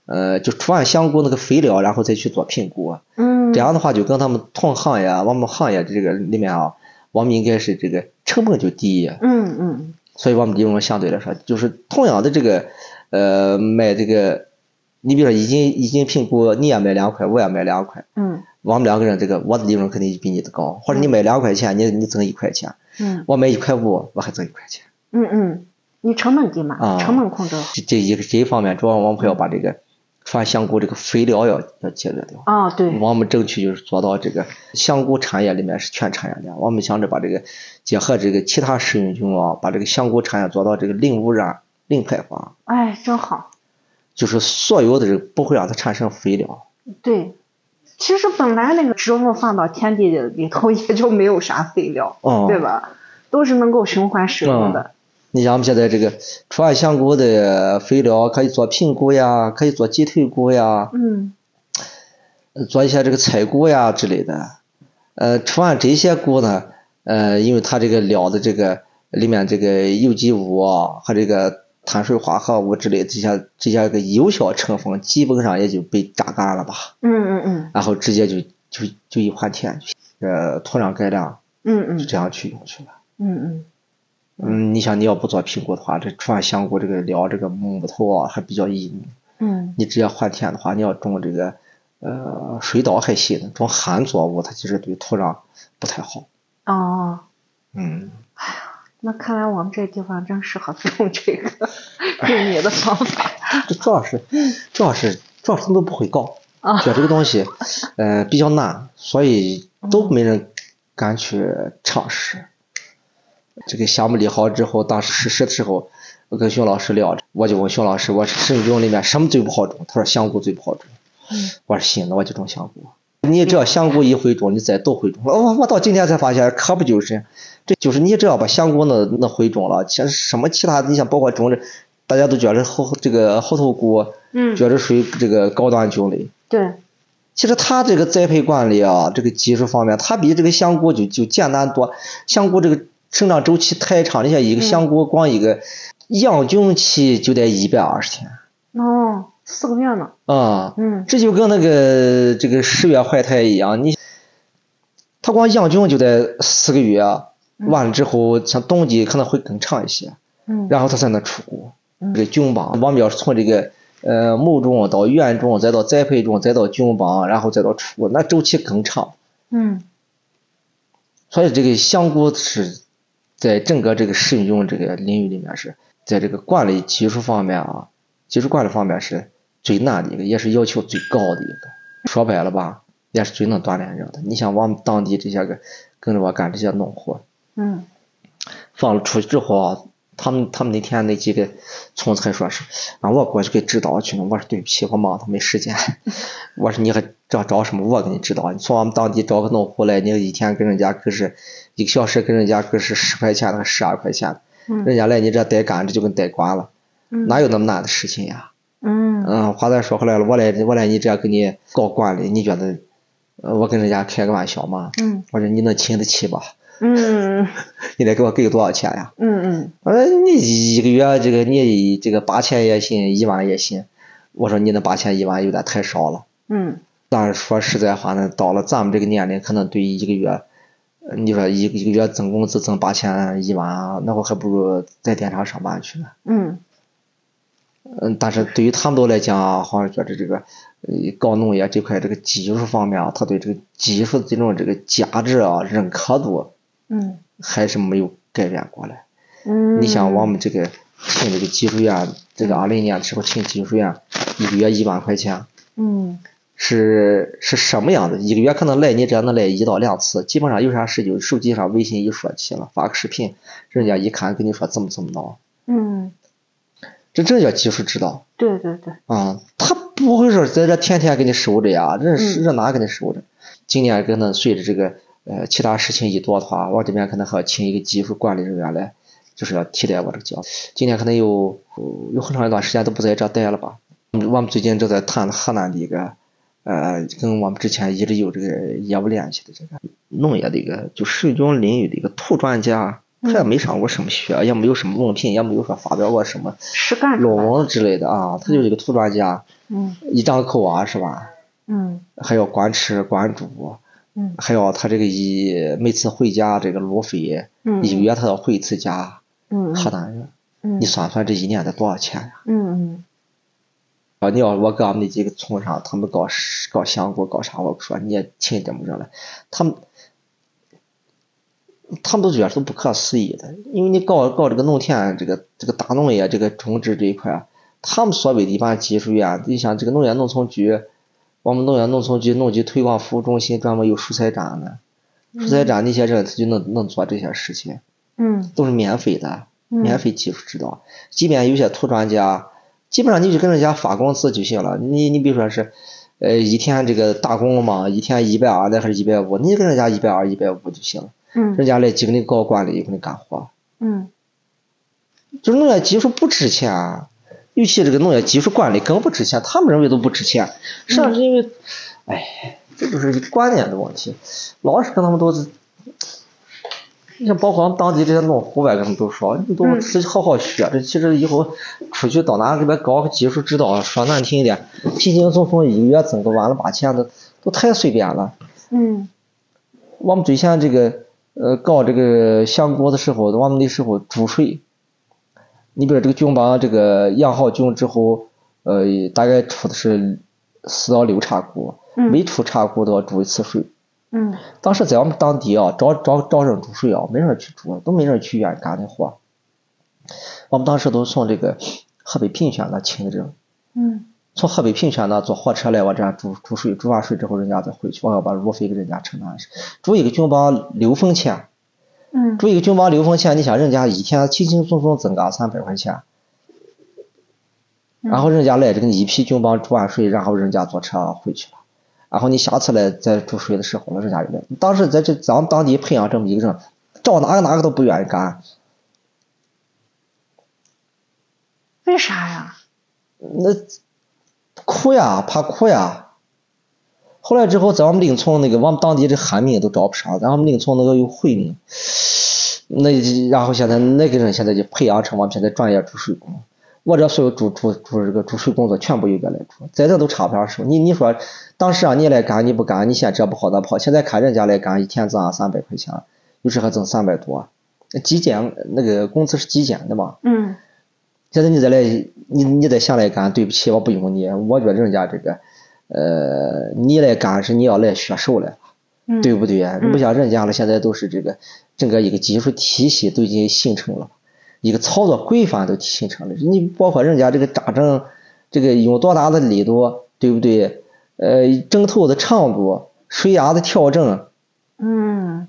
Speaker 1: 呃，就除完香菇那个肥料，然后再去做苹果。
Speaker 2: 嗯
Speaker 1: 这样的话就跟他们同行业、我们行业这个里面啊，我们应该是这个成本就低，
Speaker 2: 嗯嗯
Speaker 1: 所以我们利润相对来说就是同样的这个呃卖这个，你比如说一斤一斤苹果，你也卖两块，我也卖两块，
Speaker 2: 嗯
Speaker 1: 我们两个人这个我的利润肯定比你的高，或者你卖两块钱，你你挣一块钱，
Speaker 2: 嗯
Speaker 1: 我卖一块五，我还挣一块钱。
Speaker 2: 嗯嗯，你成本低嘛，
Speaker 1: 啊
Speaker 2: 成本控制好。
Speaker 1: 这这一个这一方面，主要我们还要把这个传香菇这个肥料要要解决掉。
Speaker 2: 哦，对，
Speaker 1: 我们争取就是做到这个香菇产业里面是全产业链，我们想着把这个结合这个其他食用菌啊，把这个香菇产业做到这个零污染、零开发，
Speaker 2: 哎，真好。
Speaker 1: 就是所有的这个不会让它产生肥料。
Speaker 2: 对，其实本来那个植物放到天地里头也就没有啥废料，
Speaker 1: 哦、
Speaker 2: 对？吧？都是能够循环使用的。
Speaker 1: 你像我们现在这个除了香菇的肥料，可以做平菇呀，可以做鸡腿菇呀，
Speaker 2: 嗯
Speaker 1: 呃做一些这个菜菇呀之类的。呃，吃完这些菇呢，呃，因为它这个料的这个里面这个有机物啊和这个碳水化合物之类这些这些个有效成分，基本上也就被榨干了吧，
Speaker 2: 嗯嗯嗯
Speaker 1: 然后直接就就就一换天去，呃，土壤改良
Speaker 2: 嗯嗯
Speaker 1: 就这样去用去了。
Speaker 2: 嗯
Speaker 1: 嗯，你想你要不做苹果的话，这除完香菇这个料这个木头啊还比较易弄，
Speaker 2: 嗯嗯
Speaker 1: 你直接换田的话，你要种这个呃水稻还行，种旱作物它其实对土壤不太好。
Speaker 2: 哦。
Speaker 1: 嗯，
Speaker 2: 那看来我们这地方真适合用这个，用你的方法
Speaker 1: 这主要是主要是主要是都不会搞，
Speaker 2: 啊。
Speaker 1: 觉得这个东西呃比较难，所以都没人敢去尝试。这个项目立好之后，当时实施的时候，我跟熊老师聊，我就问熊老师，我说生种里面什么最不好种？他说香菇最不好种。我说行，那我就种香菇。你只要香菇一会种，你再都会种了。我我到今天才发现，可不就是，这就是你只要把香菇那那会种了，其实什么其他的，你想包括种的，大家都觉得猴这个猴头菇，
Speaker 2: 嗯，
Speaker 1: 觉得属于这个高端菌类。
Speaker 2: 对，
Speaker 1: 其实它这个栽培管理啊，这个技术方面，它比这个香菇就就简单多。香菇这个生长周期太长，你像一个
Speaker 2: 嗯
Speaker 1: 香菇光一个养菌期就得一百二十天
Speaker 2: 哦，四个月呢。
Speaker 1: 啊、
Speaker 2: 嗯
Speaker 1: 这就跟那个这个十月怀胎一样，你它光养菌就得四个月，啊完了之后像冬季可能会更长一些，
Speaker 2: 嗯
Speaker 1: 然后它才能出菇。
Speaker 2: 嗯
Speaker 1: 这个菌帮，我们要是从这个呃母种到原种，再到栽培种，再到菌帮，然后再到出菇，那周期更长。
Speaker 2: 嗯
Speaker 1: 所以这个香菇是在整个这个食用这个领域里面是在这个管理技术方面啊，技术管理方面是最难的一个，也是要求最高的一个。说白了吧，也是最能锻炼人的。你像我们当地这些个跟着我干这些农活，
Speaker 2: 嗯
Speaker 1: 放了出去之后啊，他们他们那天那几个村子还说是让我过去给指导去呢。我说对不起，我忙，他没时 间。我说你还找找什么？我给你指导。你从我们当地找个农户来，你一天跟人家可是一个小时跟人家可是十块钱的，十二块钱的，
Speaker 2: 嗯
Speaker 1: 人家来你这带干，这就跟带瓜了，
Speaker 2: 嗯，
Speaker 1: 哪有那么难的事情呀？
Speaker 2: 嗯
Speaker 1: 嗯，话再说回来了，我来我来你这给你搞管理，你觉得呃我跟人家开个玩笑吗？
Speaker 2: 嗯
Speaker 1: 我说你能请得起吧？
Speaker 2: 嗯
Speaker 1: 你得给我给多少钱呀？
Speaker 2: 嗯嗯
Speaker 1: 我说你一个月这个你这个八千也行，一万也行。我说你那八千一万有点太少了。
Speaker 2: 嗯
Speaker 1: 但是说实在话呢，到了咱们这个年龄，可能对于一个月，呃你说一个一个月挣工资挣八千一万，那我还不如在电厂上班去呢。
Speaker 2: 嗯
Speaker 1: 嗯，但是对于他们都来讲啊，好像觉得这个呃搞农业这块这个技术方面啊，他对这个技术的这种这个价值啊认可度
Speaker 2: 嗯
Speaker 1: 还是没有改变过来。
Speaker 2: 嗯，
Speaker 1: 你想我们这个请这个技术员，这个二零年之后请技术员，啊一个月一万块钱，
Speaker 2: 嗯
Speaker 1: 是是什么样的？一个月可能来你这能来一到两次，基本上有啥事就手机上微信一说起了，发个视频，人家一看跟你说怎么怎么弄，
Speaker 2: 嗯，
Speaker 1: 这这叫技术指导
Speaker 2: 对对对，
Speaker 1: 啊、他不会说在这天天给你守着呀，这
Speaker 2: 嗯
Speaker 1: 这哪给你守着？今年可能随着这个呃其他事情一多的话，我这边可能还要请一个技术管理人员来，就是要替代我这个角色。今年可能有有很长一段时间都不在这待了吧。我们我们最近正在谈河南的一个呃，跟我们之前一直有这个业务联系的这个农业的一个就食用领域的一个土专家，他也没上过什么学，也没有什么文凭，也没有说发表过什么
Speaker 2: 实干出
Speaker 1: 论
Speaker 2: 来。
Speaker 1: 文之类的啊，他就是一个土专家。
Speaker 2: 嗯
Speaker 1: 一张口啊，是吧？
Speaker 2: 嗯
Speaker 1: 还有管吃管住，
Speaker 2: 嗯
Speaker 1: 还有他这个以每次回家这个路费，
Speaker 2: 嗯
Speaker 1: 一个月他要回一次家，
Speaker 2: 嗯
Speaker 1: 河南人，
Speaker 2: 嗯
Speaker 1: 你算算这一年得多少钱呀？
Speaker 2: 嗯
Speaker 1: 啊，你要是我跟俺们那几个村上，他们搞是搞香菇搞啥，我说你也听真不上来，他们。他们都觉得都不可思议的，因为你搞搞这个农田，这个这个大农业这个种植这一块，啊他们所谓的一般技术员，你像这个农业农村局，我们农业农村局农机推广服务中心专门有蔬菜站的，蔬菜站那些人他就能能做这些事情，
Speaker 2: 嗯
Speaker 1: 都是免费的，
Speaker 2: 嗯
Speaker 1: 免费技术指导。即便有些土专家，基本上你就跟人家发工资就行了。你你比如说是，呃，一天这个打工嘛，一天一百二的还是一百五，你就跟人家一百二、一百五就行了。
Speaker 2: 嗯
Speaker 1: 人家来既给你搞管理，又给你干活，
Speaker 2: 嗯
Speaker 1: 就是农业技术不值钱。尤其这个农业技术管理更不值钱，他们认为都不值钱，实际上是因为，哎，这就是观念的问题。老是跟他们都是，你看，包括我们当地这些农户吧，跟他们都说，你都
Speaker 2: 嗯
Speaker 1: 是好好学。这其实以后出去到哪里边搞个技术指导，说难听一点，轻轻松松一个月挣个万了八千的，都太随便了。
Speaker 2: 嗯
Speaker 1: 我们最先这个呃搞这个香菇的时候，我们那时候注水，你比如这个菌帮这个养好菌之后，呃，大概出的是四到六茬菇，
Speaker 2: 嗯
Speaker 1: 每出茬菇都要注一次水。
Speaker 2: 嗯
Speaker 1: 当时在我们当地啊，找找找人注水啊，没人去注，都没人去啊愿意干这活。我们当时都从这个河北平泉那请的人，
Speaker 2: 嗯
Speaker 1: 从河北平泉那坐火车来我这儿注注水，注完水之后人家再回去，我要把路费给人家承担。注一个菌帮六分钱，
Speaker 2: 嗯
Speaker 1: 注一个菌帮六分钱，你想人家一天轻轻松松挣个三百块钱，然后人家来这个一批菌帮注完水，然后人家坐车回去了。然后你下次来再注水的时候了，人家就来。当时在这咱们当地培养这么一个人，找哪个哪个都不愿意干。
Speaker 2: 为啥呀？
Speaker 1: 那哭呀，怕哭呀。后来之后，在我们令村那个，我们当地这汉民都招不上，然后我们令村那个有回民，那然后现在那个人现在就培养成我们现在专业注水工。我这所有注注注这个注水工作全部由我来做，在这都插不上手。你你说，当时让、你来干你不干，你嫌这不好那不好，现在看人家来干，一天挣俺三百块钱，有时还挣三百多，那极简那个工资是极简的嘛。
Speaker 2: 嗯
Speaker 1: 现在你再来，你你再想来干，对不起，我不用你。我觉得人家这个，呃，你来干是你要来学手来了，
Speaker 2: 嗯
Speaker 1: 对不对？你不像人家了，现在都是这个整个一个技术体系都已经形成了，一个操作规范都形成了。你包括人家这个扎针，这个用多大的力度，对不对？呃，针头的长度、水压的调整，
Speaker 2: 嗯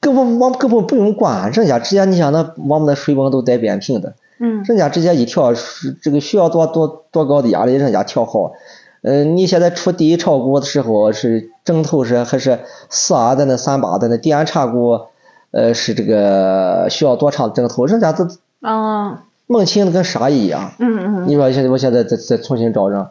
Speaker 1: 根本我们根本不用管，人家直接你想那我们的水泵都带扁平的。
Speaker 2: 嗯
Speaker 1: 人家直接一跳，是这个需要多多多高的压力，人家跳好。呃，你现在出第一炒股的时候是正头是还是四二的那三八的那第二叉股，呃，是这个需要多长正头，人家都
Speaker 2: 啊
Speaker 1: 猛清的跟啊啥一样。
Speaker 2: 嗯嗯
Speaker 1: 你说现在我现在再再重新找人，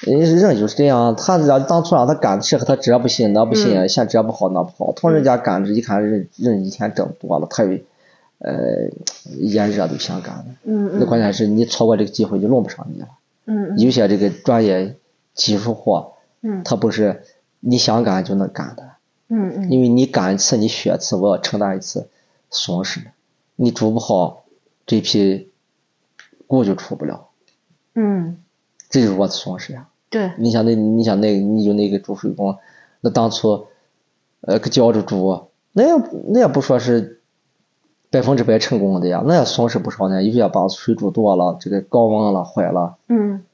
Speaker 1: 人家人就是这样，他人家当初让他干这个他这不行那不行，嫌这不好那不好，同人家干这一看人人一天挣多了，他也呃眼热都不想干了。
Speaker 2: 嗯
Speaker 1: 那关键是你错过这个机会就轮不上你了。
Speaker 2: 嗯
Speaker 1: 有些这个专业技术活，
Speaker 2: 嗯
Speaker 1: 他不是你想干就能干的。
Speaker 2: 嗯嗯
Speaker 1: 因为你干一次，你学一次，我要承担一次损失。你煮不好，这批锅就出不了，
Speaker 2: 嗯
Speaker 1: 这就是我的损失呀。
Speaker 2: 对
Speaker 1: 你想那，你想那，你有那个煮水工，那当初，呃，给教着煮，那也那也不说是百分之百成功的呀，那也损失不少呢。有些把水煮多了，这个高温了，坏了，
Speaker 2: 嗯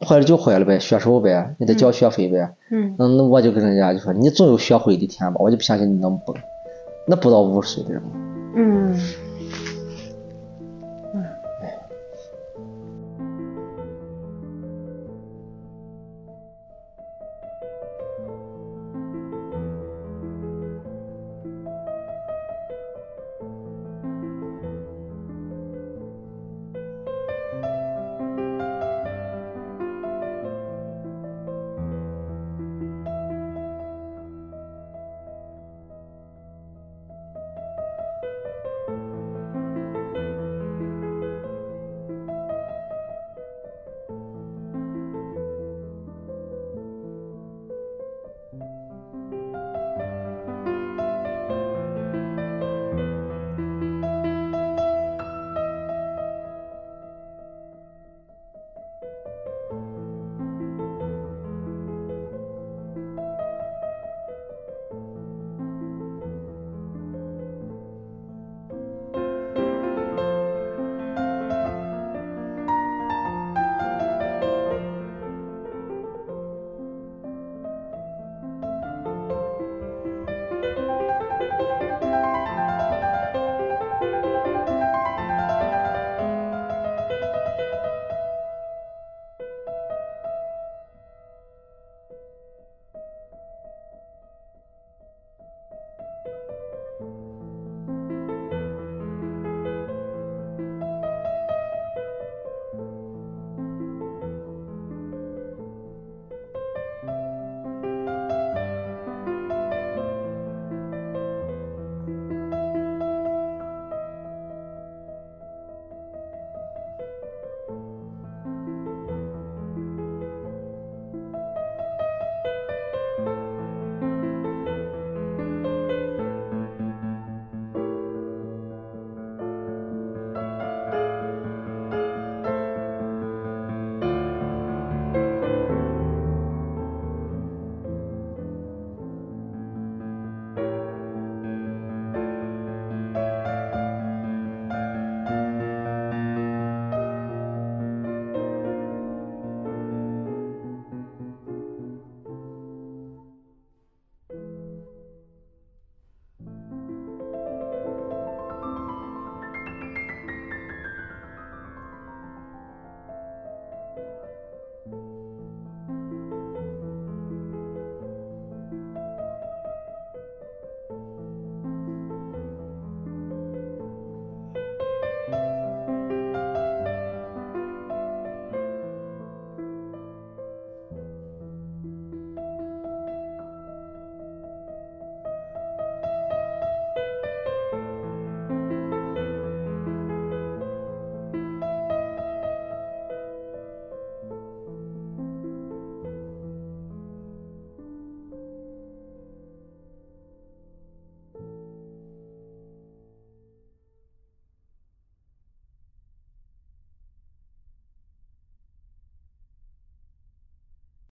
Speaker 1: 坏了就坏了呗，学手呗，你得交学费呗。
Speaker 2: 嗯
Speaker 1: 那那我就跟人家就说，你总有学会的一天吧，我就不相信你能不，那不到五十岁的人。
Speaker 2: 嗯